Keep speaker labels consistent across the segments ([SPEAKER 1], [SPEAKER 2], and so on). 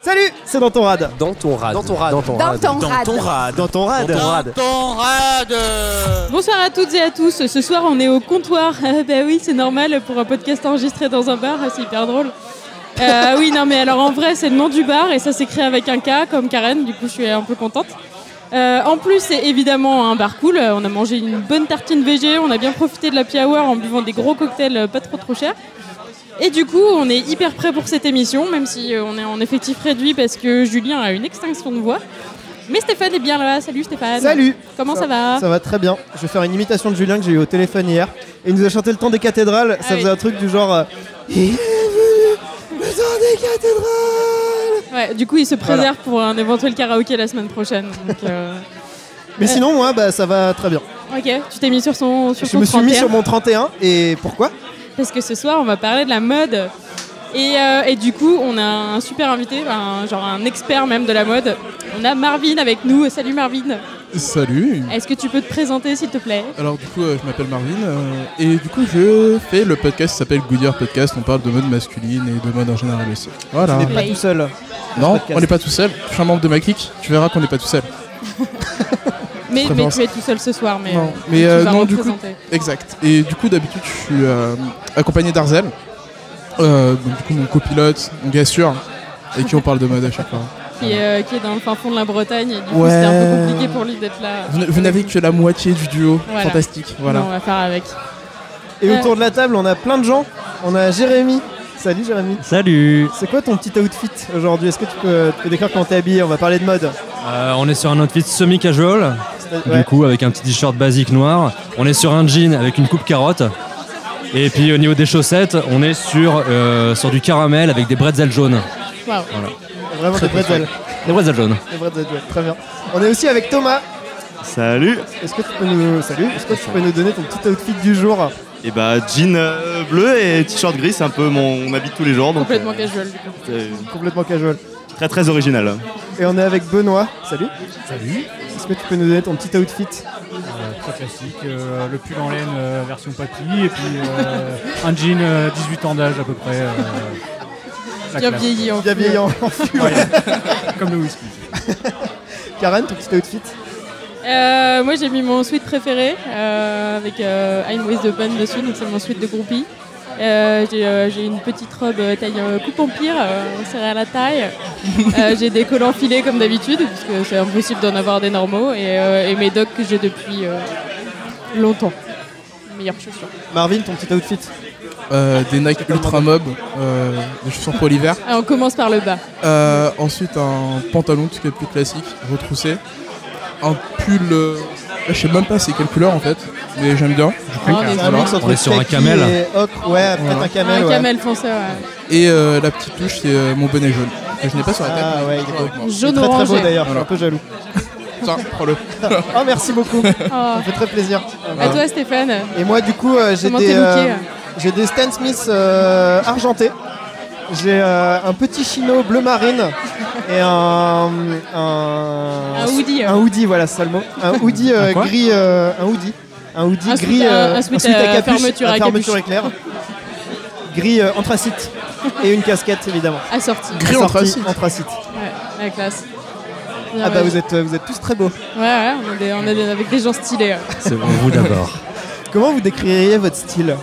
[SPEAKER 1] Salut, c'est dans ton rad.
[SPEAKER 2] Dans ton rad.
[SPEAKER 3] Dans ton rad.
[SPEAKER 2] Dans ton
[SPEAKER 4] Dans
[SPEAKER 2] rad.
[SPEAKER 4] ton
[SPEAKER 5] Dans
[SPEAKER 4] rad.
[SPEAKER 5] ton rad.
[SPEAKER 1] Dans ton rad.
[SPEAKER 5] Dans ton rad.
[SPEAKER 6] Bonsoir à toutes et à tous. Ce soir, on est au comptoir. Ah, bah oui, c'est normal pour un podcast enregistré dans un bar. Ah, C'est hyper drôle. Euh, oui, non, mais alors en vrai, c'est le nom du bar et ça s'écrit avec un K comme Karen. Du coup, je suis un peu contente. Euh, en plus, c'est évidemment un bar cool. On a mangé une bonne tartine VG. On a bien profité de la hour en buvant des gros cocktails euh, pas trop trop chers. Et du coup, on est hyper prêt pour cette émission, même si euh, on est en effectif réduit parce que Julien a une extinction de voix. Mais Stéphane est bien là. Salut Stéphane.
[SPEAKER 1] Salut.
[SPEAKER 6] Comment ça, va
[SPEAKER 1] Hein Ça va très bien. Je vais faire une imitation de Julien que j'ai eu au téléphone hier. Et il nous a chanté le temps des cathédrales.
[SPEAKER 6] Ah
[SPEAKER 1] ça
[SPEAKER 6] oui.
[SPEAKER 1] faisait un truc du genre. euh, Il est venu le temps des cathédrales.
[SPEAKER 6] Ouais, du coup, il se préserve pour un éventuel karaoké la semaine prochaine. donc, euh,
[SPEAKER 1] Mais sinon, moi, bah, ça va très bien.
[SPEAKER 6] Ok, tu t'es mis sur son sur
[SPEAKER 1] je
[SPEAKER 6] son
[SPEAKER 1] me suis mis
[SPEAKER 6] 31,
[SPEAKER 1] sur mon 31. Et pourquoi
[SPEAKER 6] parce que ce soir, on va parler de la mode. Et, euh, et du coup, on a un super invité, un- genre un expert même de la mode. On a Marvin avec nous. Salut Marvin.
[SPEAKER 7] Salut
[SPEAKER 6] Est-ce que tu peux te présenter, s'il te plaît
[SPEAKER 7] Alors du coup euh, je m'appelle Marvin euh, et du coup je fais le podcast qui s'appelle Goodyear Podcast, on parle de mode masculine et de mode en général aussi. Voilà.
[SPEAKER 1] On n'est pas tout seul.
[SPEAKER 7] Non,
[SPEAKER 1] podcast.
[SPEAKER 7] on n'est pas tout seul, je suis un membre de ma clique, tu verras qu'on n'est pas tout seul.
[SPEAKER 6] mais, mais
[SPEAKER 7] Préférence.
[SPEAKER 6] tu es tout seul ce soir, mais,
[SPEAKER 7] Non,
[SPEAKER 6] euh,
[SPEAKER 7] mais,
[SPEAKER 6] tu
[SPEAKER 7] euh,
[SPEAKER 6] vas
[SPEAKER 7] non, du
[SPEAKER 6] représenter.
[SPEAKER 7] Exact. Et du coup d'habitude je suis euh, accompagné d'Arzel, euh, donc, du coup mon copilote, mon gars sûr, et qui on parle de mode à chaque fois.
[SPEAKER 6] Qui, est, euh, qui est dans le fin fond de la Bretagne. Et du coup,
[SPEAKER 7] Ouais.
[SPEAKER 6] c'était un peu compliqué pour lui d'être là.
[SPEAKER 7] Vous n- Vous n'avez que la moitié du duo,
[SPEAKER 6] Voilà.
[SPEAKER 7] fantastique, voilà.
[SPEAKER 6] Non, on va faire avec.
[SPEAKER 1] Et
[SPEAKER 6] Ouais.
[SPEAKER 1] autour de la table, on a plein de gens. On a Jérémy. Salut Jérémy.
[SPEAKER 3] Salut
[SPEAKER 1] C'est quoi ton petit outfit aujourd'hui Est-ce que tu peux, tu peux décrire comment t'es habillé On va parler de mode.
[SPEAKER 3] Euh, On est sur un outfit semi-casual,
[SPEAKER 1] C'est-
[SPEAKER 3] du
[SPEAKER 1] ouais.
[SPEAKER 3] coup, avec un petit t-shirt basique noir. On est sur un jean avec une coupe carotte. Et puis au niveau des chaussettes, on est sur, euh, sur du caramel avec des bretzels jaunes.
[SPEAKER 6] Waouh.
[SPEAKER 1] Vraiment des bretzels.
[SPEAKER 3] Des bretzels jaunes.
[SPEAKER 1] Des bretzels, ouais. Très bien. On est aussi avec Thomas.
[SPEAKER 8] Salut
[SPEAKER 1] Est-ce que tu peux nous salut Est-ce que tu peux nous donner ton petit outfit du jour
[SPEAKER 8] Et bah jean euh, bleu et t-shirt gris, c'est un peu mon, mon habit de tous les jours, donc
[SPEAKER 6] Complètement casual. du coup.
[SPEAKER 8] euh,
[SPEAKER 1] Complètement casual.
[SPEAKER 8] c'est très très original.
[SPEAKER 1] Et on est avec Benoît. Salut. Salut. Est-ce que tu peux nous donner ton petit outfit
[SPEAKER 9] Très classique, euh, le pull en laine euh, version papy et puis euh, un jean euh, 18 ans d'âge à peu près. euh, la
[SPEAKER 6] Bien
[SPEAKER 9] classe.
[SPEAKER 6] vieilli en
[SPEAKER 1] Bien
[SPEAKER 6] plus.
[SPEAKER 1] vieillant.
[SPEAKER 9] Comme le whisky.
[SPEAKER 1] Karen, ton petit outfit
[SPEAKER 6] Euh, moi j'ai mis mon sweat préféré euh, avec euh, I'm with the Band dessus, donc c'est mon sweat de groupie. Euh, j'ai euh, j'ai une petite robe euh, taille euh, coupe empire, euh, serrée à la taille. Euh, j'ai des collants filés comme d'habitude, puisque c'est impossible d'en avoir des normaux, et, euh, et mes docs que j'ai depuis euh, longtemps. Meilleure chaussure.
[SPEAKER 1] Marvin, ton petit outfit.
[SPEAKER 7] Euh, des Nike Ultra Mob, euh, des chaussures pour l'hiver.
[SPEAKER 6] Ah, on commence par le bas.
[SPEAKER 7] Euh, ensuite, un pantalon, tout ce qui est plus classique, retroussé. Un pull. euh, je sais même pas c'est quelle couleur en fait, mais j'aime bien. du coup.
[SPEAKER 6] Ah, mais-
[SPEAKER 1] Un mix entre
[SPEAKER 3] On est sur un
[SPEAKER 1] kaki
[SPEAKER 3] camel.
[SPEAKER 1] et ocre. Ouais, peut-être un camel.
[SPEAKER 6] un
[SPEAKER 1] ouais.
[SPEAKER 6] camel foncé, ouais.
[SPEAKER 7] Et euh, la petite touche, c'est euh, mon bonnet jaune. Que je n'ai pas sur la tête.
[SPEAKER 1] Ah
[SPEAKER 7] mais
[SPEAKER 1] ouais,
[SPEAKER 7] je
[SPEAKER 1] il est
[SPEAKER 7] l'ai avec moi.
[SPEAKER 6] jaune
[SPEAKER 1] Très très beau
[SPEAKER 6] orangé.
[SPEAKER 1] d'ailleurs, je suis un peu jaloux.
[SPEAKER 7] Tiens, prends-le.
[SPEAKER 1] Oh merci beaucoup, ça
[SPEAKER 6] Ah.
[SPEAKER 1] me fait très plaisir.
[SPEAKER 6] À
[SPEAKER 3] Ah,
[SPEAKER 6] toi Stéphane,
[SPEAKER 1] Et moi du coup euh, j'ai
[SPEAKER 6] comment
[SPEAKER 1] des,
[SPEAKER 6] t'es
[SPEAKER 1] euh,
[SPEAKER 6] looké hein
[SPEAKER 1] J'ai des Stan Smith euh, argentés. J'ai euh, un petit chino bleu marine et un. Un,
[SPEAKER 6] Un hoodie. hein.
[SPEAKER 1] Un hoodie, voilà, c'est ça le mot. Un hoodie euh,
[SPEAKER 3] quoi
[SPEAKER 1] gris. euh, un hoodie. Un hoodie
[SPEAKER 6] Un
[SPEAKER 1] gris.
[SPEAKER 6] sweat à-
[SPEAKER 1] euh,
[SPEAKER 6] un sweat
[SPEAKER 1] sweat
[SPEAKER 6] à fermeture
[SPEAKER 1] à
[SPEAKER 6] à
[SPEAKER 1] fermeture
[SPEAKER 6] capuche.
[SPEAKER 1] éclair. Gris euh, anthracite. Et une casquette, évidemment.
[SPEAKER 6] Assorti.
[SPEAKER 7] Gris
[SPEAKER 1] Assortie
[SPEAKER 7] anthracite.
[SPEAKER 1] anthracite.
[SPEAKER 6] Ouais, la classe.
[SPEAKER 1] Ah bah
[SPEAKER 6] Ouais.
[SPEAKER 1] vous êtes, euh, vous êtes tous très beaux.
[SPEAKER 6] Ouais, ouais, on est, des- on est des- avec des gens stylés. ouais.
[SPEAKER 3] C'est vous d'abord.
[SPEAKER 1] Comment vous décririez votre style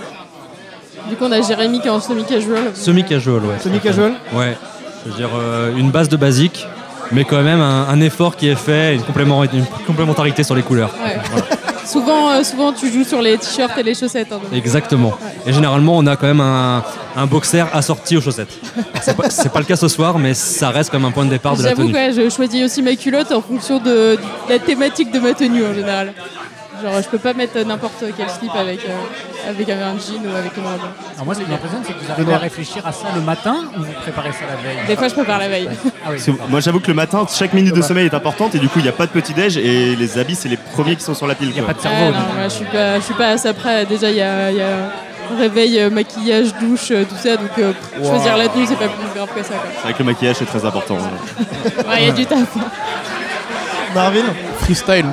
[SPEAKER 6] Du coup, on a Jérémy qui est en semi-casual.
[SPEAKER 3] Semi-casual, ouais.
[SPEAKER 1] Semi-casual
[SPEAKER 3] Ouais. Je veux dire, euh, une base de basique, mais quand même un, un effort qui est fait, une, complément- une complémentarité sur les couleurs.
[SPEAKER 6] Ouais. souvent, euh, souvent, tu joues sur les t-shirts et les chaussettes. hein, donc.
[SPEAKER 3] Exactement. Et généralement, on a quand même un, un boxer assorti aux chaussettes. C'est pas, c'est pas le cas ce soir, mais ça reste comme un point de départ de la
[SPEAKER 6] J'avoue
[SPEAKER 3] tenue.
[SPEAKER 6] que je choisis aussi mes culottes en fonction de, de la thématique de ma tenue en général. Genre, je peux pas mettre n'importe quel slip avec, euh, avec un jean ou avec une robe.
[SPEAKER 9] Alors moi ce qui m'impressionne c'est que vous arrivez à réfléchir à ça le matin ou vous préparez ça la veille
[SPEAKER 6] Des fois, je prépare la veille.
[SPEAKER 9] Ah oui,
[SPEAKER 8] Parce que
[SPEAKER 9] d'accord.
[SPEAKER 8] moi j'avoue que le matin, chaque minute de sommeil est importante et du coup il n'y a pas de petit déj et les habits c'est les premiers qui sont sur la pile.
[SPEAKER 9] Il n'y a
[SPEAKER 8] quoi.
[SPEAKER 9] pas de
[SPEAKER 6] Ouais,
[SPEAKER 9] cerveau.
[SPEAKER 6] Ah, non, moi, je suis pas, je suis pas assez prêt. Déjà, il y a, il y a réveil, euh, maquillage, douche, euh, tout ça. Donc, euh, choisir la tenue, c'est pas plus grave que ça. quoi.
[SPEAKER 8] C'est vrai que le maquillage c'est très important.
[SPEAKER 6] Ouais, il y a du taf. hein.
[SPEAKER 1] Marvin
[SPEAKER 7] Freestyle.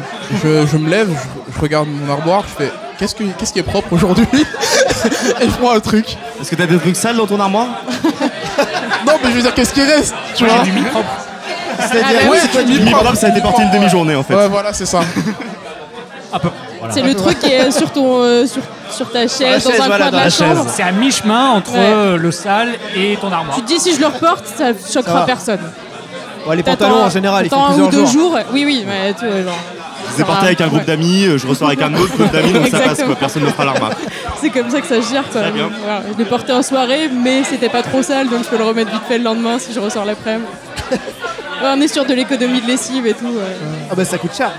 [SPEAKER 7] Je, je me lève, je, je regarde mon armoire, je fais qu'est-ce, que- qu'est-ce qui est propre aujourd'hui Et je prends un truc.
[SPEAKER 8] Est-ce que t'as des trucs sales dans ton armoire
[SPEAKER 7] non, mais je veux dire, qu'est-ce qui reste Tu vois
[SPEAKER 9] du micro.
[SPEAKER 6] Ah, bah
[SPEAKER 1] C'est-à-dire,
[SPEAKER 7] ouais,
[SPEAKER 1] c'est quoi
[SPEAKER 7] tu
[SPEAKER 1] du
[SPEAKER 7] me dis-
[SPEAKER 8] Microbe, ça a été porté une demi-journée en fait.
[SPEAKER 7] Ouais, voilà, c'est ça.
[SPEAKER 9] À peu près. Voilà.
[SPEAKER 6] C'est le truc qui est sur, ton, euh, sur, sur ta chaise,
[SPEAKER 8] chaise,
[SPEAKER 6] dans un
[SPEAKER 8] voilà,
[SPEAKER 6] coin de
[SPEAKER 8] dans
[SPEAKER 6] la,
[SPEAKER 8] la chaise.
[SPEAKER 6] chambre.
[SPEAKER 9] C'est à mi-chemin entre
[SPEAKER 6] Ouais.
[SPEAKER 9] euh, le sale et ton armoire.
[SPEAKER 6] Tu te dis si je le reporte, ça choquera
[SPEAKER 1] va.
[SPEAKER 6] personne.
[SPEAKER 1] Ouais, les
[SPEAKER 6] T'attends-
[SPEAKER 1] pantalons en général, ils
[SPEAKER 6] t'attends
[SPEAKER 1] font
[SPEAKER 6] un ou
[SPEAKER 1] plusieurs
[SPEAKER 6] deux
[SPEAKER 1] jours.
[SPEAKER 6] jours. Oui, oui, mais tu vois, genre.
[SPEAKER 8] Je vous ai porté avec un groupe
[SPEAKER 6] Ouais.
[SPEAKER 8] d'amis, euh, je ressors avec un autre groupe d'amis, donc ça passe
[SPEAKER 6] Exactement.
[SPEAKER 8] quoi, personne ne fera la remarque.
[SPEAKER 6] C'est comme ça que ça se gère. Quoi.
[SPEAKER 8] Très bien.
[SPEAKER 6] Voilà. Je l'ai porté en soirée, mais c'était pas trop sale, donc je peux le remettre vite fait le lendemain si je ressors l'après-midi. Ouais, on est sur de l'économie de lessive et tout. ouais.
[SPEAKER 1] Ah bah ça coûte cher.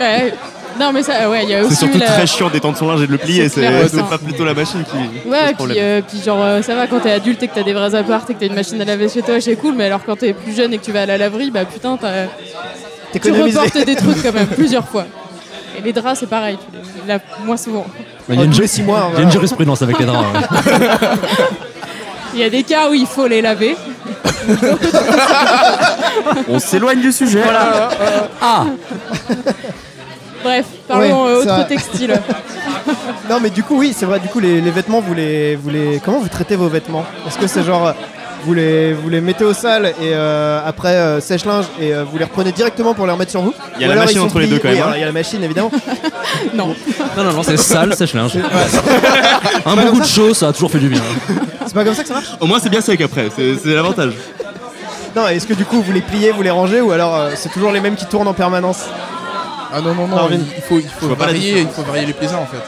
[SPEAKER 6] Ouais. Non, mais ça, ouais, il y a aussi
[SPEAKER 8] C'est surtout
[SPEAKER 6] la-
[SPEAKER 8] très chiant d'étendre son linge et de le plier,
[SPEAKER 6] C'est
[SPEAKER 8] c'est
[SPEAKER 6] clair,
[SPEAKER 8] c'est
[SPEAKER 6] ouais.
[SPEAKER 8] pas plutôt la machine qui pose
[SPEAKER 6] Ouais,
[SPEAKER 8] problème.
[SPEAKER 6] puis, euh, puis genre, euh, ça va quand t'es adulte et que t'as des vrais apparts et que t'as une machine à laver chez toi, c'est cool, mais alors quand t'es plus jeune et que tu vas à la laverie, bah putain, t'as- tu
[SPEAKER 1] T'économises.
[SPEAKER 6] reportes des trucs quand même plusieurs fois. Et les draps, c'est pareil, tu les laves moins souvent.
[SPEAKER 3] Il y a une,
[SPEAKER 1] tous
[SPEAKER 3] ju-
[SPEAKER 1] les six mois,
[SPEAKER 3] il y a
[SPEAKER 1] voilà.
[SPEAKER 3] une jurisprudence avec les draps. hein. ouais.
[SPEAKER 6] Il y a des cas où il faut les laver.
[SPEAKER 2] On s'éloigne du sujet. Ah.
[SPEAKER 6] Bref, parlons
[SPEAKER 1] Ouais,
[SPEAKER 6] euh,
[SPEAKER 1] c'est
[SPEAKER 6] autre
[SPEAKER 1] vrai.
[SPEAKER 6] textile.
[SPEAKER 1] Non mais du coup oui, c'est vrai. Du coup les, les vêtements, vous les, vous les, comment vous traitez vos vêtements Est-ce que c'est genre euh, vous les, vous les mettez au sale et euh, après euh, sèche-linge et euh, vous les reprenez directement pour les remettre sur vous
[SPEAKER 8] Il y a
[SPEAKER 1] Ou
[SPEAKER 8] la
[SPEAKER 1] alors,
[SPEAKER 8] machine
[SPEAKER 1] ils sont
[SPEAKER 8] entre les deux,
[SPEAKER 1] pliés-
[SPEAKER 8] quand même,
[SPEAKER 1] oui,
[SPEAKER 8] hein.
[SPEAKER 1] alors, Il y a la machine évidemment.
[SPEAKER 6] non.
[SPEAKER 3] Non, non, non, c'est sale, sèche-linge. Un bon goût de chaud, ça a toujours fait du bien.
[SPEAKER 1] c'est pas comme ça que ça
[SPEAKER 6] euh,
[SPEAKER 1] marche
[SPEAKER 8] Au moins c'est bien sec après, c'est c'est l'avantage.
[SPEAKER 1] Non. Est-ce que du coup vous les pliez, vous les rangez ou alors euh, c'est toujours les mêmes qui tournent en permanence
[SPEAKER 7] Ah non, non, non,
[SPEAKER 1] Marvin.
[SPEAKER 7] il il faut, il faut
[SPEAKER 8] vois pas la
[SPEAKER 7] varier, il faut varier les plaisirs en fait.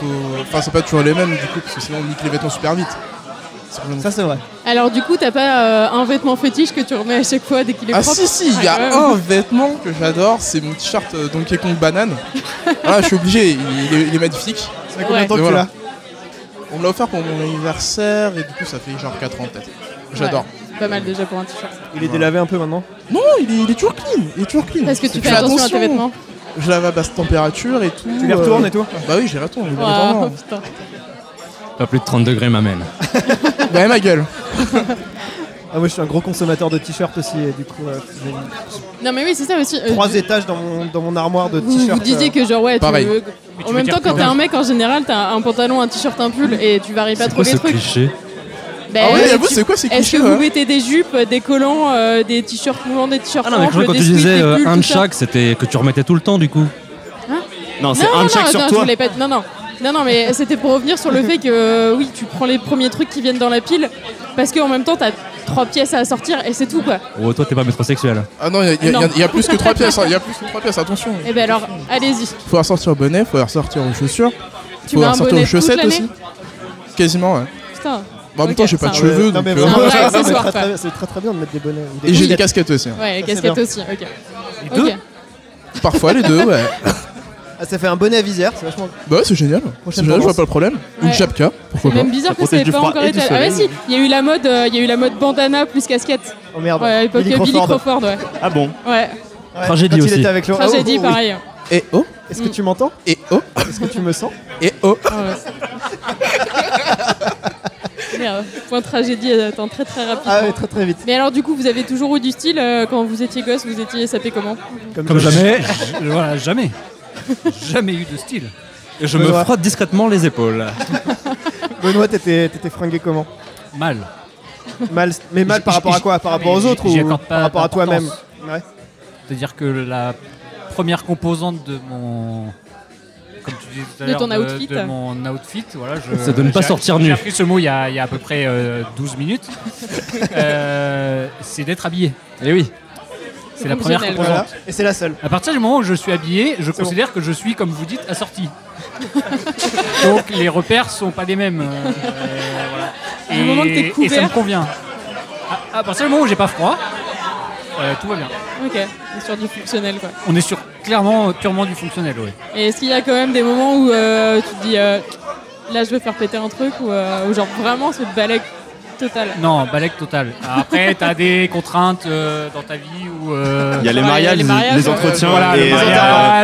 [SPEAKER 7] Faut- Enfin, c'est pas toujours les mêmes du coup, parce que sinon on nique les vêtements super vite. C'est complètement-
[SPEAKER 1] Ça c'est vrai.
[SPEAKER 6] Alors du coup, t'as pas euh, un vêtement fétiche que tu remets à chaque fois dès qu'il est
[SPEAKER 7] Ah
[SPEAKER 6] propre
[SPEAKER 7] si, si, il y
[SPEAKER 6] Ouais,
[SPEAKER 7] a
[SPEAKER 6] ouais.
[SPEAKER 7] un vêtement que j'adore, c'est mon t-shirt euh, Donkey Kong Banane. voilà, je suis obligé, il, est- il est magnifique.
[SPEAKER 1] Ça fait combien de temps
[SPEAKER 7] Ouais.
[SPEAKER 1] que tu
[SPEAKER 7] Voilà.
[SPEAKER 1] l'as
[SPEAKER 7] On me l'a offert pour mon anniversaire et du coup ça fait genre 4 ans peut-être. J'adore.
[SPEAKER 6] Ouais, Pas mal déjà pour un t-shirt.
[SPEAKER 1] Il est délavé un peu maintenant.
[SPEAKER 7] Non, il est, il est toujours clean, il est toujours clean.
[SPEAKER 6] Parce que
[SPEAKER 7] Je
[SPEAKER 6] tu fais attention, à tes vêtements.
[SPEAKER 7] Je lave à basse température et tout.
[SPEAKER 1] Tu les retournes et tout
[SPEAKER 7] Bah oui, je les retourne, je les retourne.
[SPEAKER 6] Waouh,
[SPEAKER 7] non.
[SPEAKER 6] putain.
[SPEAKER 3] Pas plus de 30 degrés m'amène.
[SPEAKER 7] Bah ma gueule.
[SPEAKER 1] Ah moi je suis un gros consommateur de t-shirts aussi et du coup euh, j'ai une-
[SPEAKER 6] Non mais oui, c'est ça aussi. Euh,
[SPEAKER 1] trois étages dans mon, dans mon armoire de
[SPEAKER 6] vous,
[SPEAKER 1] t-shirts.
[SPEAKER 6] vous disiez que genre ouais, tu
[SPEAKER 7] Pareil.
[SPEAKER 6] veux-
[SPEAKER 9] Mais tu
[SPEAKER 6] en
[SPEAKER 9] veux
[SPEAKER 6] même
[SPEAKER 9] dire
[SPEAKER 6] temps quand
[SPEAKER 9] que-
[SPEAKER 6] t'es un mec en général, t'as un pantalon, un t-shirt, un pull et tu varies pas
[SPEAKER 3] C'est
[SPEAKER 6] trop
[SPEAKER 3] quoi
[SPEAKER 6] les
[SPEAKER 3] ce
[SPEAKER 6] trucs.
[SPEAKER 3] cliché
[SPEAKER 6] Ben,
[SPEAKER 7] Ah ouais, j'avoue,
[SPEAKER 6] tu-
[SPEAKER 7] c'est quoi ces
[SPEAKER 6] Est-ce que
[SPEAKER 7] clichés
[SPEAKER 6] vous
[SPEAKER 7] ouais
[SPEAKER 6] mettez des jupes, des collants, euh, des t-shirts mouvants, des t-shirts
[SPEAKER 3] Ah non, mais je
[SPEAKER 6] amples,
[SPEAKER 3] crois que quand
[SPEAKER 6] des
[SPEAKER 3] tu
[SPEAKER 6] sweats,
[SPEAKER 3] disais
[SPEAKER 6] des
[SPEAKER 3] euh,
[SPEAKER 6] pulls,
[SPEAKER 3] un
[SPEAKER 6] tout
[SPEAKER 3] de
[SPEAKER 6] ça
[SPEAKER 3] chaque, c'était que tu remettais tout le temps du coup.
[SPEAKER 8] Non, c'est
[SPEAKER 6] Non,
[SPEAKER 8] un
[SPEAKER 6] non,
[SPEAKER 8] check
[SPEAKER 6] non,
[SPEAKER 8] sur
[SPEAKER 6] non, je
[SPEAKER 8] toi.
[SPEAKER 6] voulais pas- non, non, non, non, mais c'était pour revenir sur le fait que euh, oui, tu prends les premiers trucs qui viennent dans la pile parce qu'en même temps, t'as trois pièces à sortir et c'est tout quoi.
[SPEAKER 3] Oh, toi, t'es pas métrosexuel.
[SPEAKER 7] Ah non, il y, a- il y a-
[SPEAKER 6] Non.
[SPEAKER 7] il y a- il y a plus que 3 pièces, hein, il y a plus que 3 pièces, attention.
[SPEAKER 6] Et ben alors, allez-y.
[SPEAKER 7] Faut ressortir au bonnet, faut ressortir aux chaussures,
[SPEAKER 6] Tu
[SPEAKER 7] faut
[SPEAKER 6] mets un
[SPEAKER 7] ressortir
[SPEAKER 6] bonnet
[SPEAKER 7] aux chaussettes
[SPEAKER 6] toute l'année
[SPEAKER 7] aussi. Quasiment, ouais.
[SPEAKER 6] Putain.
[SPEAKER 7] Bah, en même
[SPEAKER 6] Ok,
[SPEAKER 7] temps, j'ai pas de
[SPEAKER 6] ça,
[SPEAKER 7] cheveux,
[SPEAKER 1] Ouais, non,
[SPEAKER 7] donc,
[SPEAKER 1] mais
[SPEAKER 7] euh,
[SPEAKER 1] vraiment,
[SPEAKER 6] Un vrai
[SPEAKER 1] c'est- non, mais
[SPEAKER 6] accessoire,
[SPEAKER 1] très,
[SPEAKER 6] quoi.
[SPEAKER 1] très- c'est très très bien de mettre des bonnets ou des
[SPEAKER 7] Et j'ai des
[SPEAKER 1] casquettes.
[SPEAKER 7] casquettes aussi. hein.
[SPEAKER 6] Ouais, les
[SPEAKER 1] Ça, c'est
[SPEAKER 6] casquettes
[SPEAKER 1] bien.
[SPEAKER 6] aussi. Ok.
[SPEAKER 1] deux
[SPEAKER 6] Ok.
[SPEAKER 7] Parfois les deux, ouais.
[SPEAKER 1] Ah, ça fait un bonnet à visière, c'est vachement.
[SPEAKER 7] Bah ouais, c'est génial. C'est génial, je vois
[SPEAKER 1] tendance.
[SPEAKER 7] pas le problème.
[SPEAKER 6] Ouais.
[SPEAKER 7] Une chapka, pourquoi
[SPEAKER 6] C'est
[SPEAKER 7] pas.
[SPEAKER 6] même bizarre que
[SPEAKER 8] protège
[SPEAKER 6] ça n'ait
[SPEAKER 8] du
[SPEAKER 6] pas
[SPEAKER 8] froid
[SPEAKER 6] encore
[SPEAKER 8] et du
[SPEAKER 6] été. Ah ouais, si.
[SPEAKER 8] soleil.
[SPEAKER 6] Il y a eu la mode, euh, il y a eu la mode bandana plus casquette.
[SPEAKER 1] Oh merde.
[SPEAKER 6] Ouais, à l'époque
[SPEAKER 1] Billy
[SPEAKER 6] Billy,
[SPEAKER 1] Crawford.
[SPEAKER 6] Crawford. Ouais.
[SPEAKER 8] Ah bon
[SPEAKER 6] Ouais.
[SPEAKER 1] Ouais, quand
[SPEAKER 3] Tragédie
[SPEAKER 1] il
[SPEAKER 3] aussi.
[SPEAKER 1] était avec Laura-
[SPEAKER 6] Tragédie,
[SPEAKER 1] Oh, oh, oui.
[SPEAKER 6] pareil.
[SPEAKER 7] Et oh,
[SPEAKER 1] Est-ce que tu m'entends
[SPEAKER 7] et oh,
[SPEAKER 1] Est-ce que tu me sens
[SPEAKER 7] et oh.
[SPEAKER 6] Ah ouais. Merde. Point tragédie. elle Attend très très rapide.
[SPEAKER 1] Ah ouais, très très vite.
[SPEAKER 6] Mais alors du coup, vous avez toujours eu du style euh, quand vous étiez gosse, vous étiez sapé comment
[SPEAKER 3] Comme jamais.
[SPEAKER 9] voilà, jamais. jamais eu de style.
[SPEAKER 3] Et je me
[SPEAKER 1] Benoît.
[SPEAKER 3] frotte discrètement les épaules.
[SPEAKER 1] Benoît, t'étais t'étais fringué comment
[SPEAKER 9] Mal.
[SPEAKER 1] Mal, mais mal par
[SPEAKER 9] J-
[SPEAKER 1] rapport à
[SPEAKER 9] j-
[SPEAKER 1] quoi Par rapport
[SPEAKER 9] mais
[SPEAKER 1] aux
[SPEAKER 9] j-
[SPEAKER 1] autres
[SPEAKER 9] j'y
[SPEAKER 1] ou
[SPEAKER 9] accorde pas
[SPEAKER 1] par rapport à toi-même
[SPEAKER 9] d'importance.
[SPEAKER 1] Ouais.
[SPEAKER 9] C'est-à-dire que la première composante de mon. Comme tu disais tout à
[SPEAKER 6] De
[SPEAKER 9] l'heure,
[SPEAKER 6] ton outfit.
[SPEAKER 9] de mon outfit, voilà, je,
[SPEAKER 3] C'est de ne pas
[SPEAKER 9] j'ai-
[SPEAKER 3] sortir nu.
[SPEAKER 9] J'ai appris ce mot il y a, il y a à peu près euh, 12 minutes. Euh, c'est d'être habillé.
[SPEAKER 3] Et Eh oui.
[SPEAKER 9] C'est la première
[SPEAKER 6] Fonctionnel,
[SPEAKER 9] composante.
[SPEAKER 1] Voilà. Et c'est la seule.
[SPEAKER 9] À partir du moment où je suis habillé, je considère que je suis, comme vous dites, assorti. Donc les repères sont pas les mêmes. euh, voilà.
[SPEAKER 6] Du moment que t'es
[SPEAKER 9] et, et
[SPEAKER 6] couvert.
[SPEAKER 9] ça me convient. À, à partir du moment où j'ai pas froid, euh, tout va bien.
[SPEAKER 6] Ok, c'est sur du fonctionnel quoi.
[SPEAKER 9] On est sur clairement euh, purement du fonctionnel, oui.
[SPEAKER 6] Et est-ce qu'il y a quand même des moments où euh, tu te dis euh, là je veux faire péter un truc ou euh, ou genre vraiment ce balai total
[SPEAKER 9] Non, balèque total. Après, t'as des contraintes euh, dans ta vie où. euh,
[SPEAKER 8] Il y a les
[SPEAKER 6] Ouais,
[SPEAKER 8] mariages,
[SPEAKER 6] les
[SPEAKER 8] les,
[SPEAKER 6] mariages,
[SPEAKER 8] les
[SPEAKER 6] ouais.
[SPEAKER 8] entretiens
[SPEAKER 9] Voilà,
[SPEAKER 8] et,
[SPEAKER 9] le
[SPEAKER 8] les
[SPEAKER 9] mariage,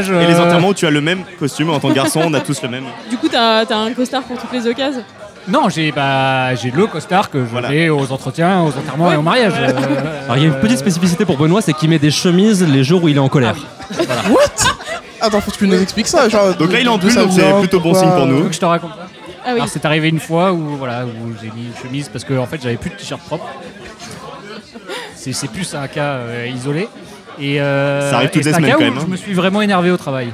[SPEAKER 8] enterrements. et les
[SPEAKER 9] euh,
[SPEAKER 8] enterrements où tu as le même costume en tant que garçon, on a tous le même.
[SPEAKER 6] Du coup t'as t'as un costard pour toutes les occasions
[SPEAKER 9] Non, j'ai bah, j'ai le costard que je
[SPEAKER 8] Voilà.
[SPEAKER 9] mets aux entretiens, aux enterrements et au mariage. euh,
[SPEAKER 3] Alors, il y a une petite spécificité pour Benoît, c'est qu'il met des chemises les jours où il est en colère.
[SPEAKER 6] Ah.
[SPEAKER 7] What Attends, faut que tu nous expliques ça. Genre,
[SPEAKER 8] Donc là, il est en
[SPEAKER 7] d'où ça
[SPEAKER 8] pull, donc
[SPEAKER 7] vient,
[SPEAKER 8] c'est plutôt bon
[SPEAKER 7] pourquoi,
[SPEAKER 8] signe pour
[SPEAKER 9] Tu
[SPEAKER 8] nous.
[SPEAKER 9] veux que je te raconte ça
[SPEAKER 6] Ah oui,
[SPEAKER 9] Alors c'est arrivé une fois où voilà où j'ai mis une chemise parce que en fait j'avais plus de t-shirt propre c'est c'est plus un cas euh, isolé. Et, euh,
[SPEAKER 8] Ça arrive toutes
[SPEAKER 9] et
[SPEAKER 8] les
[SPEAKER 9] c'est un
[SPEAKER 8] semaines,
[SPEAKER 9] cas
[SPEAKER 8] quand
[SPEAKER 9] où
[SPEAKER 8] même, hein.
[SPEAKER 9] Je me suis vraiment énervé au travail.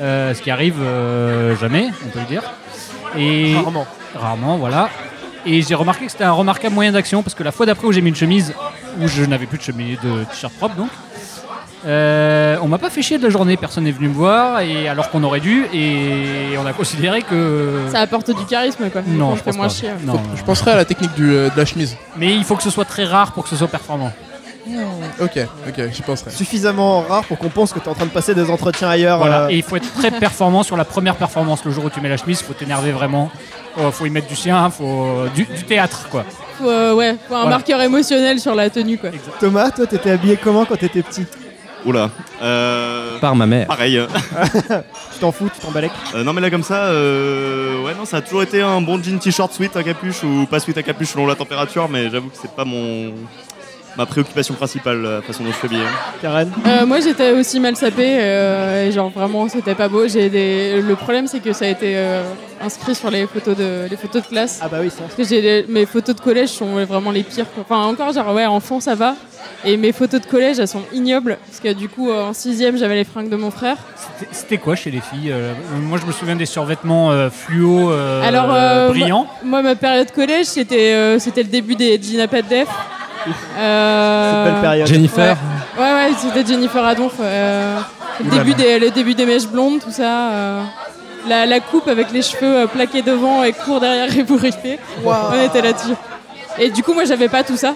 [SPEAKER 9] Euh, ce qui arrive euh, jamais, on peut le dire. Et
[SPEAKER 1] Rarement.
[SPEAKER 9] Rarement, voilà. Et j'ai remarqué que c'était un remarquable moyen d'action parce que la fois d'après où j'ai mis une chemise, où je n'avais plus de chemise de t-shirt propre donc, euh, on m'a pas fait chier de la journée, personne n'est venu me voir, et alors qu'on aurait dû, et on a considéré que.
[SPEAKER 6] Ça apporte du charisme, quoi.
[SPEAKER 9] non,
[SPEAKER 6] Qu'on
[SPEAKER 9] je
[SPEAKER 6] fait
[SPEAKER 9] pense
[SPEAKER 6] moins
[SPEAKER 9] pas.
[SPEAKER 6] chier.
[SPEAKER 9] Non, non,
[SPEAKER 7] Je
[SPEAKER 9] non.
[SPEAKER 7] penserais à la technique du, euh, de la chemise.
[SPEAKER 9] Mais il faut que ce soit très rare pour que ce soit performant.
[SPEAKER 7] Ok, ok, j'y penserai.
[SPEAKER 1] Suffisamment rare pour qu'on pense que t'es en train de passer des entretiens ailleurs.
[SPEAKER 9] Voilà.
[SPEAKER 1] euh,
[SPEAKER 9] Et il faut être très performant sur la première performance. Le jour où tu mets la chemise, faut t'énerver vraiment. Euh, faut y mettre du sien, faut du, du théâtre quoi.
[SPEAKER 6] Faut, euh, ouais, faut un
[SPEAKER 9] Voilà.
[SPEAKER 6] marqueur émotionnel sur la tenue, quoi.
[SPEAKER 1] Thomas, toi, t'étais habillé comment quand t'étais petit
[SPEAKER 8] Oula. Euh,
[SPEAKER 3] Par ma mère.
[SPEAKER 8] Pareil. euh,
[SPEAKER 1] Tu t'en fous, tu t'en balèques
[SPEAKER 8] Euh, non mais là comme ça, euh, ouais non ça a toujours été un bon jean t-shirt sweat à capuche ou pas sweat à capuche selon la température mais j'avoue que c'est pas mon ma préoccupation principale la façon dont je suis habillé.
[SPEAKER 1] Karen
[SPEAKER 6] Euh, moi j'étais aussi mal sapée euh, et genre vraiment c'était pas beau. J'ai des... Le problème c'est que ça a été euh, inscrit sur les photos de, les photos de classe.
[SPEAKER 1] Ah bah oui, ça.
[SPEAKER 6] Parce que j'ai les- mes photos de collège sont vraiment les pires. quoi. Enfin encore genre ouais enfant ça va. Et mes photos de collège elles sont ignobles. Parce que du coup euh, en sixième j'avais les fringues de mon frère.
[SPEAKER 9] C'était- C'était quoi chez les filles Euh, Moi je me souviens des survêtements euh, fluo euh, bah,
[SPEAKER 6] Alors, euh,
[SPEAKER 9] brillants.
[SPEAKER 6] Moi ma période collège c'était euh, c'était le début des Gina Pat Def. Euh,
[SPEAKER 1] Belle période.
[SPEAKER 3] Jennifer,
[SPEAKER 6] Ouais ouais c'était Jennifer Adonf. euh, le,
[SPEAKER 9] Oulala.
[SPEAKER 6] début des, le début des mèches blondes tout ça. euh, la, la coupe avec les cheveux euh, plaqués devant et courts derrière et bourriffés. On était là-dessus. Et du coup moi j'avais pas tout ça.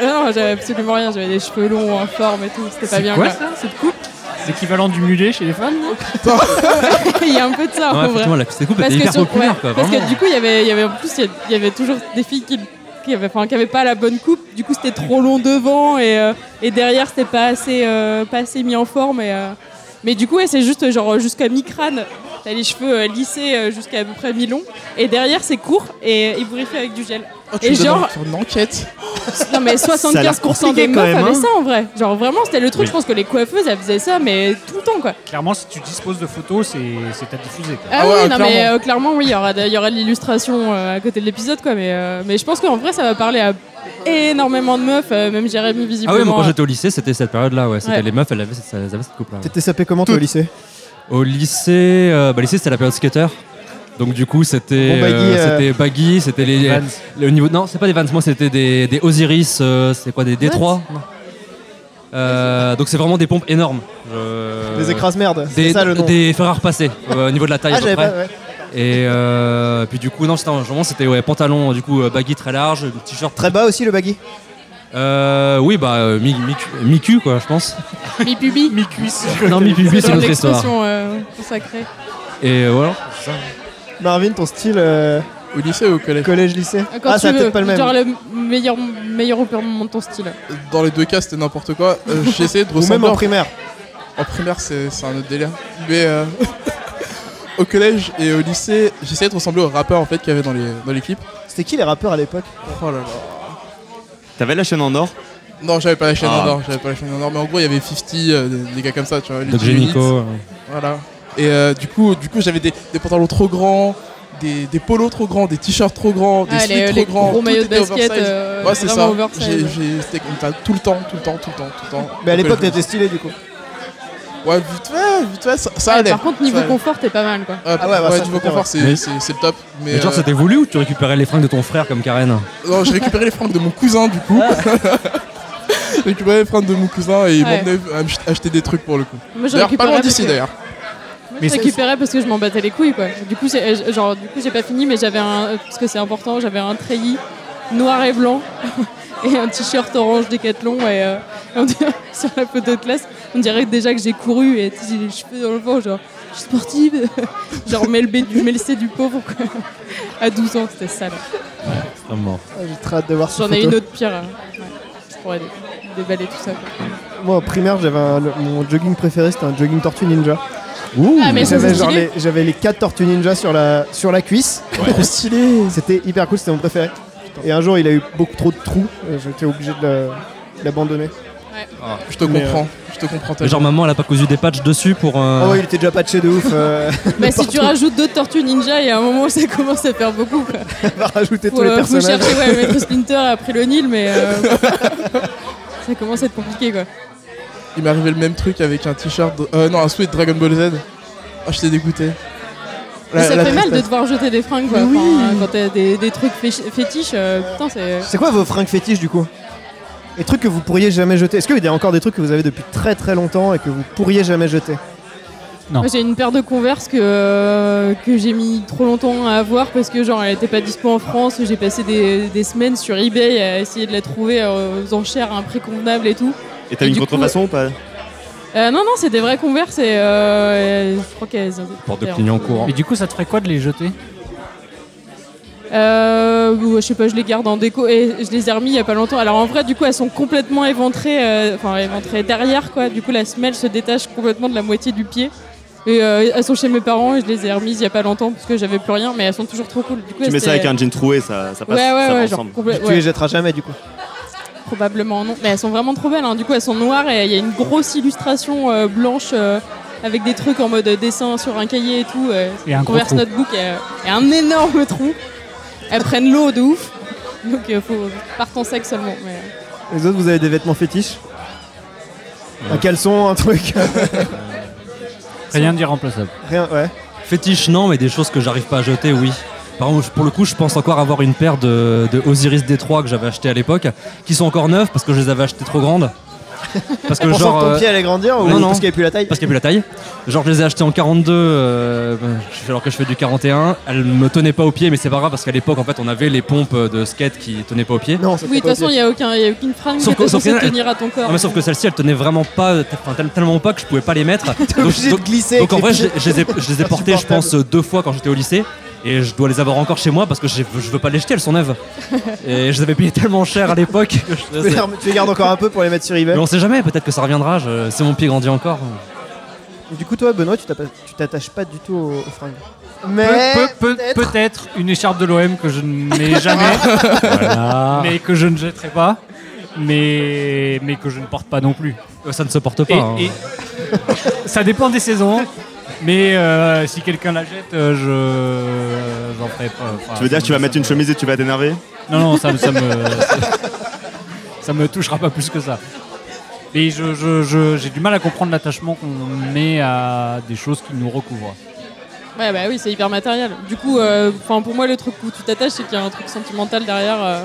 [SPEAKER 6] Euh, non j'avais absolument rien. J'avais des cheveux longs en forme et tout. C'était pas
[SPEAKER 9] C'est
[SPEAKER 6] bien
[SPEAKER 9] quoi,
[SPEAKER 6] quoi. cette coupe.
[SPEAKER 9] C'est l'équivalent du mulet chez les femmes non
[SPEAKER 6] Il y a un peu de ça
[SPEAKER 3] Ouais,
[SPEAKER 6] en vrai.
[SPEAKER 3] effectivement, la petite coupe était bah, hyper
[SPEAKER 6] sur-
[SPEAKER 3] populaire
[SPEAKER 6] ouais,
[SPEAKER 3] quoi.
[SPEAKER 6] parce que
[SPEAKER 3] vraiment.
[SPEAKER 6] du coup il y avait il y avait en plus il y a- il y avait toujours des filles qui qui avaient, enfin, qui avaient pas la bonne coupe du coup c'était trop long devant et, euh, et derrière c'était pas assez euh, pas assez mis en forme et, euh, mais du coup ouais, c'est juste euh, genre jusqu'à mi crâne t'as les cheveux euh, lissés euh, jusqu'à à peu près mi long et derrière c'est court et euh, ils bourriffaient avec du gel
[SPEAKER 7] Oh, tu
[SPEAKER 6] Et
[SPEAKER 7] me donnes
[SPEAKER 6] genre-
[SPEAKER 7] envie de faire une enquête.
[SPEAKER 6] non mais
[SPEAKER 8] a l'air
[SPEAKER 6] 75% des
[SPEAKER 8] compliqué quand
[SPEAKER 6] meufs
[SPEAKER 8] même, hein.
[SPEAKER 6] avaient ça en vrai genre vraiment c'était le truc
[SPEAKER 9] Oui.
[SPEAKER 6] je pense que les coiffeuses elles faisaient ça mais tout le temps quoi
[SPEAKER 9] Clairement, si tu disposes de photos, c'est c'est à diffuser. quoi.
[SPEAKER 6] Ah,
[SPEAKER 7] Ah
[SPEAKER 6] oui,
[SPEAKER 7] ouais,
[SPEAKER 6] non,
[SPEAKER 7] clairement.
[SPEAKER 6] mais euh, clairement, oui, il y aura de, il y aura de l'illustration euh, à côté de l'épisode, quoi. Mais, euh, mais je pense qu'en vrai, ça va parler à énormément de meufs, euh, même Jérémy,
[SPEAKER 3] Ah
[SPEAKER 6] visiblement.
[SPEAKER 3] ouais, moi quand j'étais au lycée, c'était cette période-là, ouais. C'était
[SPEAKER 6] Ouais.
[SPEAKER 3] les meufs, elles avaient, cette- elles avaient cette coupe-là. ouais.
[SPEAKER 1] T'étais sapé comment toi au
[SPEAKER 7] Tout.
[SPEAKER 1] lycée
[SPEAKER 3] Au lycée, euh, bah, lycée c'était la période skater. Donc du coup c'était
[SPEAKER 1] Bon, baggy,
[SPEAKER 3] euh,
[SPEAKER 1] euh,
[SPEAKER 3] c'était baggy, c'était les,
[SPEAKER 9] Vans.
[SPEAKER 3] le niveau non c'est pas des Vans, moi c'était des, des Osiris, euh, c'est quoi des D3 donc c'est vraiment des pompes énormes. Euh,
[SPEAKER 1] Les écrases merdes. C'est
[SPEAKER 3] Des,
[SPEAKER 1] ça le nom.
[SPEAKER 3] des Ferrari repassés euh, au niveau de la taille
[SPEAKER 1] Ah,
[SPEAKER 3] à peu
[SPEAKER 1] j'avais
[SPEAKER 3] près.
[SPEAKER 1] pas. ouais.
[SPEAKER 3] Et euh, puis du coup non c'était un- vraiment c'était ouais, pantalon du coup euh, baggy très large, t-shirt
[SPEAKER 1] Très bas aussi le baggy.
[SPEAKER 3] euh, oui bah euh, mi, mi, mi-cul, quoi je pense.
[SPEAKER 6] Mi pubi.
[SPEAKER 9] Mi-cuisse.
[SPEAKER 3] non mi-pubis
[SPEAKER 6] C'est
[SPEAKER 3] c'est
[SPEAKER 6] genre
[SPEAKER 3] notre histoire.
[SPEAKER 6] euh, l'expression euh, consacrée.
[SPEAKER 3] Et euh, voilà.
[SPEAKER 1] Marvin, ton style euh,
[SPEAKER 7] Au lycée ou au collège
[SPEAKER 1] collège-lycée
[SPEAKER 6] Euh, Quand
[SPEAKER 1] Ah,
[SPEAKER 6] tu
[SPEAKER 1] ça a
[SPEAKER 6] veux,
[SPEAKER 1] peut-être pas le même.
[SPEAKER 6] Genre le meilleur, meilleur au de ton style.
[SPEAKER 7] Dans les deux cas, c'était n'importe quoi. Euh, J'ai essayé de
[SPEAKER 1] Ou
[SPEAKER 7] ressembler.
[SPEAKER 1] même en primaire.
[SPEAKER 7] En primaire, c'est c'est un autre délire. Mais euh, au collège et au lycée, j'essayais de ressembler aux rappeurs en fait qu'il y avait dans les, dans les clips.
[SPEAKER 1] C'était qui les rappeurs à l'époque
[SPEAKER 7] Oh là là.
[SPEAKER 8] T'avais la chaîne en or
[SPEAKER 7] Non, j'avais pas la chaîne
[SPEAKER 8] Ah.
[SPEAKER 7] en or, j'avais pas la chaîne en or, mais en gros, il y avait 50, euh, des, des gars comme ça, tu vois. les
[SPEAKER 3] Donc j'ai
[SPEAKER 7] G-Unit,
[SPEAKER 3] Nico. euh,
[SPEAKER 7] Voilà. Et euh, du coup, du coup j'avais des, des pantalons trop grands, des, des polos trop grands, des t-shirts trop grands, des
[SPEAKER 6] Ah,
[SPEAKER 7] sweats
[SPEAKER 6] les,
[SPEAKER 7] trop
[SPEAKER 6] les
[SPEAKER 7] grands.
[SPEAKER 6] gros
[SPEAKER 7] tout
[SPEAKER 6] maillots de
[SPEAKER 7] était
[SPEAKER 6] basket,
[SPEAKER 7] oversize.
[SPEAKER 6] euh,
[SPEAKER 7] ouais, c'est
[SPEAKER 6] vraiment
[SPEAKER 7] ça.
[SPEAKER 6] oversize.
[SPEAKER 7] J'ai- j'ai- C'était comme ça tout le temps, tout le temps, tout le temps, tout le temps.
[SPEAKER 1] Mais à
[SPEAKER 7] Au
[SPEAKER 1] l'époque,
[SPEAKER 7] collège.
[SPEAKER 1] t'étais stylé du coup.
[SPEAKER 7] Ouais, vite fait, vite fait, ça, ça
[SPEAKER 6] Ouais,
[SPEAKER 7] allait.
[SPEAKER 6] par contre,
[SPEAKER 7] Ça
[SPEAKER 6] niveau
[SPEAKER 7] allait.
[SPEAKER 6] confort, t'es pas mal, quoi.
[SPEAKER 7] Ouais,
[SPEAKER 1] Ah ouais, bah, ça, je
[SPEAKER 7] niveau
[SPEAKER 1] comprends,
[SPEAKER 7] confort, c'est
[SPEAKER 3] Mais-
[SPEAKER 7] c'est- c'est le top. Mais,
[SPEAKER 3] Mais genre
[SPEAKER 7] euh,
[SPEAKER 3] c'était voulu ou tu récupérais les fringues de ton frère comme Karen
[SPEAKER 7] Non, j'ai récupéré les fringues de mon cousin du coup.
[SPEAKER 1] Ah.
[SPEAKER 7] j'ai récupéré les fringues de mon cousin et il
[SPEAKER 6] Ouais.
[SPEAKER 7] m'emmenait à m'ach- acheter des trucs pour le coup.
[SPEAKER 6] Moi, je
[SPEAKER 7] D'ailleurs, pas loin
[SPEAKER 6] récupérais
[SPEAKER 7] d'ici
[SPEAKER 6] parce que-
[SPEAKER 7] d'ailleurs.
[SPEAKER 9] Mais
[SPEAKER 6] Je
[SPEAKER 9] c'est-
[SPEAKER 6] récupérais parce que je m'en battais les couilles quoi. Du coup, j'ai- euh, genre du coup, j'ai pas fini mais j'avais un parce que c'est important, j'avais un treillis noir et blanc et un t-shirt orange décathlon et euh, on dirait- sur la photo de classe, on dirait déjà que j'ai couru et tu sais, j'ai les cheveux dans le vent genre je suis sportive. genre mets le B du mets le C du pauvre quoi. À 12 ans, c'était sale.
[SPEAKER 3] Extrêmement.
[SPEAKER 1] Ah, J'ai très hâte de voir ces
[SPEAKER 6] J'en ai
[SPEAKER 1] photos.
[SPEAKER 6] une autre pire. hein. Ouais. Je pourrais dé- déballer tout ça. quoi.
[SPEAKER 1] Moi, en primaire, j'avais un- le- mon jogging préféré, c'était un jogging Tortue Ninja.
[SPEAKER 3] Ouh
[SPEAKER 6] Ah, mais ça,
[SPEAKER 1] J'avais
[SPEAKER 6] c'est
[SPEAKER 1] genre
[SPEAKER 6] stylé.
[SPEAKER 1] les, j'avais les 4 Tortues Ninja sur la, sur la cuisse.
[SPEAKER 8] Trop
[SPEAKER 1] stylé C'était hyper cool, c'était mon préféré. Et un jour, il a eu beaucoup trop de trous, euh, j'étais obligé de la- de l'abandonner.
[SPEAKER 7] Je te
[SPEAKER 1] Mais,
[SPEAKER 7] comprends, je te comprends
[SPEAKER 3] Mais
[SPEAKER 7] tellement.
[SPEAKER 3] genre maman elle a pas cousu des patchs dessus pour. euh,
[SPEAKER 1] Oh, il était déjà patché de ouf. euh,
[SPEAKER 6] Mais Bah, si tu rajoutes d'autres tortues ninja, il y a un moment où ça commence à faire beaucoup quoi.
[SPEAKER 1] on va rajouter tous
[SPEAKER 6] Faut,
[SPEAKER 1] les
[SPEAKER 6] euh, faut
[SPEAKER 1] personnages.
[SPEAKER 6] chercher ouais, Maître Splinter après le Nil, mais euh, Ça commence à être compliqué quoi.
[SPEAKER 7] Il m'est arrivé le même truc avec un t-shirt. de- Euh, non, un sweat Dragon Ball Z. Ah, j'étais dégoûté.
[SPEAKER 6] Mais
[SPEAKER 7] La-
[SPEAKER 6] ça
[SPEAKER 7] la
[SPEAKER 6] fait mal de
[SPEAKER 7] tristesse.
[SPEAKER 6] devoir jeter des fringues quoi. Enfin, quand t'as des, des trucs féch- fétiches, euh, putain c'est.
[SPEAKER 1] C'est quoi vos fringues fétiches du coup Les trucs que vous pourriez jamais jeter. Est-ce qu'il y a encore des trucs que vous avez depuis très très longtemps et que vous pourriez jamais jeter
[SPEAKER 9] Non.
[SPEAKER 6] Moi, J'ai une paire de Converse que, euh, que j'ai mis trop longtemps à avoir parce que genre elle était pas dispo en France. J'ai passé des, des semaines sur eBay à essayer de la trouver euh, aux enchères à un prix convenable et tout.
[SPEAKER 8] Et t'as
[SPEAKER 6] Et
[SPEAKER 8] une
[SPEAKER 6] du coup-
[SPEAKER 8] contrefaçon ou pas
[SPEAKER 6] Euh, non non c'est des vraies Converse et euh, je crois qu'elles.
[SPEAKER 3] Porte de Clignancourt.
[SPEAKER 9] Mais du coup, ça te ferait quoi de les jeter
[SPEAKER 6] Euh, ouais, je sais pas, je les garde en déco et je les ai remis il y a pas longtemps. Alors en vrai, du coup, elles sont complètement éventrées, euh, enfin éventrées derrière quoi. Du coup, la semelle se détache complètement de la moitié du pied. Et euh, elles sont chez mes parents et je les ai remises il y a pas longtemps parce que j'avais plus rien, mais elles sont toujours trop cool. Du coup,
[SPEAKER 8] Tu
[SPEAKER 6] elles
[SPEAKER 8] mets ça avec
[SPEAKER 6] étaient-
[SPEAKER 8] un jean troué, ça, ça passe
[SPEAKER 6] Ouais, ouais,
[SPEAKER 8] ça va
[SPEAKER 6] ouais, genre
[SPEAKER 8] ensemble.
[SPEAKER 6] complè-
[SPEAKER 1] Tu
[SPEAKER 6] ouais,
[SPEAKER 1] les jetteras jamais du coup.
[SPEAKER 6] probablement non. Mais elles sont vraiment trop belles. hein. Du coup, elles sont noires et il y a une grosse illustration euh, blanche euh, avec des trucs en mode euh, dessin sur un cahier et tout. euh,
[SPEAKER 9] Et un gros
[SPEAKER 6] Converse
[SPEAKER 9] trou.
[SPEAKER 6] Notebook et, euh, et un énorme trou. Elles prennent l'eau de ouf. Donc il faut partent en sec seulement. Mais... euh.
[SPEAKER 1] Les autres, vous avez des vêtements fétiches Un caleçon, un truc
[SPEAKER 9] Rien d'irremplaçable.
[SPEAKER 1] Rien, ouais.
[SPEAKER 3] Fétiche, non, mais des choses que j'arrive pas à jeter, oui. Par contre, pour le coup, je pense encore avoir une paire de, de Osiris D3 que j'avais acheté à l'époque, qui sont encore neuves parce que je les avais achetées trop grandes. Parce que
[SPEAKER 1] Pour
[SPEAKER 3] genre.
[SPEAKER 1] que ton
[SPEAKER 3] euh,
[SPEAKER 1] pied allait grandir ou
[SPEAKER 3] non, non.
[SPEAKER 1] parce qu'il n'y avait plus la taille
[SPEAKER 3] Parce qu'il n'y a plus la taille. Genre, je les ai achetées en 42, euh, alors que je fais du 41. Elles me tenaient pas au pied, mais c'est pas grave parce qu'à l'époque, en fait, on avait les pompes de skate qui tenaient pas au pied.
[SPEAKER 1] Non, ça
[SPEAKER 6] Oui, de
[SPEAKER 1] fait
[SPEAKER 6] toute
[SPEAKER 1] pas
[SPEAKER 6] façon, il n'y a, aucun- y a aucune fringue
[SPEAKER 3] Sauf
[SPEAKER 6] qui
[SPEAKER 3] que-
[SPEAKER 6] est
[SPEAKER 3] sauf
[SPEAKER 6] censée
[SPEAKER 3] que-
[SPEAKER 6] tenir à ton corps.
[SPEAKER 3] Non, mais sauf que celle-ci, elle tenait vraiment pas, enfin, tel- tellement pas que je pouvais pas les mettre.
[SPEAKER 1] T'es
[SPEAKER 3] Donc,
[SPEAKER 1] obligé
[SPEAKER 3] donc-
[SPEAKER 1] de glisser.
[SPEAKER 3] donc en
[SPEAKER 1] avec
[SPEAKER 3] vrai,
[SPEAKER 1] les
[SPEAKER 3] je,
[SPEAKER 1] pieds.
[SPEAKER 3] je les ai, je les ai portées, je pense, deux fois quand j'étais au lycée. Et je dois les avoir encore chez moi parce que je, je veux pas les jeter, elles sont neuves. Et je les avais payées tellement cher à l'époque. que je-
[SPEAKER 1] Tu les rem- tu les gardes encore un peu pour les mettre sur eBay.
[SPEAKER 3] Mais on sait jamais, peut-être que ça reviendra. je- si mon pied grandit encore.
[SPEAKER 1] Du coup, toi, Benoît, tu t'appa- tu t'attaches pas du tout aux aux fringues.
[SPEAKER 9] Pe-
[SPEAKER 1] Mais
[SPEAKER 9] pe- pe-
[SPEAKER 1] peut-être-
[SPEAKER 9] Peut-être une écharpe de l'OM que je n'ai jamais, mais que je ne jetterai pas, mais, mais que je ne porte pas non plus.
[SPEAKER 3] Euh, Ça ne se porte pas.
[SPEAKER 9] Et-
[SPEAKER 3] hein.
[SPEAKER 9] et- ça dépend des saisons, mais euh, si quelqu'un la jette, euh, je j'en ferai pas. Enfin,
[SPEAKER 8] Tu veux dire que tu vas
[SPEAKER 9] ça
[SPEAKER 8] mettre
[SPEAKER 9] me-
[SPEAKER 8] une chemise et tu vas t'énerver
[SPEAKER 9] Non, non, ça, me- ça me ça me touchera pas plus que ça. Mais je- je- je- j'ai du mal à comprendre l'attachement qu'on met à des choses qui nous recouvrent.
[SPEAKER 6] Ouais, bah oui, c'est hyper matériel. Du coup, euh, 'fin, pour moi, le truc où tu t'attaches, c'est qu'il y a un truc sentimental derrière. euh,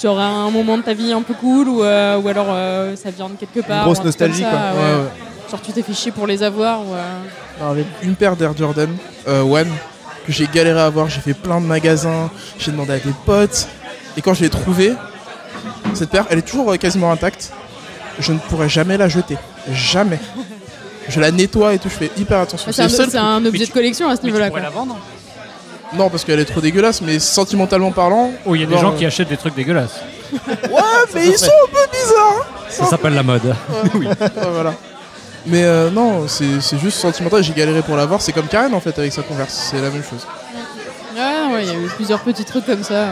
[SPEAKER 6] genre un moment de ta vie un peu cool ou, euh, ou alors euh, ça vient de quelque part.
[SPEAKER 1] grosse
[SPEAKER 6] ou un truc
[SPEAKER 1] nostalgie,
[SPEAKER 6] comme ça,
[SPEAKER 7] Ah Ouais,
[SPEAKER 6] ouais.
[SPEAKER 7] ouais.
[SPEAKER 6] Genre tu t'es fait chier pour les avoir. Ou, euh,
[SPEAKER 7] Alors, avec une paire d'Air Jordan, euh, One, que j'ai galéré à avoir, j'ai fait plein de magasins, j'ai demandé à des potes, et quand je l'ai trouvée, cette paire, elle est toujours euh, quasiment intacte. Je ne pourrais jamais la jeter. Jamais. Je la nettoie et tout, je fais hyper attention.
[SPEAKER 6] C'est un,
[SPEAKER 7] le seul
[SPEAKER 6] c'est un objet
[SPEAKER 9] Mais
[SPEAKER 6] de collection à ce
[SPEAKER 9] Mais tu
[SPEAKER 6] niveau-là.
[SPEAKER 9] pourrais
[SPEAKER 6] quoi.
[SPEAKER 9] la vendre
[SPEAKER 7] truc- Non, parce qu'elle est trop dégueulasse, mais sentimentalement parlant.
[SPEAKER 9] Oh, il y a des
[SPEAKER 7] genre,
[SPEAKER 9] gens
[SPEAKER 7] euh,
[SPEAKER 9] qui achètent des trucs dégueulasses.
[SPEAKER 7] Ouais, mais ils sont un peu bizarres.
[SPEAKER 3] Ça s'appelle la mode.
[SPEAKER 7] Ouais, voilà. Mais euh, non, c'est c'est juste sentimental, j'ai galéré pour l'avoir. C'est comme Karen en fait avec sa converse, c'est la même chose.
[SPEAKER 6] Ouais, ouais, il y a eu plusieurs petits trucs comme ça hein,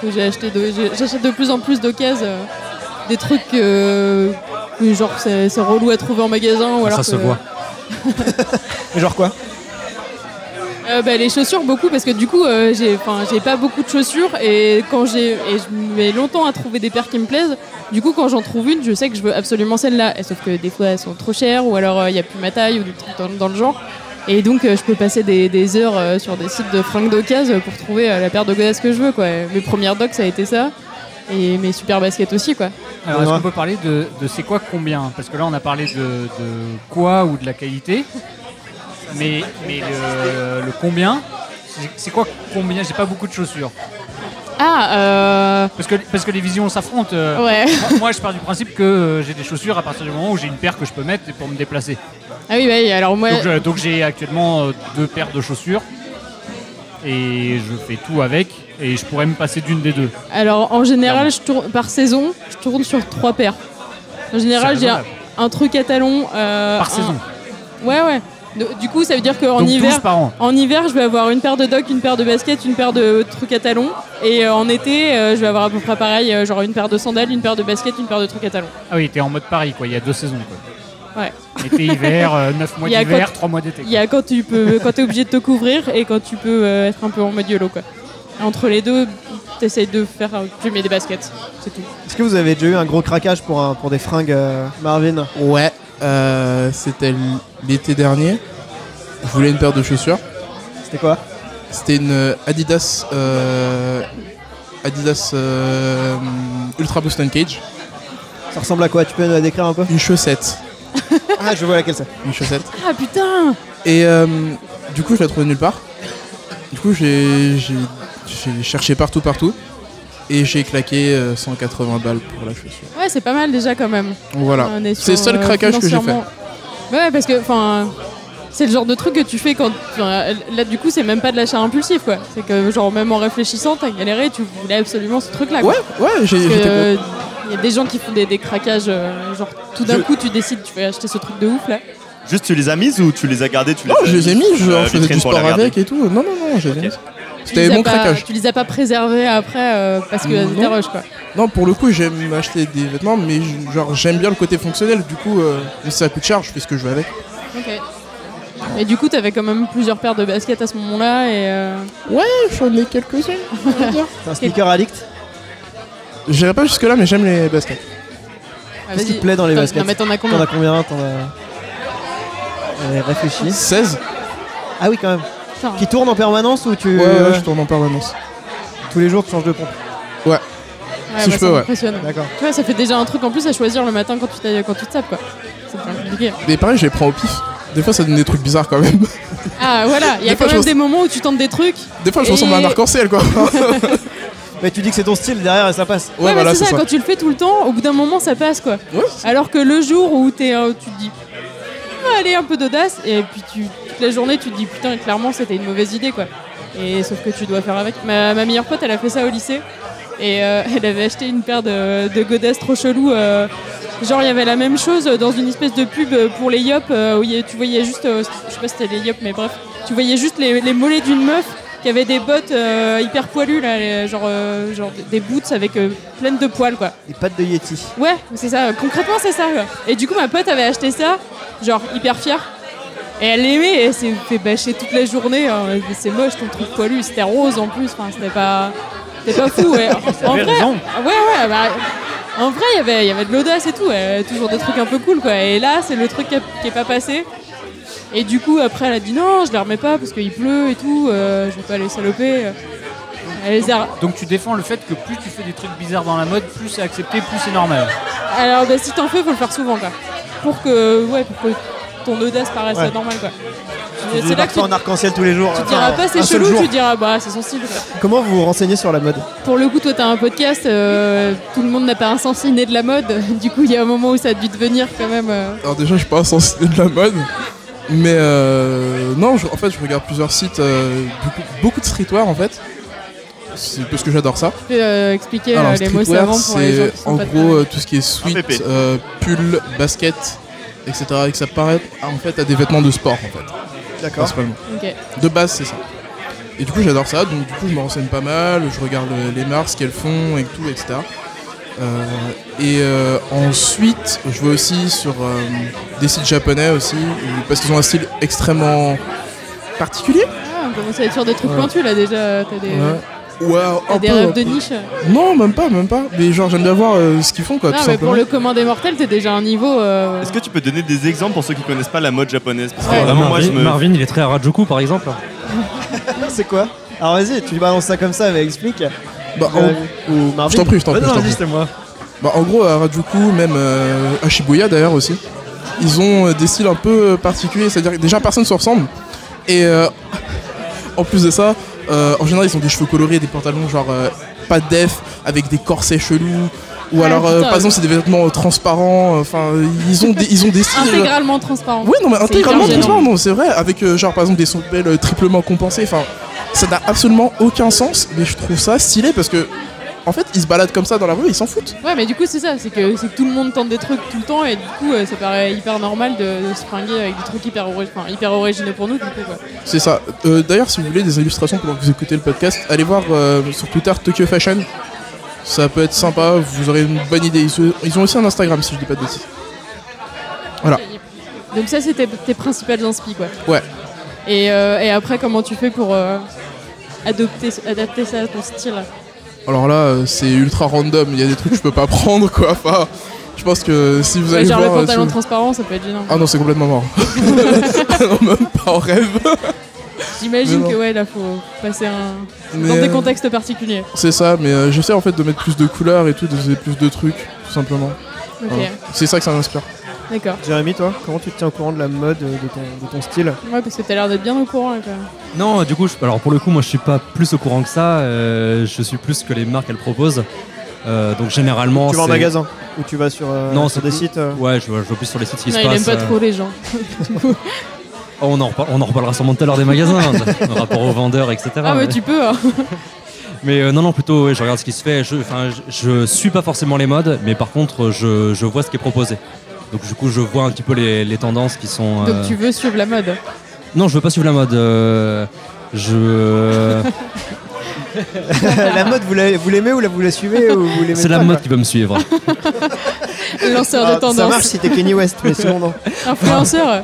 [SPEAKER 6] que, que j'ai acheté. de- j'ai- J'achète de plus en plus d'occases. euh, des trucs euh, que, genre, c'est c'est relou à trouver en magasin. Ou alors
[SPEAKER 3] Ah, ça se
[SPEAKER 6] que-
[SPEAKER 3] voit.
[SPEAKER 1] Et genre quoi
[SPEAKER 6] Euh, bah, Les chaussures, beaucoup, parce que du coup, euh, j'ai 'fin, j'ai pas beaucoup de chaussures et quand j'ai et je mets longtemps à trouver des paires qui me plaisent. Du coup, quand j'en trouve une, je sais que je veux absolument celle-là. Et Sauf que des fois, elles sont trop chères ou alors euh, il n'y a plus ma taille ou des trucs dans, dans le genre. Et donc, euh, je peux passer des, des heures euh, sur des sites de fringues d'occasion pour trouver euh, la paire de godasses que je veux. Quoi. Mes premières docs, ça a été ça. Et mes super baskets aussi, quoi.
[SPEAKER 9] Alors, est-ce
[SPEAKER 1] Benoît
[SPEAKER 9] qu'on peut parler de, de c'est quoi combien Parce que là, on a parlé de, de quoi ou de la qualité, mais, mais le, le combien, c'est- c'est quoi combien J'ai pas beaucoup de chaussures.
[SPEAKER 6] Ah,
[SPEAKER 9] Parce que, parce que les visions s'affrontent. euh,
[SPEAKER 6] euh, ouais.
[SPEAKER 9] moi- Moi, je pars du principe que euh, j'ai des chaussures à partir du moment où j'ai une paire que je peux mettre pour me déplacer.
[SPEAKER 6] Ah oui, bah, oui, alors moi,
[SPEAKER 9] Donc, je- donc j'ai actuellement euh, deux paires de chaussures et je fais tout avec et je pourrais me passer d'une des deux.
[SPEAKER 6] Alors en général, je tourne, par saison, je tourne sur trois paires. En général,
[SPEAKER 9] C'est
[SPEAKER 6] j'ai un,
[SPEAKER 9] raisonnable.
[SPEAKER 6] un truc à talons. euh,
[SPEAKER 9] Par
[SPEAKER 6] un-
[SPEAKER 9] saison.
[SPEAKER 6] Ouais, ouais. Do- Du coup, ça veut dire qu'en
[SPEAKER 9] donc 12
[SPEAKER 6] hiver,
[SPEAKER 9] par an.
[SPEAKER 6] en hiver, je vais avoir une paire de docks, une paire de baskets, une paire de trucs à talons. Et euh, en été, euh, je vais avoir à peu près pareil, euh, genre une paire de sandales, une paire de baskets, une paire de trucs à talons.
[SPEAKER 9] Ah oui, t'es en mode Paris, quoi. Il y a deux saisons, quoi.
[SPEAKER 6] Ouais.
[SPEAKER 9] Été, hiver, 9 mois
[SPEAKER 6] Il y a
[SPEAKER 9] d'hiver,
[SPEAKER 6] quand-
[SPEAKER 9] 3 mois d'été.
[SPEAKER 6] Il y a quand tu peux, quand t'es obligé de te couvrir et quand tu peux euh, être un peu en mode yolo, quoi. Entre les deux, T'essayes de faire. Tu mets des baskets, c'est tout.
[SPEAKER 1] Est-ce que vous avez déjà eu un gros craquage pour, un- pour des fringues, euh, Marvin
[SPEAKER 7] Ouais, euh, c'était l'été dernier. Je voulais une paire de chaussures.
[SPEAKER 1] C'était quoi
[SPEAKER 7] C'était une Adidas euh, Adidas euh, Ultra Boston Cage.
[SPEAKER 1] Ça ressemble à quoi Tu peux nous la décrire un peu
[SPEAKER 7] Une chaussette.
[SPEAKER 1] Ah, je vois laquelle c'est.
[SPEAKER 7] Une chaussette.
[SPEAKER 6] Ah putain
[SPEAKER 7] Et euh, du coup, je la trouvais nulle part. Du coup, j'ai j'ai- j'ai cherché partout, partout. Et j'ai claqué euh, 180 balles pour la chaussure.
[SPEAKER 6] Ouais, c'est pas mal déjà quand même.
[SPEAKER 7] Donc Voilà.
[SPEAKER 6] On est sur,
[SPEAKER 7] C'est le seul
[SPEAKER 6] euh,
[SPEAKER 7] craquage que j'ai fait.
[SPEAKER 6] financièrement. Bah ouais, parce que enfin, c'est le genre de truc que tu fais quand. enfin, Là, du coup, c'est même pas de l'achat impulsif, quoi. C'est que, genre, même en réfléchissant, t'as galéré, tu voulais absolument ce truc-là. quoi.
[SPEAKER 7] Ouais, ouais, j'ai-
[SPEAKER 6] Ah
[SPEAKER 7] j'étais
[SPEAKER 6] Parce
[SPEAKER 7] con.
[SPEAKER 6] que, euh, Il y a des gens qui font des, des craquages, euh, genre tout d'un
[SPEAKER 8] Je-
[SPEAKER 6] coup tu décides, tu vas acheter ce truc de ouf là.
[SPEAKER 8] Juste, tu les as mises ou tu les as gardées tu
[SPEAKER 7] Non,
[SPEAKER 8] as
[SPEAKER 7] je les ai mis, je
[SPEAKER 8] euh,
[SPEAKER 7] leur faisais
[SPEAKER 8] vitrine
[SPEAKER 7] du sport
[SPEAKER 8] pour les regarder.
[SPEAKER 7] avec et tout. Non, non, non, je les ai mis.
[SPEAKER 8] Ok.
[SPEAKER 6] Tu les
[SPEAKER 7] C'était
[SPEAKER 6] as
[SPEAKER 7] mon
[SPEAKER 6] pas-
[SPEAKER 7] craquage.
[SPEAKER 6] Tu les as pas préservés après euh, parce que
[SPEAKER 7] Non.
[SPEAKER 6] t'es rush quoi.
[SPEAKER 7] Non, pour le coup, j'aime acheter des vêtements, mais j- genre j'aime bien le côté fonctionnel. Du coup, euh, ça coûte cher, je fais ce que je veux avec.
[SPEAKER 6] Et du coup, t'avais quand même plusieurs paires de baskets à ce moment-là et. euh,
[SPEAKER 7] J'en ai quelques-uns.
[SPEAKER 1] T'es un sneaker addict
[SPEAKER 7] J'irai pas jusque là, mais j'aime les baskets.
[SPEAKER 1] Qu'est-ce qui
[SPEAKER 6] vas-y.
[SPEAKER 1] te plaît dans les
[SPEAKER 6] T'en-
[SPEAKER 1] baskets
[SPEAKER 6] Non, mais t'en as
[SPEAKER 1] T'en
[SPEAKER 6] combien
[SPEAKER 1] as combien T'en as. Allez, réfléchis.
[SPEAKER 7] 16
[SPEAKER 1] Ah oui, quand même.
[SPEAKER 6] Putain.
[SPEAKER 1] Qui tourne en permanence ou tu.
[SPEAKER 7] Ouais, ouais,
[SPEAKER 1] euh,
[SPEAKER 7] je tourne en permanence.
[SPEAKER 1] Tous les jours, tu changes de pompe.
[SPEAKER 6] Ouais,
[SPEAKER 7] Si
[SPEAKER 6] bah,
[SPEAKER 7] je peux,
[SPEAKER 6] ça
[SPEAKER 7] ouais.
[SPEAKER 6] m'impressionne.
[SPEAKER 1] D'accord.
[SPEAKER 6] Tu vois, ça fait déjà un truc en plus à choisir le matin quand tu, t'as- quand tu te tapes quoi. C'est pas compliqué.
[SPEAKER 7] Mais pareil, je les prends au pif. Des fois, ça donne des trucs bizarres quand même.
[SPEAKER 6] Ah voilà, il y a
[SPEAKER 7] Des fois,
[SPEAKER 6] quand
[SPEAKER 7] je
[SPEAKER 6] même
[SPEAKER 7] pense-
[SPEAKER 6] des moments où tu tentes des trucs.
[SPEAKER 7] Des fois, je
[SPEAKER 6] Et-
[SPEAKER 7] ressemble à un arc-en-ciel quoi.
[SPEAKER 1] Mais tu dis que c'est ton style derrière et ça passe.
[SPEAKER 6] Ouais, mais c'est ça, quand tu le fais tout le temps, au bout d'un moment ça passe quoi.
[SPEAKER 7] Ouais, c'est-
[SPEAKER 6] Alors que le jour où t'es, euh, tu te dis, Ah, allez, un peu d'audace, et puis tu, toute la journée, tu te dis, putain, clairement, c'était une mauvaise idée, quoi. Et sauf que tu dois faire avec. Ma, ma meilleure pote, elle a fait ça au lycée, et euh, elle avait acheté une paire de, de godasses trop chelou. euh, genre, il y avait la même chose dans une espèce de pub pour les yop, euh, où il y a- tu voyais juste, euh, je sais pas si c'était les yop, mais bref, tu voyais juste les, les mollets d'une meuf qui avait des bottes euh, hyper poilues, là, les- genre, euh, genre des boots avec euh, pleines de poils, quoi.
[SPEAKER 1] Les pattes de Yeti.
[SPEAKER 6] Ouais, c'est ça. Concrètement, c'est ça. quoi. Et du coup, ma pote avait acheté ça, genre hyper fière. Et elle l'aimait et elle s'est fait bâcher toute la journée. hein. Elle dit, C'est moche ton truc poilu. C'était rose en plus. Enfin, c'était pas, c'était pas fou. ouais. En vrai,
[SPEAKER 9] raison.
[SPEAKER 6] ouais, ouais. bah, en vrai, il y avait- il y avait de l'audace et tout. euh, toujours des trucs un peu cool, quoi. Et là, c'est le truc qui, a- qui est pas passé. Et du coup, après, elle a dit non, je les remets pas parce qu'il pleut et tout. euh, je vais pas les saloper. Elle les a-
[SPEAKER 9] Donc tu défends le fait que plus tu fais des trucs bizarres dans la mode, plus c'est accepté, plus c'est normal.
[SPEAKER 6] Alors bah, si t'en fais, faut le faire souvent quoi. Pour que ouais, pour que ton audace paraisse
[SPEAKER 1] Ouais.
[SPEAKER 6] normale quoi.
[SPEAKER 1] Tu
[SPEAKER 6] C'est là que
[SPEAKER 7] bah,
[SPEAKER 1] débarques
[SPEAKER 6] tu,
[SPEAKER 1] pas en arc-en-ciel tous les jours.
[SPEAKER 6] tu diras
[SPEAKER 1] Enfin,
[SPEAKER 6] pas c'est
[SPEAKER 1] un seul
[SPEAKER 6] chelou,
[SPEAKER 1] jour.
[SPEAKER 6] tu diras bah c'est son style. quoi.
[SPEAKER 1] Comment vous vous renseignez sur la mode
[SPEAKER 6] Pour le coup, toi t'as un podcast, euh, tout le monde n'a pas un sens inné de la mode. Du coup, il y a un moment où ça a dû devenir quand même. euh,
[SPEAKER 7] Alors déjà, je suis pas insensible de la mode, mais euh, non, je- en fait, je regarde plusieurs sites, euh, beaucoup, beaucoup de streetwear en fait, c'est parce que j'adore ça.
[SPEAKER 6] tu peux, euh, expliquer euh,
[SPEAKER 7] Alors
[SPEAKER 6] les mots
[SPEAKER 7] streetwear,
[SPEAKER 6] savants pour les gens
[SPEAKER 7] c'est
[SPEAKER 6] qui sont
[SPEAKER 7] en
[SPEAKER 6] pas
[SPEAKER 7] gros
[SPEAKER 6] très-
[SPEAKER 7] euh, tout ce qui est
[SPEAKER 8] APP.
[SPEAKER 7] suite, euh, pull, basket, etc. Et que ça paraît ah, en fait à des vêtements de sport en fait,
[SPEAKER 1] D'accord.
[SPEAKER 7] principalement.
[SPEAKER 6] Ok.
[SPEAKER 7] De base, c'est ça. Et du coup, j'adore ça, donc du coup, je me renseigne pas mal, je regarde euh, les marques, ce qu'elles font et tout, etc. Euh, et euh, ensuite, je vois aussi sur euh, des sites japonais aussi, où- parce qu'ils ont un style extrêmement particulier.
[SPEAKER 6] Ah, on commence à être sur des trucs
[SPEAKER 7] Ouais.
[SPEAKER 6] pointus là déjà. T'as des,
[SPEAKER 7] Ouais, euh,
[SPEAKER 6] t'as
[SPEAKER 7] un
[SPEAKER 6] des
[SPEAKER 7] peu.
[SPEAKER 6] rêves de niche.
[SPEAKER 7] Non, même pas, même pas. Mais genre, j'aime bien voir euh, ce qu'ils font, quoi,
[SPEAKER 6] non,
[SPEAKER 7] tout
[SPEAKER 6] Ah, mais
[SPEAKER 7] simplement.
[SPEAKER 6] pour le commun des mortels, t'es déjà à un niveau. euh,
[SPEAKER 8] Est-ce que tu peux donner des exemples pour ceux qui connaissent pas la mode japonaise Parce que
[SPEAKER 6] Ouais.
[SPEAKER 8] Ah, vraiment, moi, je
[SPEAKER 3] Marvin,
[SPEAKER 8] me.
[SPEAKER 3] Marvin, il est très à Rajuku par exemple.
[SPEAKER 1] C'est quoi Alors vas-y, tu balances ça comme ça, mais explique.
[SPEAKER 7] Bah, en-
[SPEAKER 1] Euh, ou Marvin.
[SPEAKER 7] Je t'en prie, je t'en prie, je t'en prie.
[SPEAKER 3] c'est moi.
[SPEAKER 7] Bah, en gros, à Rajuku, même euh, à Shibuya d'ailleurs aussi, ils ont euh, des styles un peu euh, particuliers, c'est-à-dire que déjà personne ne se ressemble. Et euh, en plus de ça, euh, en général, ils ont des cheveux colorés, des pantalons genre euh, pas def, avec des corsets chelous. Ou
[SPEAKER 6] Ah,
[SPEAKER 7] alors, euh,
[SPEAKER 6] putain.
[SPEAKER 7] par exemple, c'est des vêtements euh, transparents. Enfin, ils ont des, ils ont des styles.
[SPEAKER 6] Intégralement transparent.
[SPEAKER 7] euh, Oui, non, mais
[SPEAKER 6] C'est
[SPEAKER 7] intégralement
[SPEAKER 6] hyper gênant.
[SPEAKER 7] transparent, non, c'est vrai. Avec, euh, genre, par exemple, des sandales euh, triplement compensées. Enfin, ça n'a absolument aucun sens, mais je trouve ça stylé parce que, en fait, ils se baladent comme ça dans la rue, ils s'en foutent.
[SPEAKER 6] Ouais, mais du coup, c'est ça, c'est que, c'est que tout le monde tente des trucs tout le temps et du coup, euh, ça paraît hyper normal de, de se fringuer avec des trucs hyper, ori- enfin, hyper originaux pour nous. Du coup, quoi.
[SPEAKER 7] C'est ça. Euh, D'ailleurs, si vous voulez des illustrations pendant que vous écoutez le podcast, allez voir euh, sur Twitter Tokyo Fashion. Ça peut être sympa, vous aurez une bonne idée. Ils, se- ils ont aussi un Instagram, si je dis pas de bêtises.
[SPEAKER 6] Donc, ça, c'était tes principales inspi, quoi.
[SPEAKER 7] Ouais.
[SPEAKER 6] Et, euh, et après, comment tu fais pour euh, adopter, adapter ça à ton style
[SPEAKER 7] Alors là, euh, c'est ultra random. Il y a des trucs que je peux pas prendre, quoi. Enfin, je pense que si vous allez
[SPEAKER 6] genre
[SPEAKER 7] voir.
[SPEAKER 6] le
[SPEAKER 7] euh,
[SPEAKER 6] pantalon
[SPEAKER 7] si vous-
[SPEAKER 6] transparent, ça peut être gênant.
[SPEAKER 7] Ah non, c'est complètement mort. non, même pas en rêve.
[SPEAKER 6] J'imagine
[SPEAKER 7] mais
[SPEAKER 6] que
[SPEAKER 7] bon.
[SPEAKER 6] ouais, là faut passer un... dans
[SPEAKER 7] Mais,
[SPEAKER 6] des
[SPEAKER 7] euh,
[SPEAKER 6] contextes particuliers.
[SPEAKER 7] C'est ça, mais euh, j'essaie en fait de mettre plus de couleurs et tout, de faire plus de trucs, tout simplement.
[SPEAKER 6] Ok,
[SPEAKER 7] Voilà. C'est ça que ça m'inspire.
[SPEAKER 6] d'accord.
[SPEAKER 1] Jérémy, toi, comment tu te tiens au courant de la mode, euh, de ton, de ton style
[SPEAKER 6] Ouais, parce que t'as l'air d'être bien au courant là quand même.
[SPEAKER 3] Non, du coup, je- alors pour le coup, moi je suis pas plus au courant que ça. euh, je suis plus que les marques elles proposent. Euh, donc généralement.
[SPEAKER 1] Tu vas en
[SPEAKER 3] c'est-
[SPEAKER 1] magasin ou tu vas sur, euh,
[SPEAKER 3] Non,
[SPEAKER 1] sur
[SPEAKER 3] c'est
[SPEAKER 1] des
[SPEAKER 3] plus-
[SPEAKER 1] sites euh,
[SPEAKER 3] Ouais, je vois, je vois plus sur les sites qui
[SPEAKER 6] Non,
[SPEAKER 3] se
[SPEAKER 6] il aime
[SPEAKER 3] passent.
[SPEAKER 6] pas
[SPEAKER 3] euh,
[SPEAKER 6] trop les gens.
[SPEAKER 3] oh, on, en reparle- on en reparlera sûrement tout à l'heure des magasins, hein, par rapport aux vendeurs, etc.
[SPEAKER 6] Ah, mais tu peux, hein.
[SPEAKER 3] Mais euh, non, non, plutôt, ouais, je regarde ce qui se fait. Je, enfin, je, je suis pas forcément les modes, mais par contre, je, je vois ce qui est proposé. Donc du coup, je vois un petit peu les, les tendances qui sont. euh,
[SPEAKER 6] Donc tu veux suivre la mode.
[SPEAKER 3] Non, je veux pas suivre la mode. euh, Je.
[SPEAKER 1] La mode, vous la- vous l'aimez ou la, vous la suivez ou vous l'aimez
[SPEAKER 3] C'est la
[SPEAKER 1] pas,
[SPEAKER 3] mode
[SPEAKER 1] quoi
[SPEAKER 3] qui va me suivre.
[SPEAKER 6] Lanceur
[SPEAKER 1] Ah, Ça marche
[SPEAKER 6] de tendance.
[SPEAKER 1] si t'es Kenny West, mais sinon non.
[SPEAKER 6] Influenceur.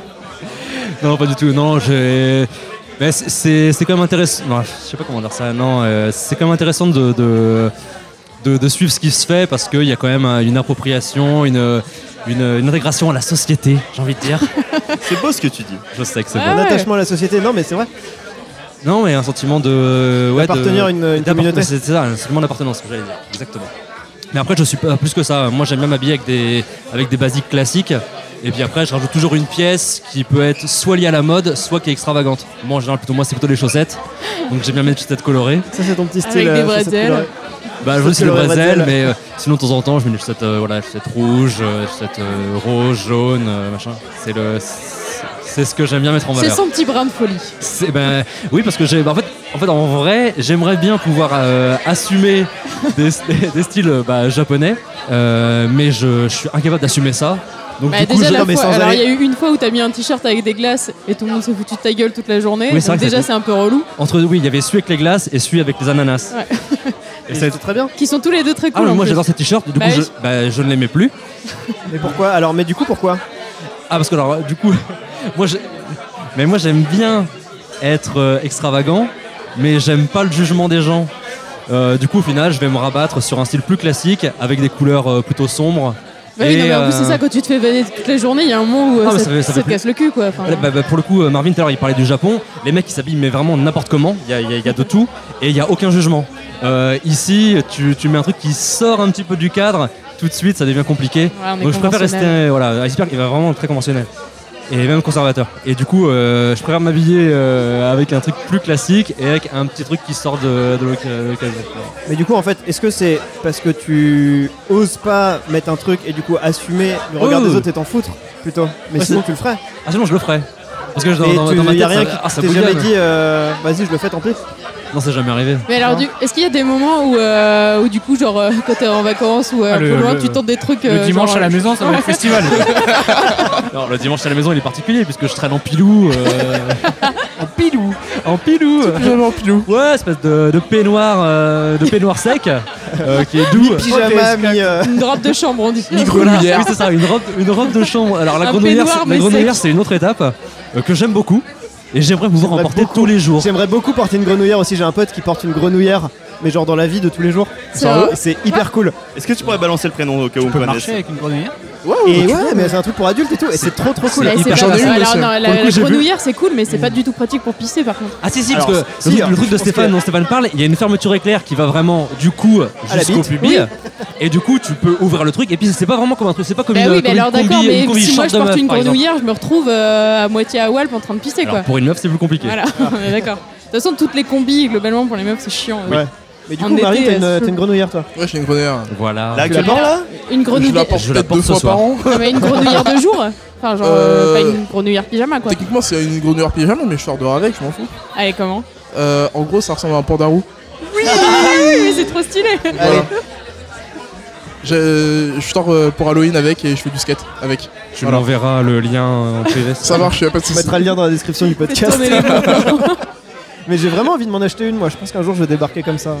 [SPEAKER 3] Non, pas du tout. Non, j'ai. Mais c'est- c'est c'est quand même intéressant. Non, je sais pas comment dire ça. Non, euh, c'est quand même intéressant de, de, de- de suivre ce qui se fait parce qu'il y a quand même euh, une appropriation, une, une, une régression à la société, j'ai envie de dire.
[SPEAKER 8] C'est beau ce que tu dis.
[SPEAKER 3] Je sais que c'est
[SPEAKER 6] Ah
[SPEAKER 3] bon.
[SPEAKER 1] Un
[SPEAKER 6] ouais.
[SPEAKER 1] attachement à la société, non, mais c'est vrai.
[SPEAKER 3] Non, mais un sentiment de. euh, Ouais, de-
[SPEAKER 1] D'appartenir à une- une
[SPEAKER 3] d'appartenir,
[SPEAKER 1] communauté.
[SPEAKER 3] C'est c'est ça, un sentiment d'appartenance, que j'allais dire. Exactement. Mais après, je suis pas plus que ça. Moi, j'aime bien m'habiller avec des, avec des basiques classiques. Et puis après, je rajoute toujours une pièce qui peut être soit liée à la mode, soit qui est extravagante. Moi, en général, plutôt, moi, c'est plutôt les chaussettes. Donc, j'aime bien mes petites têtes colorées.
[SPEAKER 1] Ça, c'est ton petit
[SPEAKER 6] Avec
[SPEAKER 1] style.
[SPEAKER 6] des
[SPEAKER 1] euh, ça, c'est
[SPEAKER 6] bretelles.
[SPEAKER 1] cool, ouais.
[SPEAKER 3] Bah, je veux aussi le
[SPEAKER 1] colorées,
[SPEAKER 3] brazel,
[SPEAKER 1] brazel.
[SPEAKER 3] mais euh, sinon, de temps en temps, je mets des chaussettes, euh, voilà, chaussettes rouges, euh, chaussettes euh, roses, jaunes, euh, machin. C'est le. c'est- C'est ce que j'aime bien mettre en
[SPEAKER 6] C'est
[SPEAKER 3] valeur.
[SPEAKER 6] son petit brin de folie.
[SPEAKER 3] C'est- ben, oui, parce que j'ai, en, fait, en fait, en vrai, j'aimerais bien pouvoir euh, assumer des, des styles euh, bah, japonais, euh, mais je, je suis incapable d'assumer ça. Donc,
[SPEAKER 6] Bah,
[SPEAKER 3] du coup,
[SPEAKER 6] déjà,
[SPEAKER 3] je-
[SPEAKER 6] la
[SPEAKER 1] non, mais
[SPEAKER 6] fois,
[SPEAKER 1] sans
[SPEAKER 6] alors il
[SPEAKER 1] aller-
[SPEAKER 6] y a eu une fois où t'as mis un t-shirt avec des glaces et tout le monde s'est foutu de ta gueule toute la journée.
[SPEAKER 3] Oui, c'est
[SPEAKER 6] donc
[SPEAKER 3] vrai que
[SPEAKER 6] déjà,
[SPEAKER 3] c'était-
[SPEAKER 6] c'est un peu relou.
[SPEAKER 3] entre oui, il y avait celui avec les glaces et celui avec les ananas.
[SPEAKER 6] Ouais.
[SPEAKER 3] Et
[SPEAKER 1] Mais
[SPEAKER 3] ça-
[SPEAKER 1] C'est très bien.
[SPEAKER 6] Qui sont tous les deux très
[SPEAKER 3] ah,
[SPEAKER 6] cool.
[SPEAKER 3] mais
[SPEAKER 6] en
[SPEAKER 3] moi
[SPEAKER 6] plus.
[SPEAKER 3] j'adore ces t-shirts, du coup
[SPEAKER 6] Bah oui.
[SPEAKER 3] je, bah, je ne l'aimais plus.
[SPEAKER 1] Mais pourquoi Alors, mais du coup, pourquoi
[SPEAKER 3] Ah, parce que alors, du coup, moi, j'ai- mais moi j'aime bien être euh, extravagant, mais j'aime pas le jugement des gens. Euh, du coup, au final, je vais me rabattre sur un style plus classique avec des couleurs euh, plutôt sombres.
[SPEAKER 6] Bah oui, non, mais en plus,
[SPEAKER 3] euh,
[SPEAKER 6] c'est ça, quand tu te fais vanner toute la journée, il y a un moment où euh,
[SPEAKER 3] Ah, mais
[SPEAKER 6] ça,
[SPEAKER 3] ça fait- ça
[SPEAKER 6] ça
[SPEAKER 3] fait
[SPEAKER 6] te casse le cul, quoi. Enfin,
[SPEAKER 3] Ouais, bah, bah, pour le coup, euh, Marvin, tout à l'heure, il parlait du Japon. Les mecs, ils s'habillent, mais vraiment n'importe comment. Il y a, il y a- il y a de tout. Et il n'y a aucun jugement. Euh, ici, tu, tu mets un truc qui sort un petit peu du cadre. Tout de suite, ça devient compliqué.
[SPEAKER 6] Ouais, on est
[SPEAKER 3] Donc, je préfère rester.
[SPEAKER 6] conventionnel.
[SPEAKER 3] euh, Voilà, Iceberg, il va vraiment très conventionnel. Et même conservateur. Et du coup, euh, je préfère m'habiller euh, avec un truc plus classique et avec un petit truc qui sort de, de l'oc- de l'occasion.
[SPEAKER 1] Mais du coup, en fait, est-ce que c'est parce que tu oses pas mettre un truc et du coup assumer le regard
[SPEAKER 3] Oh.
[SPEAKER 1] des autres et t'en foutre plutôt Mais
[SPEAKER 3] Ouais,
[SPEAKER 1] sinon,
[SPEAKER 3] c'est-
[SPEAKER 1] tu le ferais.
[SPEAKER 3] Ah, sinon, je le ferai. Parce que je- dans,
[SPEAKER 1] Et
[SPEAKER 3] dans-
[SPEAKER 1] tu-
[SPEAKER 3] dans ma
[SPEAKER 1] y
[SPEAKER 3] tête,
[SPEAKER 1] a rien
[SPEAKER 3] ça,
[SPEAKER 1] qui
[SPEAKER 3] ah, ça
[SPEAKER 1] t'est jamais
[SPEAKER 3] bouillonne.
[SPEAKER 1] dit. euh, Vas-y, je le fais tant pis.
[SPEAKER 3] Non, c'est jamais arrivé.
[SPEAKER 6] Mais alors, du- est-ce qu'il y a des moments où, euh, où du coup, genre, euh, quand t'es en vacances ou euh,
[SPEAKER 9] Ah,
[SPEAKER 6] un peu
[SPEAKER 9] le-
[SPEAKER 6] loin,
[SPEAKER 9] le-
[SPEAKER 6] tu tentes des trucs.
[SPEAKER 9] Le
[SPEAKER 6] euh,
[SPEAKER 9] dimanche
[SPEAKER 6] genre,
[SPEAKER 9] à la maison, ça va être festival.
[SPEAKER 3] Non, le dimanche à la maison, il est particulier puisque je traîne en pilou. euh, en pilou En pilou
[SPEAKER 7] Pyjama en pilou.
[SPEAKER 3] Ouais, espèce de, de peignoir, euh, de peignoir sec euh, qui est doux.
[SPEAKER 1] Pyjama, mi. euh,
[SPEAKER 6] Une robe de chambre, on dit.
[SPEAKER 3] Voilà, oui, c'est ça, une robe, une robe de chambre. Alors la
[SPEAKER 6] Un
[SPEAKER 3] grenouillère,
[SPEAKER 6] peignoir,
[SPEAKER 3] c'est-
[SPEAKER 6] mais
[SPEAKER 3] la grenouillère,
[SPEAKER 6] sec.
[SPEAKER 3] c'est une autre étape euh, que j'aime beaucoup et j'aimerais pouvoir
[SPEAKER 1] J'aimerais
[SPEAKER 3] en porter
[SPEAKER 1] beaucoup.
[SPEAKER 3] tous les jours.
[SPEAKER 1] J'aimerais beaucoup porter une grenouillère aussi. J'ai un pote qui porte une grenouillère, mais genre dans la vie de tous les jours.
[SPEAKER 6] C'est
[SPEAKER 1] Genre,
[SPEAKER 6] vrai
[SPEAKER 1] C'est hyper cool.
[SPEAKER 8] Est-ce que tu pourrais balancer le prénom au cas où on
[SPEAKER 9] On peut
[SPEAKER 8] connaisse
[SPEAKER 9] marcher avec une grenouillère.
[SPEAKER 1] Et ouais, mais c'est un truc pour adultes et tout. Et c'est trop trop cool.
[SPEAKER 6] Ouais, eh, c'est
[SPEAKER 3] hyper
[SPEAKER 6] pas-
[SPEAKER 3] J'en
[SPEAKER 7] ai une,
[SPEAKER 6] alors,
[SPEAKER 7] monsieur.
[SPEAKER 6] non, la,
[SPEAKER 3] Pour le coup,
[SPEAKER 6] la
[SPEAKER 3] j'ai vu.
[SPEAKER 6] grenouillère, c'est cool, mais c'est pas du tout pratique pour pisser, par contre.
[SPEAKER 3] Ah si si,
[SPEAKER 1] Alors,
[SPEAKER 3] parce que
[SPEAKER 1] si,
[SPEAKER 3] le, truc-
[SPEAKER 1] hein,
[SPEAKER 3] le truc
[SPEAKER 1] je
[SPEAKER 3] de
[SPEAKER 1] pense
[SPEAKER 3] Stéphane
[SPEAKER 1] que-
[SPEAKER 3] dont Stéphane parle, il y a une fermeture éclair qui va vraiment du cou
[SPEAKER 1] À la
[SPEAKER 3] jusqu'au
[SPEAKER 1] bite.
[SPEAKER 3] pupille. Et du coup, tu peux ouvrir le truc et puis c'est pas vraiment comme un truc, c'est pas comme
[SPEAKER 6] Bah
[SPEAKER 3] une,
[SPEAKER 6] oui,
[SPEAKER 3] comme
[SPEAKER 6] mais
[SPEAKER 3] une
[SPEAKER 6] alors d'accord,
[SPEAKER 3] combi- une
[SPEAKER 6] mais
[SPEAKER 3] combi
[SPEAKER 6] si moi
[SPEAKER 3] short
[SPEAKER 6] je
[SPEAKER 3] de
[SPEAKER 6] porte
[SPEAKER 3] meuf,
[SPEAKER 6] une
[SPEAKER 3] par exemple.
[SPEAKER 6] grenouillère, je me retrouve euh, à moitié à Walp en train de pisser,
[SPEAKER 3] Alors,
[SPEAKER 6] quoi.
[SPEAKER 3] pour une meuf, c'est plus compliqué.
[SPEAKER 6] Voilà, on est d'accord. De toute façon, toutes les combis, globalement, pour les meufs, c'est chiant.
[SPEAKER 1] Ouais. Mais du
[SPEAKER 6] En
[SPEAKER 1] coup, Marie,
[SPEAKER 6] été,
[SPEAKER 1] t'as une,
[SPEAKER 6] euh,
[SPEAKER 1] t'as une grenouillère toi.
[SPEAKER 7] Ouais, j'ai une grenouillère.
[SPEAKER 3] Voilà.
[SPEAKER 8] Là,
[SPEAKER 1] Tu la
[SPEAKER 8] actuellement,
[SPEAKER 1] portes là
[SPEAKER 6] Une
[SPEAKER 7] Je la
[SPEAKER 6] grenouillère.
[SPEAKER 7] porte
[SPEAKER 3] Je la
[SPEAKER 7] peut-être deux
[SPEAKER 3] porte ce
[SPEAKER 7] fois
[SPEAKER 3] soir.
[SPEAKER 7] par an.
[SPEAKER 6] mais une grenouillère de jour Enfin, genre,
[SPEAKER 7] Euh,
[SPEAKER 6] pas une grenouillère pyjama, quoi.
[SPEAKER 7] Techniquement, c'est une grenouillère pyjama, mais je sors dehors avec, je m'en fous.
[SPEAKER 6] Allez, comment Ah,
[SPEAKER 7] Euh, en gros, ça ressemble à un pandarou.
[SPEAKER 6] Oui, mais c'est trop stylé
[SPEAKER 7] Voilà. Je, je sors euh, pour Halloween avec et je fais du skate avec.
[SPEAKER 3] Tu
[SPEAKER 7] Voilà.
[SPEAKER 3] m'enverras le lien en privé.
[SPEAKER 7] Ça marche, y'a pas de
[SPEAKER 1] On
[SPEAKER 7] soucis.
[SPEAKER 1] mettra le lien dans la description du
[SPEAKER 6] Fais
[SPEAKER 1] podcast.
[SPEAKER 6] tourner les bouts.
[SPEAKER 1] Mais j'ai vraiment envie de m'en acheter une, moi. Je pense qu'un jour, je vais débarquer comme ça euh,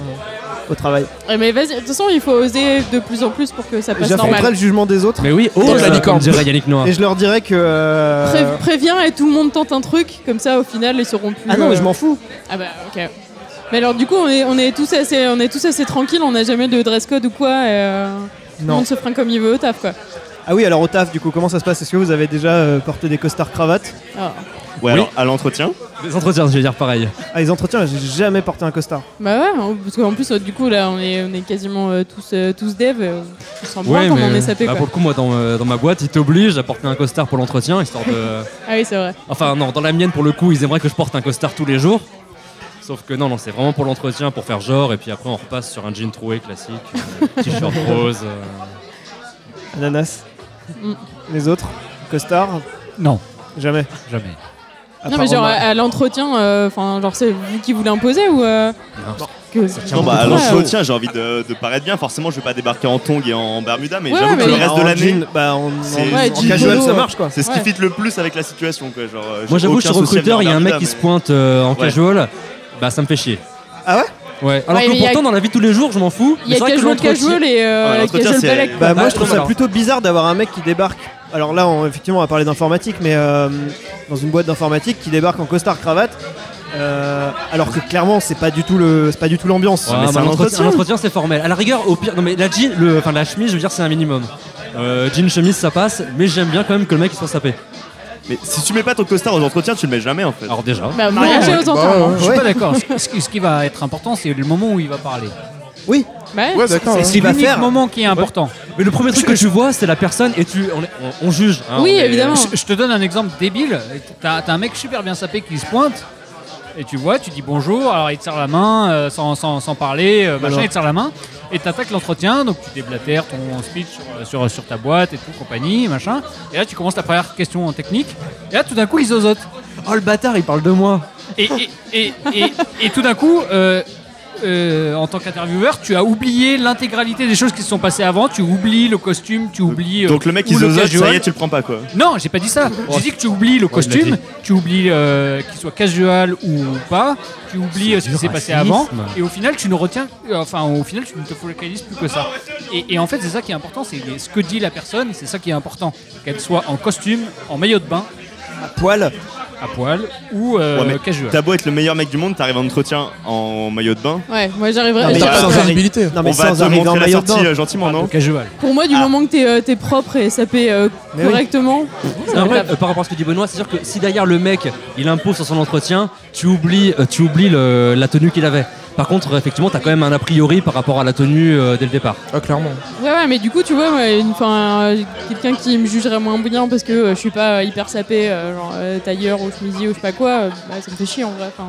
[SPEAKER 1] au travail.
[SPEAKER 6] Ouais, Mais vas-y, de toute façon, il faut oser de plus en plus pour que ça passe
[SPEAKER 1] J'affronterai
[SPEAKER 6] normal.
[SPEAKER 1] le jugement des autres
[SPEAKER 3] Mais oui, oh,
[SPEAKER 7] Dans la
[SPEAKER 3] ça, comme
[SPEAKER 7] licorne.
[SPEAKER 3] dirait Yannick Noir.
[SPEAKER 1] et je leur dirai que. euh,
[SPEAKER 6] Pré- préviens et tout le monde tente un truc, comme ça, au final, ils seront plus.
[SPEAKER 1] Ah non, mais
[SPEAKER 6] euh,
[SPEAKER 1] je m'en fous.
[SPEAKER 6] Ah bah, ok. Mais alors du coup, on est, on est tous assez, on est tous assez tranquilles, on n'a jamais de dress code ou quoi. et, euh, tout le
[SPEAKER 1] Non.
[SPEAKER 6] monde se prend comme il veut au taf quoi.
[SPEAKER 1] Ah oui, alors au taf, du coup, comment ça se passe Est-ce que vous avez déjà euh, porté des costards cravates
[SPEAKER 6] Ah.
[SPEAKER 8] Ouais, alors à l'entretien.
[SPEAKER 3] Les entretiens, je vais dire pareil.
[SPEAKER 1] Ah, les entretiens, j'ai jamais porté un costard.
[SPEAKER 6] Bah ouais, on- parce qu'en plus euh, du coup là, on est, on est quasiment euh, tous, euh, tous devs. euh, On s'en branle quand on est sapé
[SPEAKER 3] bah,
[SPEAKER 6] quoi.
[SPEAKER 3] pour le coup, moi, dans, euh, dans ma boîte, ils t'obligent à porter un costard pour l'entretien, histoire de.
[SPEAKER 6] Ah oui, c'est vrai.
[SPEAKER 3] Enfin, non, dans la mienne, pour le coup, ils aimeraient que je porte un costard tous les jours. Sauf que non, non, c'est vraiment pour l'entretien, pour faire genre, et puis après, on repasse sur un jean troué classique, euh, t-shirt rose. euh.
[SPEAKER 1] Ananas.
[SPEAKER 6] Mm.
[SPEAKER 1] Les autres Costard
[SPEAKER 9] Non,
[SPEAKER 1] Jamais.
[SPEAKER 9] jamais.
[SPEAKER 1] À
[SPEAKER 6] Non
[SPEAKER 1] part
[SPEAKER 6] mais genre à,
[SPEAKER 1] Romain.
[SPEAKER 6] à l'entretien, euh, enfin genre c'est vous qui voulez imposer ou euh,
[SPEAKER 3] Non.
[SPEAKER 6] que-
[SPEAKER 8] Non, bah à
[SPEAKER 6] Ouais,
[SPEAKER 8] l'entretien, j'ai envie de, de paraître bien. Forcément, je vais pas débarquer en tongs et en bermuda, mais
[SPEAKER 6] Ouais,
[SPEAKER 8] j'avoue que
[SPEAKER 6] mais-
[SPEAKER 8] le reste de
[SPEAKER 1] En
[SPEAKER 8] l'année,
[SPEAKER 1] jean, bah, en, en-
[SPEAKER 8] c'est-
[SPEAKER 6] euh, Ouais,
[SPEAKER 1] en
[SPEAKER 6] jean
[SPEAKER 1] casual,
[SPEAKER 6] polo,
[SPEAKER 1] ça
[SPEAKER 6] ouais.
[SPEAKER 1] marche quoi.
[SPEAKER 8] c'est ce qui
[SPEAKER 6] Ouais.
[SPEAKER 8] fit le plus avec la situation. Quoi. Genre, euh, j'ai
[SPEAKER 3] Moi, j'avoue, je
[SPEAKER 8] aucun
[SPEAKER 3] suis
[SPEAKER 8] souci à venir
[SPEAKER 3] recruteur, il y a un mec
[SPEAKER 8] bermuda,
[SPEAKER 3] qui se
[SPEAKER 8] mais-
[SPEAKER 3] pointe euh, en
[SPEAKER 8] Ouais.
[SPEAKER 3] casual, bah ça me fait chier.
[SPEAKER 1] Ah ouais
[SPEAKER 3] Ouais, alors
[SPEAKER 6] Ouais, mais
[SPEAKER 3] que
[SPEAKER 6] il y a-
[SPEAKER 3] pourtant, dans la vie de tous les jours, je m'en fous.
[SPEAKER 6] Il y a
[SPEAKER 3] mais c'est vrai que
[SPEAKER 6] casual
[SPEAKER 3] l'entretien-
[SPEAKER 6] casual et
[SPEAKER 8] Ouais,
[SPEAKER 6] euh,
[SPEAKER 8] l'entretien,
[SPEAKER 6] casual
[SPEAKER 8] c'est-
[SPEAKER 6] balèque.
[SPEAKER 1] Bah, moi,
[SPEAKER 3] Ah,
[SPEAKER 1] je trouve
[SPEAKER 3] non,
[SPEAKER 1] ça
[SPEAKER 3] alors.
[SPEAKER 1] plutôt bizarre d'avoir un mec qui débarque. Alors là, on- effectivement, on va parler d'informatique, mais euh, dans une boîte d'informatique qui débarque en costard cravate. euh, alors que clairement, c'est pas du tout le, c'est pas du tout l'ambiance.
[SPEAKER 3] Ouais,
[SPEAKER 8] mais
[SPEAKER 3] mais
[SPEAKER 8] c'est
[SPEAKER 3] un
[SPEAKER 8] un
[SPEAKER 3] entretien,
[SPEAKER 8] entretien.
[SPEAKER 3] un entretien, c'est formel. À la rigueur, au pire, non mais la jean, le, enfin la chemise, je veux dire, c'est un minimum. Euh, jean chemise, ça passe, mais j'aime bien quand même que le mec il soit sapé.
[SPEAKER 8] Mais si tu mets pas ton costard aux entretiens, tu le mets jamais en fait.
[SPEAKER 3] Alors déjà.
[SPEAKER 6] Bah, moi, j'ai aux ententes.
[SPEAKER 9] Je suis
[SPEAKER 1] Ouais.
[SPEAKER 9] pas d'accord. Ce- Ce, ce qui va être important, c'est le moment où il va parler.
[SPEAKER 6] Ouais.
[SPEAKER 7] Ouais, d'accord.
[SPEAKER 8] hein.
[SPEAKER 1] C'est
[SPEAKER 7] ouais.
[SPEAKER 1] ce
[SPEAKER 9] C'est
[SPEAKER 1] qu'il va
[SPEAKER 9] l'unique
[SPEAKER 1] faire.
[SPEAKER 9] moment qui est important.
[SPEAKER 3] Mais le premier truc que tu vois, c'est la personne et tu, on, est- on- on juge. hein,
[SPEAKER 6] Oui,
[SPEAKER 3] on est-
[SPEAKER 6] évidemment.
[SPEAKER 9] Je, je te donne un exemple débile. T'as t'as un mec super bien sapé qui se pointe. Et tu vois, tu dis bonjour, alors il te serre la main euh, sans, sans- sans parler, euh, machin,
[SPEAKER 1] Alors.
[SPEAKER 9] il te serre la main, et t'attaques l'entretien, donc tu déblatères ton speech sur, euh, sur, sur ta boîte et tout, compagnie, machin. Et là, tu commences ta première question en technique, et là, tout d'un coup, ils osotent.
[SPEAKER 3] Oh le bâtard, il parle de moi.
[SPEAKER 9] Et, et, et, et, et tout d'un coup, euh, euh, en tant qu'intervieweur, tu as oublié l'intégralité des choses qui se sont passées avant, tu oublies le costume, tu oublies. euh,
[SPEAKER 8] Donc le mec
[SPEAKER 9] ou
[SPEAKER 8] il se ça
[SPEAKER 9] casual.
[SPEAKER 8] y est, tu le prends pas quoi.
[SPEAKER 9] Non, j'ai pas dit ça. J'ai dit que tu oublies le
[SPEAKER 3] il l'a
[SPEAKER 9] costume,
[SPEAKER 3] dit.
[SPEAKER 9] tu oublies euh, qu'il soit casual ou pas, tu oublies
[SPEAKER 3] C'est
[SPEAKER 9] euh, ce qui
[SPEAKER 3] du
[SPEAKER 9] s'est passé avant,
[SPEAKER 3] racisme.
[SPEAKER 9] et au final tu ne retiens, euh, enfin au final tu ne te focalises plus que ça. Et, et en fait c'est ça qui est important, c'est ce que dit la personne, c'est ça qui est important, qu'elle soit en costume, en maillot de bain,
[SPEAKER 1] Poil.
[SPEAKER 9] à poil ou euh,
[SPEAKER 8] Ouais, mais
[SPEAKER 9] casual.
[SPEAKER 8] T'as beau être le meilleur mec du monde, t'arrives en entretien en maillot de bain.
[SPEAKER 6] Ouais, moi
[SPEAKER 1] Non,
[SPEAKER 6] j'arriverai.
[SPEAKER 1] mais
[SPEAKER 7] T'as pas
[SPEAKER 1] sans
[SPEAKER 7] de
[SPEAKER 1] arri-
[SPEAKER 7] visibilité.
[SPEAKER 1] Non mais
[SPEAKER 8] On va
[SPEAKER 1] sans
[SPEAKER 8] te
[SPEAKER 1] arriver en
[SPEAKER 8] montrer la
[SPEAKER 1] maillot de bain.
[SPEAKER 8] sortie euh, gentiment, non
[SPEAKER 9] Le casual.
[SPEAKER 6] Pour moi, du
[SPEAKER 8] Ah.
[SPEAKER 6] moment que t'es euh, t'es propre et sapé euh,
[SPEAKER 1] Mais oui.
[SPEAKER 6] correctement.
[SPEAKER 3] Non, mais, euh, par rapport à ce que dit Benoît, c'est sûr que si derrière le mec il impose sur son entretien, tu oublies, euh, tu oublies le- la tenue qu'il avait. Par contre, effectivement, t'as quand même un a priori par rapport à la tenue euh, dès le départ.
[SPEAKER 7] Ah, clairement.
[SPEAKER 6] Ouais, ouais, mais du coup, tu vois, moi, une- 'fin, euh, quelqu'un qui me jugerait moins bien parce que euh, je suis pas euh, hyper sapé, euh, genre euh, tailleur ou chemisier ou je sais pas quoi, euh, bah, ça me fait chier en vrai. 'fin.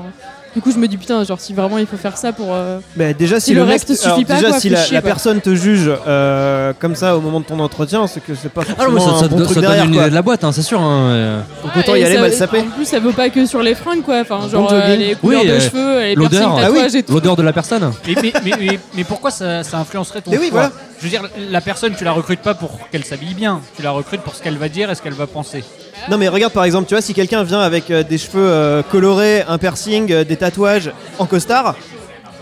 [SPEAKER 6] Du coup, je me dis putain, genre si vraiment il faut faire ça pour. euh,
[SPEAKER 1] Bah, déjà si,
[SPEAKER 6] Si le
[SPEAKER 1] mec-
[SPEAKER 6] reste suffit
[SPEAKER 1] alors,
[SPEAKER 6] pas,
[SPEAKER 1] déjà
[SPEAKER 6] quoi,
[SPEAKER 1] si
[SPEAKER 6] faut
[SPEAKER 1] la,
[SPEAKER 6] chier,
[SPEAKER 1] la
[SPEAKER 6] quoi.
[SPEAKER 1] personne te juge euh, comme ça au moment de ton entretien, c'est que Ah c'est pas forcément
[SPEAKER 3] Alors, Ah, hein, ça,
[SPEAKER 1] un bon
[SPEAKER 3] ça
[SPEAKER 1] truc
[SPEAKER 3] donne
[SPEAKER 1] derrière
[SPEAKER 3] une
[SPEAKER 1] quoi.
[SPEAKER 3] idée de la boîte, hein, c'est sûr. hein, euh.
[SPEAKER 1] Donc, autant y
[SPEAKER 6] et
[SPEAKER 1] aller
[SPEAKER 6] ça-
[SPEAKER 1] mal sapé.
[SPEAKER 6] En plus, ça vaut pas que sur les fringues quoi, enfin genre euh,
[SPEAKER 1] jogging.
[SPEAKER 6] les couleurs
[SPEAKER 3] Oui,
[SPEAKER 6] de
[SPEAKER 3] euh,
[SPEAKER 6] cheveux, les piercings,
[SPEAKER 3] L'odeur,
[SPEAKER 1] Ah oui.
[SPEAKER 6] tatouages et tout.
[SPEAKER 3] l'odeur de la personne.
[SPEAKER 9] Mais, mais- mais- mais- mais pourquoi ça, ça influencerait ton
[SPEAKER 1] Mais oui,
[SPEAKER 9] choix
[SPEAKER 1] voilà.
[SPEAKER 9] Je veux dire, la personne, tu la recrutes pas pour qu'elle s'habille bien, tu la recrutes pour ce qu'elle va dire et ce qu'elle va penser.
[SPEAKER 1] Non mais regarde par exemple, tu vois, si quelqu'un vient avec euh, des cheveux euh, colorés, un piercing, euh, des tatouages en costard,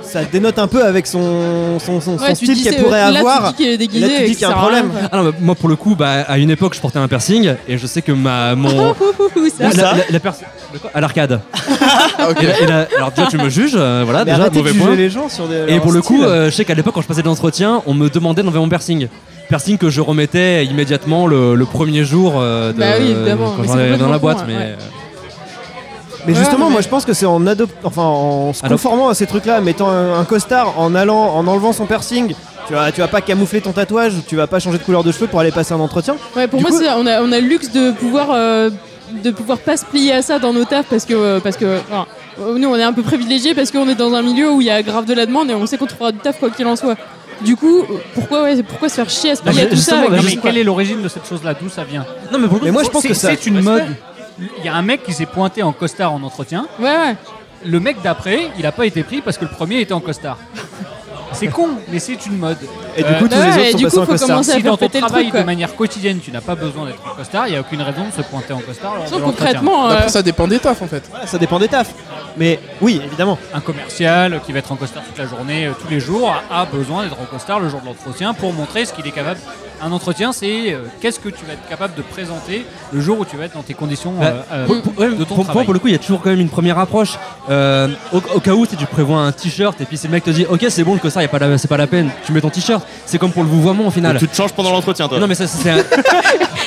[SPEAKER 1] ça dénote un peu avec son, son, son- son
[SPEAKER 6] Ouais, tu
[SPEAKER 1] style
[SPEAKER 6] dis,
[SPEAKER 1] qu'elle
[SPEAKER 6] c'est- euh,
[SPEAKER 1] pourrait
[SPEAKER 6] là, tu
[SPEAKER 1] avoir.
[SPEAKER 6] dis qu'il est
[SPEAKER 1] Et
[SPEAKER 6] déguisé
[SPEAKER 1] là, tu
[SPEAKER 6] et
[SPEAKER 1] dis
[SPEAKER 6] que
[SPEAKER 1] qu'il y a
[SPEAKER 6] ça
[SPEAKER 1] un
[SPEAKER 6] sert à rien,
[SPEAKER 1] problème.
[SPEAKER 6] quoi.
[SPEAKER 3] Ah non, mais moi pour le coup, bah, à une époque, je portais un piercing et je sais que ma mon
[SPEAKER 6] Ouh, ça.
[SPEAKER 3] la,
[SPEAKER 8] ça
[SPEAKER 3] la- la personne à l'arcade.
[SPEAKER 7] Ah, ok.
[SPEAKER 3] Et la- et la- alors déjà tu me juges, euh, voilà
[SPEAKER 1] Mais
[SPEAKER 3] déjà
[SPEAKER 1] arrêtez de
[SPEAKER 3] mauvais
[SPEAKER 1] juger
[SPEAKER 3] point.
[SPEAKER 1] les gens sur des,
[SPEAKER 3] Et
[SPEAKER 1] leur
[SPEAKER 3] pour le coup,
[SPEAKER 1] style.
[SPEAKER 3] euh, je sais qu'à l'époque quand je passais de l'entretien, on me demandait d'enlever mon piercing. Piercing que je remettais immédiatement le, le premier jour euh, de,
[SPEAKER 6] Bah oui, évidemment.
[SPEAKER 3] quand
[SPEAKER 6] Mais
[SPEAKER 3] j'en
[SPEAKER 6] c'est
[SPEAKER 3] avais dans
[SPEAKER 6] complètement
[SPEAKER 3] la boîte.
[SPEAKER 6] con,
[SPEAKER 3] mais euh,
[SPEAKER 6] ouais.
[SPEAKER 1] mais
[SPEAKER 6] ouais,
[SPEAKER 1] justement,
[SPEAKER 6] mais-
[SPEAKER 1] moi je pense que c'est en adop- enfin en se
[SPEAKER 3] Adop-
[SPEAKER 1] conformant à ces trucs-là, en mettant un, un costard, en allant, en enlevant son piercing, tu vas, tu vas pas camoufler ton tatouage, tu vas pas changer de couleur de cheveux pour aller passer un entretien.
[SPEAKER 6] Ouais, pour
[SPEAKER 1] Du
[SPEAKER 6] moi,
[SPEAKER 1] coup-
[SPEAKER 6] c'est- on, a, on a le luxe de pouvoir, euh, de pouvoir pas se plier à ça dans nos tafs parce que, euh, parce que enfin, euh, nous, on est un peu privilégiés parce qu'on est dans un milieu où il y a grave de la demande et on sait qu'on trouvera du taf quoi qu'il en soit. Du coup, euh, pourquoi, ouais, pourquoi se faire chier à se
[SPEAKER 3] Bah,
[SPEAKER 6] plier à tout ça
[SPEAKER 3] justement,
[SPEAKER 6] avec
[SPEAKER 3] bah,
[SPEAKER 9] Non,
[SPEAKER 6] des
[SPEAKER 9] mais
[SPEAKER 3] juste-
[SPEAKER 6] gens, quoi
[SPEAKER 9] quelle est l'origine de cette chose-là D'où ça vient
[SPEAKER 3] Non mais pour le coup,
[SPEAKER 1] Mais moi je pense
[SPEAKER 9] C'est-
[SPEAKER 1] que ça.
[SPEAKER 9] c'est une mode. Il y a un mec qui s'est pointé en costard en entretien.
[SPEAKER 6] Ouais, ouais.
[SPEAKER 9] Le mec d'après, il a pas été pris parce que le premier était en costard. C'est con, mais c'est une mode.
[SPEAKER 1] Et du
[SPEAKER 9] Euh,
[SPEAKER 1] coup, tous
[SPEAKER 6] Bah ouais,
[SPEAKER 1] les
[SPEAKER 6] et
[SPEAKER 1] autres sont
[SPEAKER 6] du
[SPEAKER 1] passés
[SPEAKER 6] coup,
[SPEAKER 1] en
[SPEAKER 6] faut
[SPEAKER 1] costard.
[SPEAKER 6] commencer à
[SPEAKER 9] si dans
[SPEAKER 6] faire
[SPEAKER 9] ton
[SPEAKER 6] péter le
[SPEAKER 9] travail
[SPEAKER 6] truc. Quoi.
[SPEAKER 9] de manière quotidienne, tu n'as pas besoin d'être en costard, il n'y a aucune raison de se pointer en costard. lors de
[SPEAKER 6] Sinon,
[SPEAKER 9] l'entretien.
[SPEAKER 6] concrètement, euh,
[SPEAKER 7] Après, ça dépend des tafs en fait.
[SPEAKER 1] Voilà, ça dépend des tafs. Mais oui, évidemment.
[SPEAKER 9] Un commercial qui va être en costard toute la journée, euh, tous les jours, a a besoin d'être en costard le jour de l'entretien pour montrer ce qu'il est capable Un entretien, c'est euh, qu'est-ce que tu vas être capable de présenter le jour où tu vas être dans tes conditions
[SPEAKER 3] Bah,
[SPEAKER 9] euh, euh,
[SPEAKER 3] Pour, pour- ouais,
[SPEAKER 9] de ton
[SPEAKER 3] pour-
[SPEAKER 9] travail.
[SPEAKER 3] pour le coup, il y a toujours quand même une première approche. Euh, au, au cas où, tu sais, tu prévois un t-shirt et puis si le mec te dit, ok, c'est bon, le cossard, y a pas la- c'est pas la peine. Tu mets ton t-shirt. C'est comme pour le vouvoiement au
[SPEAKER 9] Bah,
[SPEAKER 3] final.
[SPEAKER 8] Tu te changes pendant l'entretien, toi.
[SPEAKER 3] Non mais ça, ça, c'est. un-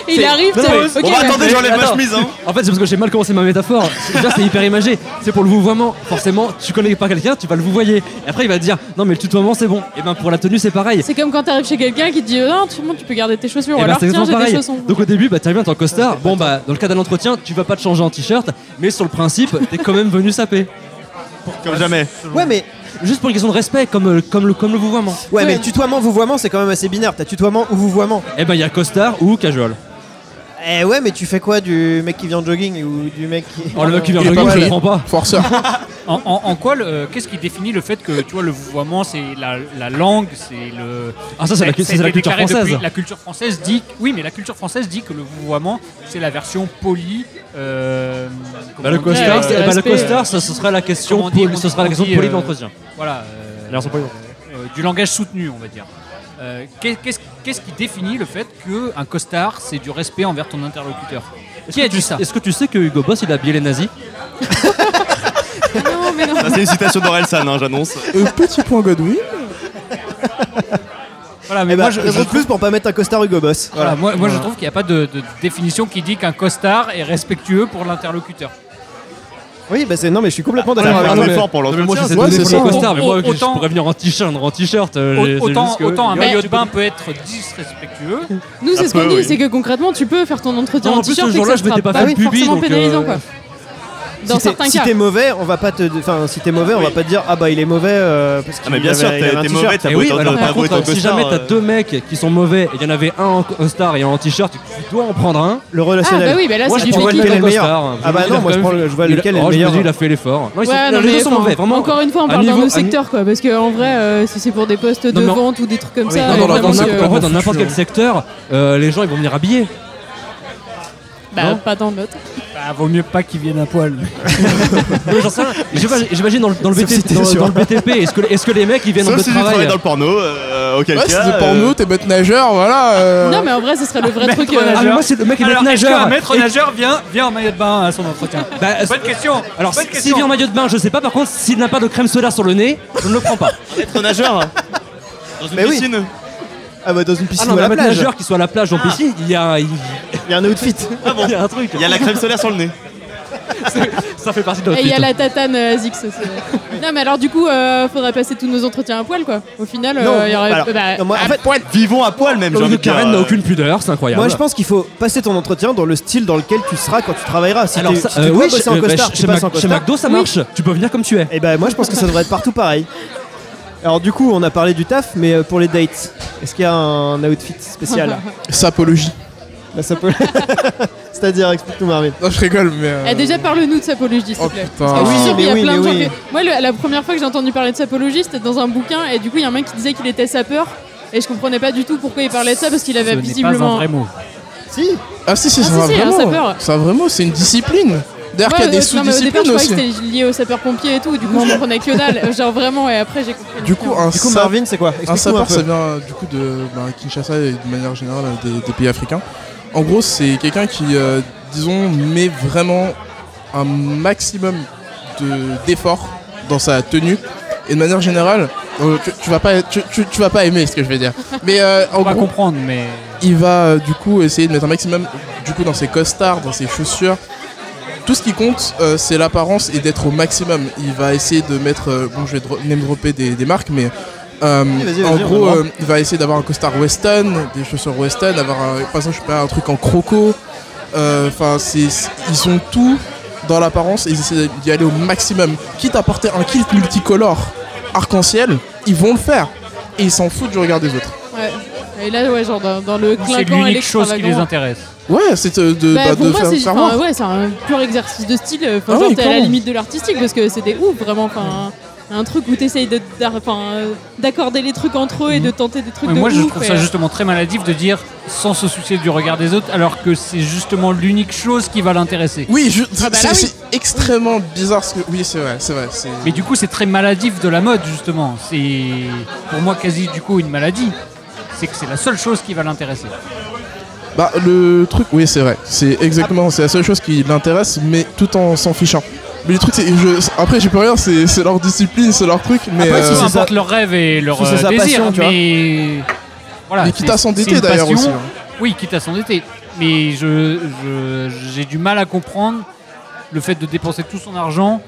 [SPEAKER 6] Et il
[SPEAKER 3] C'est-
[SPEAKER 6] arrive,
[SPEAKER 3] Non,
[SPEAKER 6] t'es-
[SPEAKER 3] mais-
[SPEAKER 6] ok,
[SPEAKER 8] Bon, bah, attendez, j'enlève ma
[SPEAKER 3] Attends.
[SPEAKER 8] chemise, hein.
[SPEAKER 3] En fait, c'est parce que j'ai mal commencé ma métaphore. C'est- Déjà, c'est hyper imagé. C'est pour le vouvoiement. Forcément, tu connais pas quelqu'un, tu vas le vouvoyer. Et après, il va te dire, non mais le tutoiement, c'est bon. Et ben pour la tenue, c'est pareil.
[SPEAKER 6] c'est comme quand t'arrives chez quelqu'un qui te dit oh, non, tu, bon, tu peux garder tes chaussures,
[SPEAKER 3] Et
[SPEAKER 6] ou
[SPEAKER 3] bah,
[SPEAKER 6] alors
[SPEAKER 3] c'est
[SPEAKER 6] tiens, j'ai des
[SPEAKER 3] exactement pareil.
[SPEAKER 6] chaussons.
[SPEAKER 3] Donc au début, bah, t'arrives bien, t'es en costard. Bon, bah, dans le cas d'un entretien, tu vas pas te changer en t-shirt, mais sur le principe, t'es quand même venu saper.
[SPEAKER 8] Comme jamais.
[SPEAKER 1] Ouais, mais,
[SPEAKER 3] Juste pour une question de respect, comme, euh, comme, le, comme le vouvoiement.
[SPEAKER 1] ouais, mais tutoiement, vouvoiement, c'est quand même assez binaire. T'as tutoiement ou vouvoiement.
[SPEAKER 3] Et ben, il y a costard ou casual.
[SPEAKER 1] Eh ouais, mais tu fais quoi du mec qui vient en jogging ou du mec qui.
[SPEAKER 3] Alors, Oh, le mec qui vient
[SPEAKER 7] Il est
[SPEAKER 3] de
[SPEAKER 7] pas
[SPEAKER 3] je
[SPEAKER 7] pris.
[SPEAKER 3] le prends pas.
[SPEAKER 7] Forceur.
[SPEAKER 9] En, en- en quoi, le- euh, qu'est-ce qui définit le fait que tu vois le vouvoiement, c'est la, la langue, c'est le.
[SPEAKER 3] Ah, ça, c'est la, cu- ça, c'est la
[SPEAKER 9] été
[SPEAKER 3] culture
[SPEAKER 9] déclaré
[SPEAKER 3] française.
[SPEAKER 9] depuis- la culture française dit. Oui, mais la culture française dit que le vouvoiement, c'est la version polie. euh, comment
[SPEAKER 3] Bah, le
[SPEAKER 9] on dit,
[SPEAKER 3] costard,
[SPEAKER 9] euh,
[SPEAKER 3] c'est- bah, le
[SPEAKER 6] respect,
[SPEAKER 3] costard, ça, ce sera la question
[SPEAKER 9] Comment on dit,
[SPEAKER 3] poli-
[SPEAKER 9] on
[SPEAKER 3] ce
[SPEAKER 9] dit-
[SPEAKER 3] sera la
[SPEAKER 9] on
[SPEAKER 3] question
[SPEAKER 9] dit,
[SPEAKER 3] polie de
[SPEAKER 9] euh,
[SPEAKER 3] l'entretien.
[SPEAKER 9] Voilà. euh,
[SPEAKER 3] La version polie.
[SPEAKER 9] euh, du langage soutenu, on va dire. Euh, qu'est- qu'est-ce, qu'est-ce qui définit le fait qu'un costard, c'est du respect envers ton interlocuteur Qui a dit ça
[SPEAKER 3] Est-ce que tu sais que Hugo Boss il a habillé les nazis
[SPEAKER 6] Non, mais non.
[SPEAKER 8] Ça, Bah, c'est une citation d'Orelsan, hein, j'annonce.
[SPEAKER 7] Euh, petit point Godwin.
[SPEAKER 9] Voilà, mais
[SPEAKER 1] Eh bah,
[SPEAKER 9] moi, ben, je, je
[SPEAKER 1] raison de plus pour pas mettre un costard Hugo Boss.
[SPEAKER 9] Voilà, moi, moi, je trouve qu'il n'y a pas de, de définition qui dit qu'un costard est respectueux pour l'interlocuteur.
[SPEAKER 1] Oui, bah c'est non, mais je suis complètement d'accord
[SPEAKER 8] Faire
[SPEAKER 1] avec
[SPEAKER 8] un
[SPEAKER 1] toi. mais-
[SPEAKER 8] effort pour
[SPEAKER 3] Moi je
[SPEAKER 8] l'entretien.
[SPEAKER 3] sais
[SPEAKER 7] ouais,
[SPEAKER 3] donner
[SPEAKER 7] c'est
[SPEAKER 3] pour le
[SPEAKER 7] ça.
[SPEAKER 3] costard, mais
[SPEAKER 9] Au-
[SPEAKER 3] moi je- je
[SPEAKER 9] autant-
[SPEAKER 3] pourrais venir en t-shirt. En t-shirt euh,
[SPEAKER 9] Au-
[SPEAKER 3] j'ai- c'est
[SPEAKER 9] autant
[SPEAKER 3] juste que-
[SPEAKER 9] autant un
[SPEAKER 3] il y a-
[SPEAKER 9] maillot de bain peut être disrespectueux.
[SPEAKER 6] Nous,
[SPEAKER 8] Un
[SPEAKER 6] c'est ce qu'on
[SPEAKER 8] peu,
[SPEAKER 6] dit,
[SPEAKER 8] oui.
[SPEAKER 6] c'est que concrètement, tu peux faire ton entretien
[SPEAKER 3] Non,
[SPEAKER 6] en
[SPEAKER 3] en plus,
[SPEAKER 6] t-shirt
[SPEAKER 3] ce
[SPEAKER 6] et que
[SPEAKER 3] jour-là,
[SPEAKER 6] ça
[SPEAKER 3] je m'étais
[SPEAKER 6] sera
[SPEAKER 3] pas fait le pubis,
[SPEAKER 6] forcément
[SPEAKER 3] donc, euh,
[SPEAKER 6] pénalisant, quoi. Dans
[SPEAKER 1] si t'es-
[SPEAKER 6] certains
[SPEAKER 1] si
[SPEAKER 6] cas.
[SPEAKER 1] t'es mauvais, on va pas te. Enfin, si t'es mauvais, on va pas te dire ah bah il est mauvais euh, parce qu'il
[SPEAKER 8] Ah, mais bien
[SPEAKER 1] avait-
[SPEAKER 8] sûr,
[SPEAKER 1] il avait
[SPEAKER 8] t'es
[SPEAKER 1] un
[SPEAKER 8] t'es
[SPEAKER 1] t-shirt.
[SPEAKER 8] mauvais, t'as
[SPEAKER 3] Et
[SPEAKER 8] beau
[SPEAKER 3] Eh oui,
[SPEAKER 8] être-
[SPEAKER 3] alors,
[SPEAKER 8] t'as
[SPEAKER 3] par
[SPEAKER 8] beau être en
[SPEAKER 3] contre, si jamais t'as
[SPEAKER 8] costard.
[SPEAKER 3] deux mecs qui sont mauvais et il y en avait un en costard et un en t-shirt, tu dois en prendre un.
[SPEAKER 1] Le
[SPEAKER 6] Ah,
[SPEAKER 1] relationnel.
[SPEAKER 6] bah oui, bah là,
[SPEAKER 3] Moi
[SPEAKER 6] c'est
[SPEAKER 3] je
[SPEAKER 1] tu
[SPEAKER 3] dis
[SPEAKER 1] prends
[SPEAKER 3] vois
[SPEAKER 6] compliqué.
[SPEAKER 1] lequel
[SPEAKER 3] lequel
[SPEAKER 1] est
[SPEAKER 3] est
[SPEAKER 1] le meilleur
[SPEAKER 3] costard.
[SPEAKER 1] Ah bah non,
[SPEAKER 3] Il a
[SPEAKER 1] moi,
[SPEAKER 3] quand
[SPEAKER 1] je
[SPEAKER 3] même
[SPEAKER 1] prends le- je vois
[SPEAKER 3] fait-
[SPEAKER 1] lequel est le
[SPEAKER 3] Oh, je me
[SPEAKER 1] meilleur.
[SPEAKER 3] dis, il a fait l'effort. Non, ils sont-
[SPEAKER 6] Ouais, non,
[SPEAKER 3] les
[SPEAKER 6] mais
[SPEAKER 3] deux sont mauvais, vraiment.
[SPEAKER 6] Encore une fois, on
[SPEAKER 3] Un
[SPEAKER 6] parle dans
[SPEAKER 3] niveau-
[SPEAKER 6] nos
[SPEAKER 3] un
[SPEAKER 6] secteurs, quoi. Parce qu'en vrai, euh, si c'est pour des postes de
[SPEAKER 3] Non, mais en-
[SPEAKER 6] vente ou des trucs comme
[SPEAKER 1] Oui,
[SPEAKER 7] non,
[SPEAKER 6] ça,
[SPEAKER 7] non,
[SPEAKER 6] euh,
[SPEAKER 7] non,
[SPEAKER 3] Dans
[SPEAKER 6] vraiment
[SPEAKER 7] dans
[SPEAKER 6] que-
[SPEAKER 3] n'importe- en
[SPEAKER 7] euh,
[SPEAKER 3] fait, dans n'importe quel secteur, euh, les gens ils vont venir habiller.
[SPEAKER 6] bah, pas dans l'autre.
[SPEAKER 9] Bah, vaut mieux pas qu'il vienne à poil.
[SPEAKER 3] Oui, j'en sais rien. Je sais pas, J'imagine dans, le- dans le
[SPEAKER 1] Sauf si
[SPEAKER 3] BTP,
[SPEAKER 1] t'es
[SPEAKER 3] dans,
[SPEAKER 1] sûr.
[SPEAKER 3] dans le BTP, est-ce que, est-ce que les mecs ils viennent en
[SPEAKER 8] Sauf
[SPEAKER 3] mode
[SPEAKER 8] si tu
[SPEAKER 3] travail
[SPEAKER 8] travailles dans le porno, euh, auquel
[SPEAKER 7] Ouais, si
[SPEAKER 8] cas.
[SPEAKER 7] t'es porno,
[SPEAKER 8] euh,
[SPEAKER 7] t'es bête nageur, voilà. euh.
[SPEAKER 6] Non, mais en vrai, ce serait le vrai
[SPEAKER 9] Maître
[SPEAKER 6] truc. euh,
[SPEAKER 3] Ah
[SPEAKER 9] nageur.
[SPEAKER 3] mais moi c'est le mec il est
[SPEAKER 9] Alors, est-ce
[SPEAKER 3] nageur.
[SPEAKER 9] qu'un maître
[SPEAKER 3] Et-
[SPEAKER 9] nageur vient, vient en maillot de bain à son entretien
[SPEAKER 3] Bah, euh,
[SPEAKER 9] Bonne question
[SPEAKER 3] alors
[SPEAKER 9] Bonne
[SPEAKER 3] si- s'il
[SPEAKER 9] question.
[SPEAKER 3] vient en maillot de bain, je sais pas. Par contre, s'il n'a pas de crème solaire sur le nez, je ne le prends pas.
[SPEAKER 8] Être nageur Dans une
[SPEAKER 1] Mais oui.
[SPEAKER 8] piscine
[SPEAKER 1] Ah bah dans une
[SPEAKER 3] Ah
[SPEAKER 1] piscine
[SPEAKER 3] non,
[SPEAKER 1] ou à
[SPEAKER 3] mais
[SPEAKER 1] la
[SPEAKER 3] un maître
[SPEAKER 1] plage.
[SPEAKER 3] nageur qui soit à la plage en piscine, il y a, il,
[SPEAKER 1] Il y a un outfit. Ah
[SPEAKER 3] il y a un truc.
[SPEAKER 8] Il y a la crème solaire sur le nez.
[SPEAKER 3] Ça fait partie de notre
[SPEAKER 6] Et Ah, il y a
[SPEAKER 3] culte.
[SPEAKER 6] la tatane euh, Zix. c'est- Non, mais alors, du coup, euh, faudrait passer tous nos entretiens à poil, quoi. Au final, euh, il y aurait.
[SPEAKER 1] alors,
[SPEAKER 6] bah,
[SPEAKER 1] non, moi, en fait,
[SPEAKER 8] Vivons à poil même, j'ai
[SPEAKER 3] Le
[SPEAKER 8] envie de dire.
[SPEAKER 3] Karen n'a
[SPEAKER 8] euh,
[SPEAKER 3] aucune pudeur, c'est incroyable.
[SPEAKER 1] moi je pense qu'il faut passer ton entretien dans le style dans lequel tu seras quand tu travailleras. Si
[SPEAKER 3] Alors
[SPEAKER 1] t'es-
[SPEAKER 3] ça,
[SPEAKER 1] si tu
[SPEAKER 3] euh,
[SPEAKER 1] dois
[SPEAKER 3] oui,
[SPEAKER 1] bosser
[SPEAKER 3] chez,
[SPEAKER 1] en
[SPEAKER 3] euh, bah,
[SPEAKER 1] costard,
[SPEAKER 3] chez-
[SPEAKER 1] tu
[SPEAKER 3] chez
[SPEAKER 1] passes en
[SPEAKER 3] Mac- chez
[SPEAKER 1] costard.
[SPEAKER 3] McDo ça marche. Tu peux venir comme tu es.
[SPEAKER 1] Et bah moi je pense que ça devrait être partout pareil. Alors du coup on a parlé du taf mais euh, pour les dates est-ce qu'il y a un outfit spécial
[SPEAKER 7] Sapologie.
[SPEAKER 1] Bah, ça peut- C'est-à-dire explique-nous Marvin.
[SPEAKER 7] Non, je rigole, mais. euh,
[SPEAKER 6] Ah, déjà, parle-nous de sapologie, s'il
[SPEAKER 7] Oh
[SPEAKER 6] te plaît.
[SPEAKER 7] putain.
[SPEAKER 6] Parce que je suis
[SPEAKER 1] Ah,
[SPEAKER 6] sûr qu'il y a
[SPEAKER 1] mais oui,
[SPEAKER 6] plein de
[SPEAKER 1] mais
[SPEAKER 6] gens
[SPEAKER 1] oui.
[SPEAKER 6] qui- Moi, le- la première fois que j'ai entendu parler de sapologie, c'était dans un bouquin, et du coup, il y a un mec qui disait qu'il était sapeur, et je comprenais pas du tout pourquoi il parlait de ça, parce qu'il avait
[SPEAKER 9] Ce n'est pas un
[SPEAKER 6] visiblement.
[SPEAKER 9] vrai mot.
[SPEAKER 1] Si
[SPEAKER 7] Ah si, si,
[SPEAKER 6] Ah,
[SPEAKER 7] ça
[SPEAKER 6] si,
[SPEAKER 7] va
[SPEAKER 6] si, un
[SPEAKER 7] vraiment.
[SPEAKER 6] sapeur.
[SPEAKER 7] Ça vraiment, c'est une discipline. D'ailleurs,
[SPEAKER 6] Ouais,
[SPEAKER 7] qu'il y a des
[SPEAKER 6] ouais, non, mais au
[SPEAKER 7] sous-disciplines
[SPEAKER 6] départ, je croyais
[SPEAKER 7] aussi.
[SPEAKER 6] que c'était lié aux sapeurs-pompiers et tout, du coup, je comprenais que dalle. Genre vraiment, et après, j'ai compris.
[SPEAKER 7] Du coup, un,
[SPEAKER 1] Du coup
[SPEAKER 7] sa-
[SPEAKER 1] Marvin c'est quoi
[SPEAKER 7] un
[SPEAKER 1] Explique-nous un
[SPEAKER 7] sapeur, ça
[SPEAKER 1] peu.
[SPEAKER 7] vient euh, du coup de bah, Kinshasa et de manière générale euh, des, des pays africains. En gros, c'est quelqu'un qui, euh, disons, met vraiment un maximum de- d'efforts dans sa tenue. Et de manière générale, euh, tu, tu vas pas, tu, tu- tu vas pas aimer ce que je vais dire. Mais euh, en
[SPEAKER 9] On va
[SPEAKER 7] gros,
[SPEAKER 9] comprendre, mais.
[SPEAKER 7] il va euh, du coup essayer de mettre un maximum du coup dans ses costards, dans ses chaussures. Tout ce qui compte, euh, c'est l'apparence et d'être au maximum. Il va essayer de mettre, euh, bon, je vais dro- name dropper des, des marques, mais euh,
[SPEAKER 1] vas-y,
[SPEAKER 7] en
[SPEAKER 1] vas-y,
[SPEAKER 7] gros,
[SPEAKER 1] on va
[SPEAKER 7] euh, il va essayer d'avoir un costard western, des chaussures western, avoir un, par exemple, je sais pas, un truc en croco. Euh, Enfin, c'est c'est- ils ont tout dans l'apparence et ils essaient d'y aller au maximum. Quitte à porter un kilt multicolore, arc-en-ciel, ils vont le faire. Et ils s'en foutent du regard des autres.
[SPEAKER 6] Ouais. Et là, ouais, genre dans, dans le
[SPEAKER 9] C'est
[SPEAKER 6] clinquant et
[SPEAKER 9] l'unique chose qui les
[SPEAKER 6] l'extravagant.
[SPEAKER 9] intéresse.
[SPEAKER 7] Ouais, c'est euh, de,
[SPEAKER 6] Bah,
[SPEAKER 7] bah,
[SPEAKER 6] pour
[SPEAKER 7] de
[SPEAKER 6] moi,
[SPEAKER 7] faire
[SPEAKER 6] c'est
[SPEAKER 7] faire
[SPEAKER 6] enfin,
[SPEAKER 7] voir.
[SPEAKER 6] ouais, c'est un pur exercice de style. Enfin,
[SPEAKER 7] Ah
[SPEAKER 6] genre,
[SPEAKER 7] oui,
[SPEAKER 6] t'es à la
[SPEAKER 7] clairement.
[SPEAKER 6] limite de l'artistique parce que c'est des ouf, vraiment. Enfin, un, un truc où t'essayes de- d'ar- enfin, euh, d'accorder les trucs entre eux et de tenter des trucs
[SPEAKER 9] Mm. Mais
[SPEAKER 6] de
[SPEAKER 9] moi,
[SPEAKER 6] ouf.
[SPEAKER 9] je trouve ça
[SPEAKER 6] et- euh,
[SPEAKER 9] justement très maladif de dire sans se soucier du regard des autres, alors que c'est justement l'unique chose qui va l'intéresser.
[SPEAKER 7] Oui, je-
[SPEAKER 6] bah
[SPEAKER 7] c'est
[SPEAKER 6] là, oui.
[SPEAKER 7] c'est extrêmement bizarre ce que. Oui, c'est vrai, c'est vrai. c'est-
[SPEAKER 9] Mais du coup, c'est très maladif de la mode, justement. C'est pour moi quasi du coup une maladie. c'est que c'est la seule chose qui va l'intéresser.
[SPEAKER 7] Bah le truc, oui c'est vrai, c'est exactement, c'est la seule chose qui l'intéresse, mais tout en s'en fichant. Mais le truc c'est, je, après j'ai peux rien, c'est, c'est leur discipline, c'est leur truc, mais
[SPEAKER 1] Après, si
[SPEAKER 9] Peu
[SPEAKER 7] euh,
[SPEAKER 1] c'est
[SPEAKER 9] importe
[SPEAKER 1] ça-
[SPEAKER 9] leur rêve et leur
[SPEAKER 1] si c'est
[SPEAKER 9] euh,
[SPEAKER 1] sa
[SPEAKER 9] désir,
[SPEAKER 1] passion, tu
[SPEAKER 9] mais voilà.
[SPEAKER 7] Mais quitte
[SPEAKER 9] c'est-
[SPEAKER 7] à
[SPEAKER 9] c'est
[SPEAKER 7] s'endetter
[SPEAKER 9] une
[SPEAKER 7] d'ailleurs
[SPEAKER 9] passion.
[SPEAKER 7] aussi. hein.
[SPEAKER 9] Oui, quitte à s'endetter. Mais je je- j'ai du mal à comprendre le fait de dépenser tout son argent,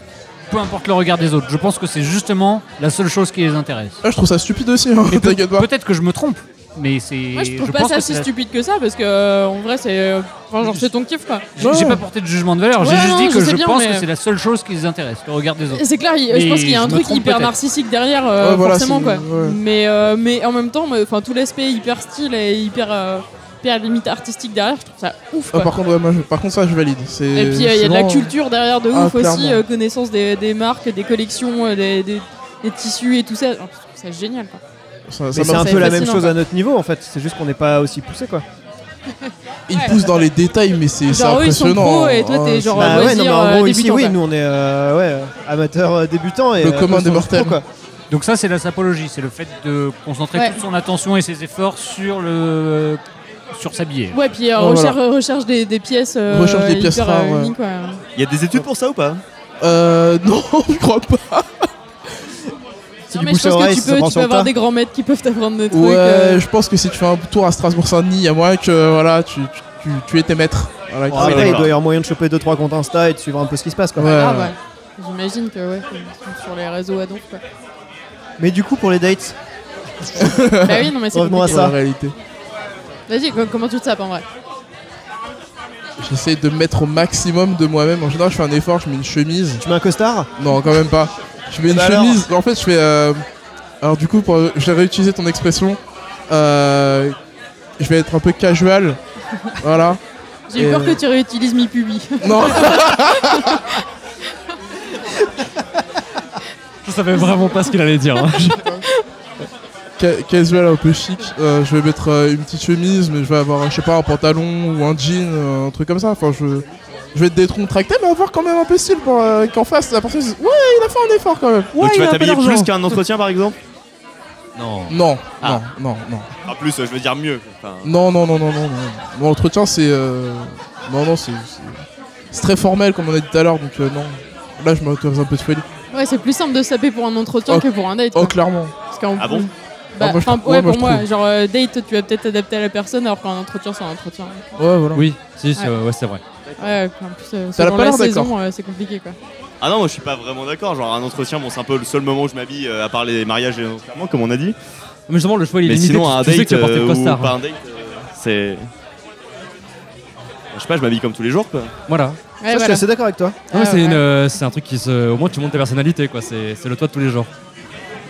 [SPEAKER 9] peu importe le regard des autres. Je pense que c'est justement la seule chose qui les intéresse.
[SPEAKER 7] Ah, je trouve ça stupide aussi, hein,
[SPEAKER 9] Mais peut-
[SPEAKER 7] t'inquiète pas.
[SPEAKER 9] peut-être que je me trompe, mais c'est.
[SPEAKER 6] Moi, je trouve pas
[SPEAKER 9] pense
[SPEAKER 6] ça
[SPEAKER 9] que
[SPEAKER 6] si
[SPEAKER 9] c'est la-
[SPEAKER 6] stupide que ça parce que, euh, en vrai, c'est. euh, Enfin, genre, c'est ton kiff quoi.
[SPEAKER 9] J'ai j'ai pas porté de jugement de valeur, j'ai
[SPEAKER 6] Ouais,
[SPEAKER 9] juste
[SPEAKER 6] non,
[SPEAKER 9] dit
[SPEAKER 6] je
[SPEAKER 9] que je,
[SPEAKER 6] sais bien,
[SPEAKER 9] pense
[SPEAKER 6] mais-
[SPEAKER 9] que c'est la seule chose qui les intéresse, le regard des autres.
[SPEAKER 6] C'est clair, il-
[SPEAKER 9] Mais
[SPEAKER 6] je pense qu'il y a un
[SPEAKER 9] je me
[SPEAKER 6] truc
[SPEAKER 9] trompe
[SPEAKER 6] hyper
[SPEAKER 9] peut-être.
[SPEAKER 6] narcissique derrière, euh,
[SPEAKER 7] Ouais, voilà,
[SPEAKER 6] forcément
[SPEAKER 7] c'est-
[SPEAKER 6] quoi.
[SPEAKER 7] ouais.
[SPEAKER 6] Mais, euh, mais en même temps, moi, enfin, tout l'aspect hyper style et hyper, euh, hyper limite artistique derrière, je trouve ça ouf
[SPEAKER 7] Ah,
[SPEAKER 6] quoi.
[SPEAKER 7] par, contre, ouais, moi, je- par contre ça je valide. C'est,
[SPEAKER 6] Et puis euh, il y a de la
[SPEAKER 7] sinon,
[SPEAKER 6] culture derrière de
[SPEAKER 7] Ah,
[SPEAKER 6] ouf aussi,
[SPEAKER 7] clairement.
[SPEAKER 6] euh, connaissance des, des marques, des collections, euh, des, des- des tissus et tout ça. Enfin, je trouve ça génial. Quoi.
[SPEAKER 7] ça- ça
[SPEAKER 1] Mais c'est
[SPEAKER 7] m'a-
[SPEAKER 1] un
[SPEAKER 6] c'est hein.
[SPEAKER 1] peu la
[SPEAKER 6] fascinant,
[SPEAKER 1] même chose
[SPEAKER 6] quoi.
[SPEAKER 1] à notre niveau en fait, c'est juste qu'on n'est pas aussi poussé quoi.
[SPEAKER 7] Ils poussent dans les détails, mais c'est, c'est
[SPEAKER 6] Genre, eux, ils sont
[SPEAKER 7] impressionnant.
[SPEAKER 6] pros et toi,
[SPEAKER 7] hein.
[SPEAKER 6] t'es
[SPEAKER 7] Ah,
[SPEAKER 6] genre,
[SPEAKER 7] c'est-
[SPEAKER 1] Bah
[SPEAKER 6] euh, loisir, euh,
[SPEAKER 1] ici
[SPEAKER 6] débutant,
[SPEAKER 1] oui,
[SPEAKER 6] quoi.
[SPEAKER 1] nous on est euh, ouais, amateur euh, débutant et
[SPEAKER 7] Le
[SPEAKER 1] euh,
[SPEAKER 7] commun des
[SPEAKER 1] pro,
[SPEAKER 7] mortels.
[SPEAKER 1] quoi.
[SPEAKER 9] Donc ça, c'est la sapologie, c'est le fait de concentrer
[SPEAKER 6] Ouais.
[SPEAKER 9] toute son attention et ses efforts sur le sur s'habiller.
[SPEAKER 6] Ouais, puis euh,
[SPEAKER 7] Oh, voilà.
[SPEAKER 6] recherche, recherche des, des pièces. euh,
[SPEAKER 7] Recherche des pièces
[SPEAKER 6] hyper,
[SPEAKER 7] rares,
[SPEAKER 6] euh,
[SPEAKER 7] ouais.
[SPEAKER 6] uniques, quoi.
[SPEAKER 8] Il y a des études pour ça ou pas
[SPEAKER 7] Euh, non, je crois pas.
[SPEAKER 1] C'est du
[SPEAKER 6] Non, mais je
[SPEAKER 1] bouche à
[SPEAKER 6] pense que
[SPEAKER 1] oreille,
[SPEAKER 6] tu
[SPEAKER 1] ça
[SPEAKER 6] peux,
[SPEAKER 1] prend
[SPEAKER 6] tu peux
[SPEAKER 1] sur le
[SPEAKER 6] avoir
[SPEAKER 1] tas.
[SPEAKER 6] des grands maîtres qui peuvent t'apprendre des trucs.
[SPEAKER 7] Ouais,
[SPEAKER 6] euh,
[SPEAKER 7] je pense que si tu fais un tour à Strasbourg-Saint-Denis, il y a moyen que euh, voilà, tu, tu, tu, tu es tes maîtres. Voilà,
[SPEAKER 1] Bon,
[SPEAKER 7] qui-
[SPEAKER 1] après,
[SPEAKER 8] d'accord.
[SPEAKER 1] Ah, il doit y avoir moyen de choper 2-3 comptes Insta et de suivre un peu ce qui se passe quoi.
[SPEAKER 7] Ouais.
[SPEAKER 6] Ah, ouais. J'imagine que ouais, ils sont sur les réseaux à donc. Quoi.
[SPEAKER 1] Mais du coup pour les dates,
[SPEAKER 6] bah oui, non, mais c'est
[SPEAKER 1] Revenons à
[SPEAKER 6] compliqué.
[SPEAKER 7] c'est
[SPEAKER 1] ça.
[SPEAKER 7] la réalité.
[SPEAKER 6] Vas-y, co- comment tu te sapes en vrai
[SPEAKER 7] J'essaie de me mettre au maximum de moi-même. En général, je fais un effort, je mets une chemise.
[SPEAKER 1] tu mets un costard
[SPEAKER 7] Non, quand même pas. Je mets une
[SPEAKER 1] Bah alors
[SPEAKER 7] chemise. En fait, je fais. euh, Alors, du coup, pour... je vais réutiliser ton expression. Euh, Je vais être un peu casual. voilà.
[SPEAKER 6] J'ai eu
[SPEAKER 7] Et,
[SPEAKER 6] peur
[SPEAKER 7] euh,
[SPEAKER 6] que tu réutilises mi pubi.
[SPEAKER 7] Non,
[SPEAKER 3] Je savais vraiment pas ce qu'il allait dire. hein.
[SPEAKER 7] ca- casual un peu chic. Euh, je vais mettre euh, une petite chemise, mais je vais avoir, je sais pas, un pantalon ou un jean, euh, un truc comme ça. Enfin, je. Je vais être décontracté, mais avoir quand même un peu de style pour euh, qu'en face la personne se dise Ouais, il a fait un effort quand même. Ouais,
[SPEAKER 8] Donc tu
[SPEAKER 7] il
[SPEAKER 8] vas
[SPEAKER 7] a un peu
[SPEAKER 8] t'habiller
[SPEAKER 7] d'argent.
[SPEAKER 8] plus qu'un entretien par exemple
[SPEAKER 3] Non.
[SPEAKER 7] Non,
[SPEAKER 8] Ah.
[SPEAKER 7] non, non, non.
[SPEAKER 8] En plus, je veux dire mieux. Enfin,
[SPEAKER 7] Non, non, non, non, non. non. Mon entretien, c'est. euh, Non, non, c'est. c'est- C'est très formel, comme on a dit tout à l'heure, donc euh, non. Là, je m'autorise un peu de folie.
[SPEAKER 6] Ouais, c'est plus simple de saper pour un entretien
[SPEAKER 7] Oh.
[SPEAKER 6] que pour un date.
[SPEAKER 7] Oh,
[SPEAKER 6] quoi.
[SPEAKER 7] clairement.
[SPEAKER 6] Parce qu'en
[SPEAKER 8] Ah
[SPEAKER 6] plus-
[SPEAKER 8] bon
[SPEAKER 6] Bah,
[SPEAKER 7] Ah, moi, je
[SPEAKER 6] enfin,
[SPEAKER 7] trouve-
[SPEAKER 6] ouais,
[SPEAKER 7] ouais, moi,
[SPEAKER 6] pour
[SPEAKER 7] je
[SPEAKER 6] moi,
[SPEAKER 7] trouve.
[SPEAKER 6] genre euh, date, tu vas peut-être t'adapter à la personne alors qu'un entretien, c'est un entretien.
[SPEAKER 7] Ouais, voilà.
[SPEAKER 3] Oui, si, c'est ouais, c'est vrai.
[SPEAKER 6] Ouais, puis en plus, euh,
[SPEAKER 7] Ça l'a
[SPEAKER 6] selon
[SPEAKER 7] pas
[SPEAKER 6] la
[SPEAKER 7] l'air d'accord.
[SPEAKER 6] saison, euh, c'est compliqué quoi.
[SPEAKER 8] Ah non, moi je suis pas vraiment d'accord. Genre un entretien, bon, c'est un peu le seul moment où je m'habille, euh, à part les mariages et les enterrements, comme on a dit.
[SPEAKER 3] Mais justement, le choix il est
[SPEAKER 8] Mais
[SPEAKER 3] limité.
[SPEAKER 8] sinon, un
[SPEAKER 3] tu, tu sais que
[SPEAKER 8] date
[SPEAKER 3] tu as porté le
[SPEAKER 8] euh, ou
[SPEAKER 3] costard.
[SPEAKER 8] pas un date, euh, c'est. Je sais pas, je m'habille comme tous les jours quoi.
[SPEAKER 3] Voilà.
[SPEAKER 6] Ouais,
[SPEAKER 1] Ça, je suis
[SPEAKER 6] voilà.
[SPEAKER 1] assez d'accord avec toi.
[SPEAKER 3] Non,
[SPEAKER 6] Ah,
[SPEAKER 3] mais c'est
[SPEAKER 6] ouais.
[SPEAKER 3] une, euh, c'est un truc qui se. Au moins, tu montes ta personnalité, quoi. C'est c'est le toit de tous les jours.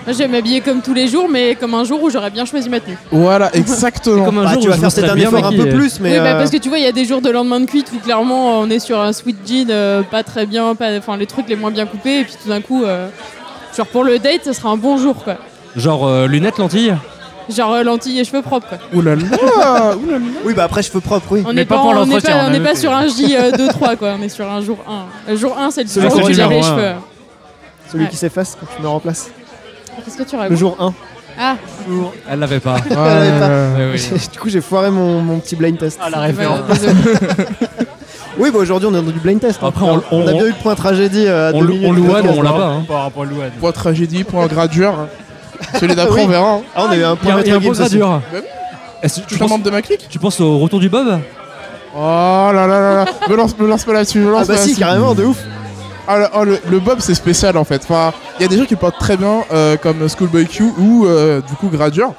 [SPEAKER 6] Moi, je vais m'habiller comme tous les jours, mais comme un jour où j'aurais bien choisi ma tenue.
[SPEAKER 7] Voilà, exactement.
[SPEAKER 3] comme un
[SPEAKER 1] Bah,
[SPEAKER 3] jour
[SPEAKER 1] tu
[SPEAKER 3] où
[SPEAKER 1] vas
[SPEAKER 3] je
[SPEAKER 1] faire
[SPEAKER 3] me
[SPEAKER 1] cet
[SPEAKER 3] serais
[SPEAKER 1] un
[SPEAKER 3] bien
[SPEAKER 1] effort un peu
[SPEAKER 3] maquillé.
[SPEAKER 1] plus mais
[SPEAKER 6] oui, bah,
[SPEAKER 1] euh,
[SPEAKER 6] parce que tu vois, il y a des jours de lendemain de cuite où clairement on est sur un sweet jean, euh, pas très bien, pas, enfin les trucs les moins bien coupés, et puis tout d'un coup, euh, genre pour le date, ça sera un bon jour quoi.
[SPEAKER 3] Genre euh, lunettes, lentilles.
[SPEAKER 6] Genre euh, lentilles et cheveux propres quoi.
[SPEAKER 7] Ouh là là Ouh là là
[SPEAKER 1] oui bah après cheveux propres oui.
[SPEAKER 6] On
[SPEAKER 9] Mais
[SPEAKER 6] n'est
[SPEAKER 9] pas
[SPEAKER 6] pas,
[SPEAKER 9] pour
[SPEAKER 6] on n'est
[SPEAKER 9] l'entretien,
[SPEAKER 6] pas,
[SPEAKER 9] on
[SPEAKER 6] on n'est
[SPEAKER 9] a
[SPEAKER 6] pas
[SPEAKER 9] noté.
[SPEAKER 6] sur un J2-3 quoi, on est sur un jour 1. Le jour 1 c'est
[SPEAKER 1] C'est
[SPEAKER 6] le jour
[SPEAKER 1] le
[SPEAKER 6] où tu
[SPEAKER 1] jour
[SPEAKER 6] lèves les
[SPEAKER 3] numéro
[SPEAKER 6] cheveux.
[SPEAKER 1] Celui
[SPEAKER 6] Ouais.
[SPEAKER 1] qui s'efface quand tu me remplaces.
[SPEAKER 6] Qu'est-ce que tu
[SPEAKER 1] Le
[SPEAKER 6] racontes
[SPEAKER 1] jour 1.
[SPEAKER 6] Ah,
[SPEAKER 3] Elle l'avait pas.
[SPEAKER 1] l'avait pas.
[SPEAKER 7] Ouais.
[SPEAKER 3] Ah, Ouais, oui.
[SPEAKER 1] du coup j'ai foiré mon, mon petit blind test.
[SPEAKER 9] Ah, la
[SPEAKER 6] voilà,
[SPEAKER 9] référence.
[SPEAKER 6] désolé.
[SPEAKER 1] Oui bah aujourd'hui on est dans du blind test. hein.
[SPEAKER 3] Après, on-
[SPEAKER 1] a
[SPEAKER 3] on-
[SPEAKER 1] bien eu le point tragédie euh, à
[SPEAKER 3] on
[SPEAKER 1] deux
[SPEAKER 3] le-
[SPEAKER 1] minutes
[SPEAKER 3] on
[SPEAKER 1] du
[SPEAKER 3] le voit,
[SPEAKER 1] podcast.
[SPEAKER 3] on l'a pas. hein.
[SPEAKER 9] Par rapport à Louane.
[SPEAKER 7] Point tragédie, point gradure. hein. Celui
[SPEAKER 1] Oui.
[SPEAKER 7] d'après, on verra. hein.
[SPEAKER 1] Ah on a eu un
[SPEAKER 3] Il y
[SPEAKER 1] point
[SPEAKER 3] a, il y a un
[SPEAKER 1] Metro
[SPEAKER 3] beau
[SPEAKER 1] Games aussi. Ah,
[SPEAKER 3] gradure.
[SPEAKER 7] Bah oui.
[SPEAKER 3] Est-ce que
[SPEAKER 7] Tu
[SPEAKER 3] tu,
[SPEAKER 7] suis
[SPEAKER 3] penses,
[SPEAKER 7] membre de ma clique
[SPEAKER 3] tu penses au retour du Bob
[SPEAKER 7] Oh là là là là Me lance, me lance pas là-dessus, me lance
[SPEAKER 1] Ah bah
[SPEAKER 7] pas
[SPEAKER 1] si
[SPEAKER 7] là-dessus.
[SPEAKER 1] carrément de ouf.
[SPEAKER 7] Ah, le, oh, le- le bob c'est spécial en fait. Enfin, il y a des gens qui le portent très bien euh, comme Schoolboy Q ou euh, du coup Gradure.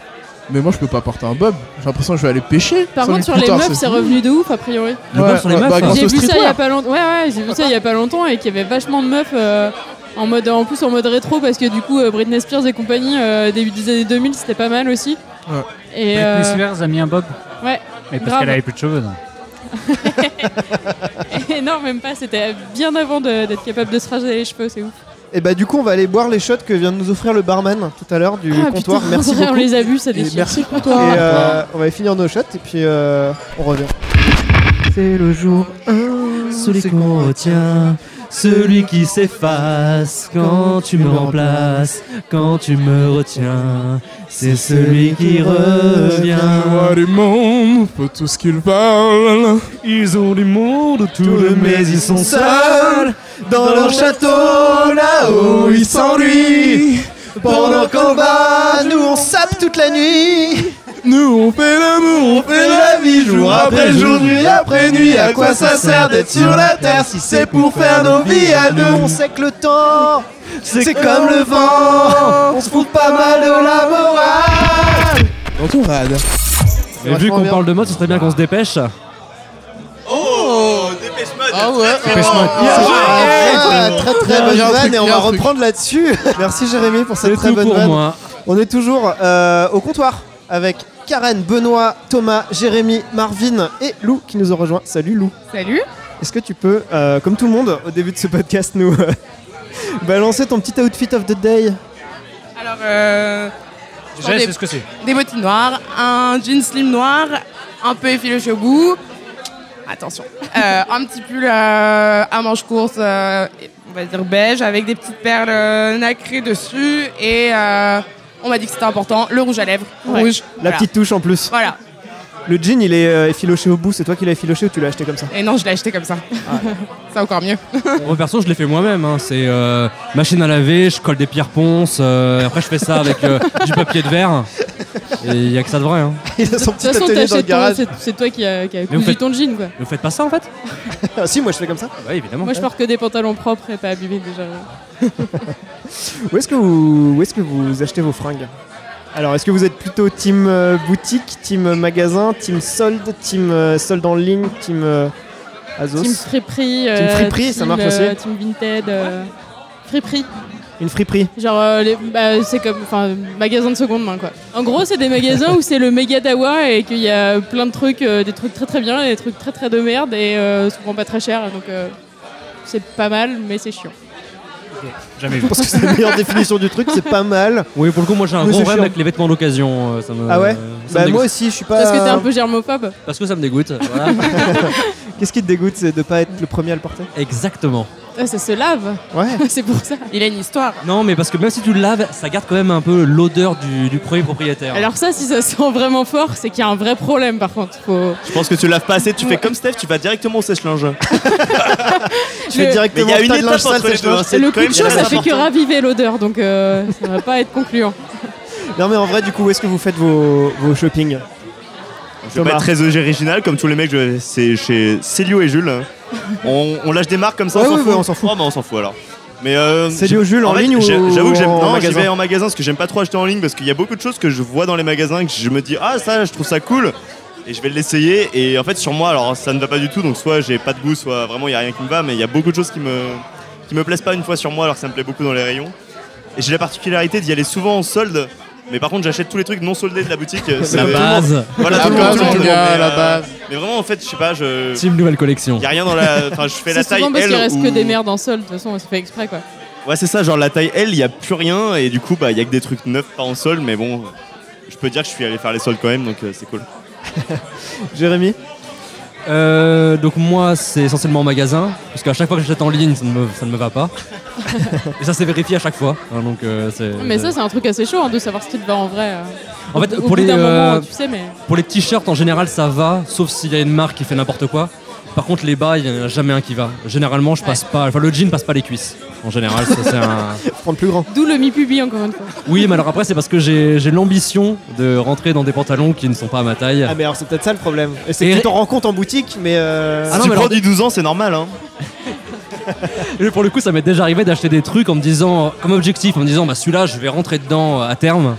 [SPEAKER 7] Mais moi je peux pas porter un bob. J'ai l'impression que je vais aller pêcher.
[SPEAKER 6] Par
[SPEAKER 7] cinq
[SPEAKER 6] contre
[SPEAKER 7] minutes
[SPEAKER 6] sur
[SPEAKER 7] plus
[SPEAKER 6] les
[SPEAKER 7] tard,
[SPEAKER 6] meufs c'est revenu de ouf a priori.
[SPEAKER 3] Le bob sur les meufs,
[SPEAKER 7] bah,
[SPEAKER 3] hein.
[SPEAKER 7] grâce
[SPEAKER 6] J'ai
[SPEAKER 7] au
[SPEAKER 6] vu ça il y a
[SPEAKER 7] streetwear.
[SPEAKER 6] pas longtemps. Ouais ouais, j'ai vu ça il y a pas longtemps et qu'il y avait vachement de meufs euh, en mode en plus en mode rétro parce que du coup euh, Britney Spears et compagnie euh, début des années 2000 c'était pas mal aussi.
[SPEAKER 7] Ouais.
[SPEAKER 6] Et
[SPEAKER 9] Britney
[SPEAKER 6] euh,
[SPEAKER 9] Spears a mis un bob.
[SPEAKER 6] ouais.
[SPEAKER 9] Mais parce
[SPEAKER 6] grave.
[SPEAKER 9] qu'elle avait plus de cheveux. non.
[SPEAKER 6] Et non même pas, c'était bien avant de- d'être capable de se raser les cheveux, c'est ouf.
[SPEAKER 1] Et bah du coup on va aller boire les shots que vient de nous offrir le barman tout à l'heure du
[SPEAKER 6] Ah,
[SPEAKER 1] comptoir.
[SPEAKER 6] putain,
[SPEAKER 1] Merci
[SPEAKER 6] en vrai,
[SPEAKER 1] beaucoup.
[SPEAKER 6] On les a vus, ça
[SPEAKER 7] Et
[SPEAKER 6] déchire.
[SPEAKER 7] merci pour
[SPEAKER 1] Et
[SPEAKER 7] toi.
[SPEAKER 1] euh, on va finir nos shots et puis euh, on revient. C'est le jour 1, celui qu'on retient,
[SPEAKER 3] celui qui s'efface quand tu me remplaces, quand tu me retiens, c'est celui qui revient.
[SPEAKER 7] du monde, faut tout ce qu'ils veulent.
[SPEAKER 3] Ils ont du monde autour d'eux, mais ils sont seuls.
[SPEAKER 1] Dans leur château, là-haut, ils s'ennuient. Pendant qu'en bas, nous on sape toute la nuit.
[SPEAKER 7] Nous on fait l'amour, on
[SPEAKER 1] Mais
[SPEAKER 7] fait
[SPEAKER 1] la vie, jour après jour,
[SPEAKER 7] nuit
[SPEAKER 1] nuit après nuit, à quoi ça sert d'être sur la terre si c'est pour faire nos vies à deux On sait que le temps, c'est comme le vent, on se fout pas mal de la morale.
[SPEAKER 7] Dans ton rad.
[SPEAKER 3] Et vu
[SPEAKER 1] vachement
[SPEAKER 3] qu'on
[SPEAKER 1] bien.
[SPEAKER 3] parle de mode, ce serait bien qu'on se dépêche.
[SPEAKER 8] Oh, dépêche mode
[SPEAKER 7] Ah ouais,
[SPEAKER 1] Ah, Très très
[SPEAKER 7] Il
[SPEAKER 1] bonne
[SPEAKER 7] y a un
[SPEAKER 1] vanne
[SPEAKER 7] truc,
[SPEAKER 1] et on
[SPEAKER 7] il y a
[SPEAKER 1] va
[SPEAKER 7] un truc.
[SPEAKER 1] reprendre là-dessus. Merci Jérémy pour
[SPEAKER 3] C'est
[SPEAKER 1] cette très
[SPEAKER 3] tout
[SPEAKER 1] bonne
[SPEAKER 3] pour
[SPEAKER 1] vanne.
[SPEAKER 3] moi.
[SPEAKER 1] On est toujours euh, au comptoir avec Karen, Benoît, Thomas, Jérémy, Marvin et Lou qui nous ont rejoint. Salut Lou.
[SPEAKER 4] Salut.
[SPEAKER 1] Est-ce que tu peux, euh, comme tout le monde au début de ce podcast, nous euh, balancer ton petit outfit of the day
[SPEAKER 4] Alors, euh,
[SPEAKER 9] Déjà,
[SPEAKER 4] Attendez.
[SPEAKER 9] c'est ce que c'est.
[SPEAKER 4] des bottines noires, un jean slim noir, un peu effiloché au bout. Attention. Euh, un petit pull euh, à manches courtes, euh, et- on va dire beige, avec des petites perles euh, nacrées dessus. Et euh, on m'a dit que c'était important, le rouge à lèvres. Rouge.
[SPEAKER 1] La
[SPEAKER 4] voilà.
[SPEAKER 1] petite touche en plus.
[SPEAKER 4] Voilà.
[SPEAKER 1] Le jean, il est euh, effiloché au bout. C'est toi qui l'as effiloché ou tu l'as acheté comme ça
[SPEAKER 4] Et non, je l'ai acheté comme ça. C'est encore mieux.
[SPEAKER 3] Moi perso, je l'ai fait moi-même. hein. C'est euh, machine à laver, je colle des pierres ponces. euh, après, je fais ça avec euh, du papier de verre. Et il n'y a que ça de vrai. Hein.
[SPEAKER 1] Il a son
[SPEAKER 6] De
[SPEAKER 1] petit
[SPEAKER 6] toute façon,
[SPEAKER 1] atelier dans le
[SPEAKER 6] t'achètes ton-
[SPEAKER 1] garage.
[SPEAKER 6] c'est- c'est toi qui a, qui a
[SPEAKER 3] vous
[SPEAKER 6] cousu
[SPEAKER 3] faites-
[SPEAKER 6] ton jean, quoi.
[SPEAKER 3] Mais Vous faites pas ça en fait
[SPEAKER 1] Ah, si, moi je fais comme ça.
[SPEAKER 3] Ah Bah évidemment.
[SPEAKER 6] Moi, je porte que des pantalons propres et pas abîmés déjà.
[SPEAKER 1] Où est-ce que vous, où est-ce que vous achetez vos fringues Alors, est-ce que vous êtes plutôt team euh, boutique, team euh, magasin, team solde, team euh, solde en ligne, team euh, Azos
[SPEAKER 6] Team Friperie. euh,
[SPEAKER 1] Team Friperie, ça
[SPEAKER 6] team,
[SPEAKER 1] marche
[SPEAKER 6] euh,
[SPEAKER 1] aussi.
[SPEAKER 6] Team Vinted. euh, Friperie.
[SPEAKER 1] Une friperie.
[SPEAKER 6] Genre, euh, les- bah, c'est comme enfin, magasin de seconde main, quoi. En gros, c'est des magasins où c'est le méga dawa et qu'il y a plein de trucs, euh, des trucs très très bien et des trucs très très de merde et euh, souvent pas très cher. Donc, euh, c'est pas mal, mais c'est chiant.
[SPEAKER 9] Jamais
[SPEAKER 1] Je
[SPEAKER 9] vu.
[SPEAKER 1] pense que c'est la meilleure définition du truc, c'est pas mal.
[SPEAKER 3] Oui, pour le coup, moi j'ai un
[SPEAKER 1] Mais
[SPEAKER 3] gros
[SPEAKER 1] c'est
[SPEAKER 3] rêve
[SPEAKER 1] chiant.
[SPEAKER 3] avec les vêtements d'occasion. euh, ça me-
[SPEAKER 1] Ah ouais
[SPEAKER 3] ça me
[SPEAKER 1] Bah, moi
[SPEAKER 3] dégoûte.
[SPEAKER 1] aussi, je suis pas.
[SPEAKER 6] Parce que t'es un peu germophobe.
[SPEAKER 3] Parce que ça me dégoûte. Voilà.
[SPEAKER 1] Qu'est-ce qui te dégoûte, c'est de pas être le premier à le porter
[SPEAKER 3] Exactement.
[SPEAKER 6] Ah, ça se lave,
[SPEAKER 1] Ouais.
[SPEAKER 6] c'est pour ça.
[SPEAKER 4] Il a une histoire.
[SPEAKER 3] Non, mais parce que même si tu le laves, ça garde quand même un peu l'odeur du, du premier propriétaire.
[SPEAKER 6] Alors ça, si ça sent vraiment fort, c'est qu'il y a un vrai problème par contre. Faut...
[SPEAKER 8] Je pense que tu laves pas assez, tu fais comme Steph, tu vas directement au sèche-linge.
[SPEAKER 1] Je fais
[SPEAKER 6] Le-
[SPEAKER 8] Mais il
[SPEAKER 1] directement
[SPEAKER 8] y a une
[SPEAKER 1] tas de
[SPEAKER 8] étape
[SPEAKER 1] linge sale,
[SPEAKER 8] entre les deux,
[SPEAKER 1] sèche-linge.
[SPEAKER 8] hein, c'est
[SPEAKER 6] le
[SPEAKER 8] quand
[SPEAKER 6] coup
[SPEAKER 8] même
[SPEAKER 6] de chaud,
[SPEAKER 8] très
[SPEAKER 6] ça fait que
[SPEAKER 8] important.
[SPEAKER 6] raviver l'odeur, donc euh, ça va pas être concluant.
[SPEAKER 1] Non, mais en vrai, du coup, où est-ce que vous faites vos, vos shopping
[SPEAKER 8] Je vais pas être très original, comme tous les mecs, je- c'est chez Célio et Jules. On, on lâche des marques comme ça,
[SPEAKER 1] Ouais,
[SPEAKER 8] on s'en
[SPEAKER 1] ouais,
[SPEAKER 8] fout.
[SPEAKER 1] ouais, on s'en fout.
[SPEAKER 8] Oh, bah, on s'en fout alors. Mais euh,
[SPEAKER 1] Célio et Jules, en
[SPEAKER 8] fait,
[SPEAKER 1] ligne ou
[SPEAKER 8] j'ai- J'avoue que j'aime.
[SPEAKER 1] en
[SPEAKER 8] Non, j'y
[SPEAKER 1] magasin
[SPEAKER 8] vais en magasin parce que j'aime pas trop acheter en ligne parce qu'il y a beaucoup de choses que je vois dans les magasins et que je me dis ah ça je trouve ça cool et je vais l'essayer et en fait sur moi alors ça ne va pas du tout donc soit j'ai pas de goût soit vraiment il y a rien qui me va mais il y a beaucoup de choses qui me qui me plaisent pas une fois sur moi alors que ça me plaît beaucoup dans les rayons et j'ai la particularité d'y aller souvent en solde mais par contre j'achète tous les trucs non soldés de la boutique C'est
[SPEAKER 3] la
[SPEAKER 8] le-
[SPEAKER 3] base,
[SPEAKER 8] voilà,
[SPEAKER 7] La
[SPEAKER 8] tout Ah, comme
[SPEAKER 7] base,
[SPEAKER 8] tout le
[SPEAKER 7] en
[SPEAKER 8] monde,
[SPEAKER 7] Ah, tout cas,
[SPEAKER 8] mais,
[SPEAKER 7] la
[SPEAKER 8] euh,
[SPEAKER 7] base.
[SPEAKER 8] Mais vraiment, en fait, je sais pas, je.
[SPEAKER 3] Team Nouvelle Collection.
[SPEAKER 8] Y a rien dans la. Enfin, je fais la
[SPEAKER 6] C'est
[SPEAKER 8] taille
[SPEAKER 6] souvent parce
[SPEAKER 8] L.
[SPEAKER 6] qu'il reste
[SPEAKER 8] ou-
[SPEAKER 6] que des merdes en sol, de toute façon, c'est fait exprès quoi.
[SPEAKER 8] Ouais, c'est ça, genre la taille L, y a plus rien, et du coup, bah, y a que des trucs neufs, pas en sol, mais bon, je peux dire que je suis allé faire les soldes quand même, donc euh, c'est cool.
[SPEAKER 1] Jérémy
[SPEAKER 3] Euh, donc moi, c'est essentiellement en magasin, parce qu'à chaque fois que j'achète en ligne, ça ne me, ça ne me va pas. Et ça, c'est vérifié à chaque fois. hein, donc, euh, c'est-
[SPEAKER 6] Mais ça, c'est un truc assez chaud hein, de savoir ce qui te va en vrai. euh.
[SPEAKER 3] En fait,
[SPEAKER 6] Au
[SPEAKER 3] pour
[SPEAKER 6] bout
[SPEAKER 3] les,
[SPEAKER 6] d'un
[SPEAKER 3] euh,
[SPEAKER 6] moment, tu sais, mais
[SPEAKER 3] pour les t-shirts, en général, ça va, sauf s'il y a une marque qui fait n'importe quoi. Par contre, les bas, il n'y en a jamais un qui va. Généralement, je passe pas. Enfin, le jean passe pas les cuisses. En général, ça, c'est un.
[SPEAKER 1] Prendre plus grand.
[SPEAKER 6] d'où le mi-pubi encore une fois.
[SPEAKER 3] Oui, mais alors après, c'est parce que j'ai j'ai l'ambition de rentrer dans des pantalons qui ne sont pas à ma taille.
[SPEAKER 1] Ah, mais alors c'est peut-être ça le problème. Et C'est
[SPEAKER 3] Et-
[SPEAKER 1] que tu t'en rends compte en boutique, mais. euh,
[SPEAKER 3] Ah non,
[SPEAKER 8] si tu
[SPEAKER 3] mais
[SPEAKER 8] prends
[SPEAKER 3] alors-
[SPEAKER 8] du 12 ans, c'est normal, hein.
[SPEAKER 3] Et pour le coup, ça m'est déjà arrivé d'acheter des trucs en me disant, comme objectif, en me disant, bah celui-là, je vais rentrer dedans euh, à terme.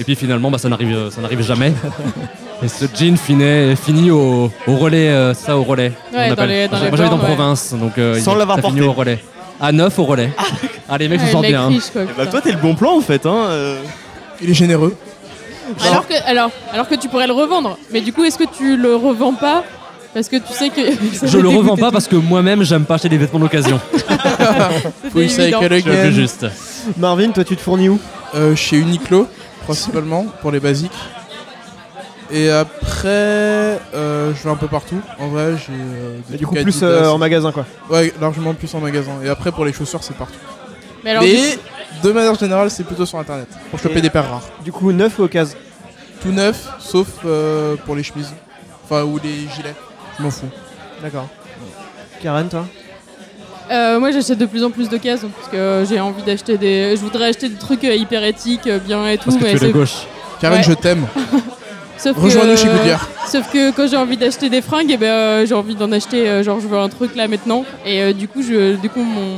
[SPEAKER 3] Et puis finalement, bah, ça n'arrive, euh, ça n'arrive jamais. Et ce jean finit, finit au, au relais, euh, ça au relais.
[SPEAKER 6] Ouais,
[SPEAKER 3] on
[SPEAKER 6] dans
[SPEAKER 3] appelle.
[SPEAKER 6] les- dans
[SPEAKER 3] Moi,
[SPEAKER 6] les
[SPEAKER 3] j'habite en
[SPEAKER 6] bornes, ouais.
[SPEAKER 3] province, donc euh,
[SPEAKER 8] Sans
[SPEAKER 3] il-
[SPEAKER 8] l'avoir
[SPEAKER 3] ça finit au
[SPEAKER 8] porté.
[SPEAKER 3] relais. À 9 au relais. Ah, les mecs, se
[SPEAKER 6] Ouais,
[SPEAKER 3] sortent
[SPEAKER 6] mec
[SPEAKER 3] bien. hein.
[SPEAKER 6] riche, quoi,
[SPEAKER 8] Bah,
[SPEAKER 6] putain.
[SPEAKER 8] toi, t'es le bon plan, en fait, hein. euh.
[SPEAKER 7] Il est généreux.
[SPEAKER 6] alors, que, alors, alors que tu pourrais le revendre. Mais du coup, est-ce que tu le revends pas Parce que tu sais que. ça
[SPEAKER 3] Je
[SPEAKER 6] va
[SPEAKER 3] le revends
[SPEAKER 6] dégoûter
[SPEAKER 3] pas parce que moi-même, j'aime pas acheter des vêtements d'occasion.
[SPEAKER 6] tout.
[SPEAKER 7] Faut
[SPEAKER 6] C'était
[SPEAKER 7] essayer
[SPEAKER 6] évident.
[SPEAKER 7] avec
[SPEAKER 3] Je le fais
[SPEAKER 7] Again.
[SPEAKER 3] juste.
[SPEAKER 1] Marvin, toi tu te fournis où
[SPEAKER 7] Euh, chez Uniqlo, principalement, pour les basiques. Et après, euh, je vais un peu partout. En vrai, j'ai. euh, des
[SPEAKER 1] Mais du
[SPEAKER 7] trucs
[SPEAKER 1] coup,
[SPEAKER 7] à
[SPEAKER 1] plus
[SPEAKER 7] Adidas.
[SPEAKER 1] euh, en magasin quoi.
[SPEAKER 7] Ouais, largement plus en magasin. Et après, pour les chaussures, c'est partout.
[SPEAKER 6] Mais alors, du
[SPEAKER 7] Mais
[SPEAKER 6] coup-
[SPEAKER 7] de manière générale, c'est plutôt sur internet pour choper
[SPEAKER 1] Et-
[SPEAKER 7] des paires rares.
[SPEAKER 1] Du coup, neuf ou occasion
[SPEAKER 7] Tout neuf, sauf euh, pour les chemises. Enfin, ou les gilets. Je m'en fous.
[SPEAKER 1] D'accord. Karen, toi
[SPEAKER 6] Euh, moi, j'achète de plus en plus d'occasions parce que euh, j'ai envie d'acheter des. Je voudrais acheter des trucs euh, hyper éthiques, euh, bien et tout.
[SPEAKER 3] Parce que tu
[SPEAKER 6] mais
[SPEAKER 3] es de
[SPEAKER 6] c'est-
[SPEAKER 3] gauche.
[SPEAKER 7] Karen,
[SPEAKER 6] Ouais.
[SPEAKER 7] je t'aime.
[SPEAKER 6] Sauf que-
[SPEAKER 4] Euh,
[SPEAKER 7] Rejoins-nous chez Goodyear.
[SPEAKER 6] Sauf que quand j'ai envie d'acheter des fringues, eh ben, euh, j'ai envie d'en acheter, euh, genre je veux un truc là maintenant. Et euh, du coup, je, du coup mon,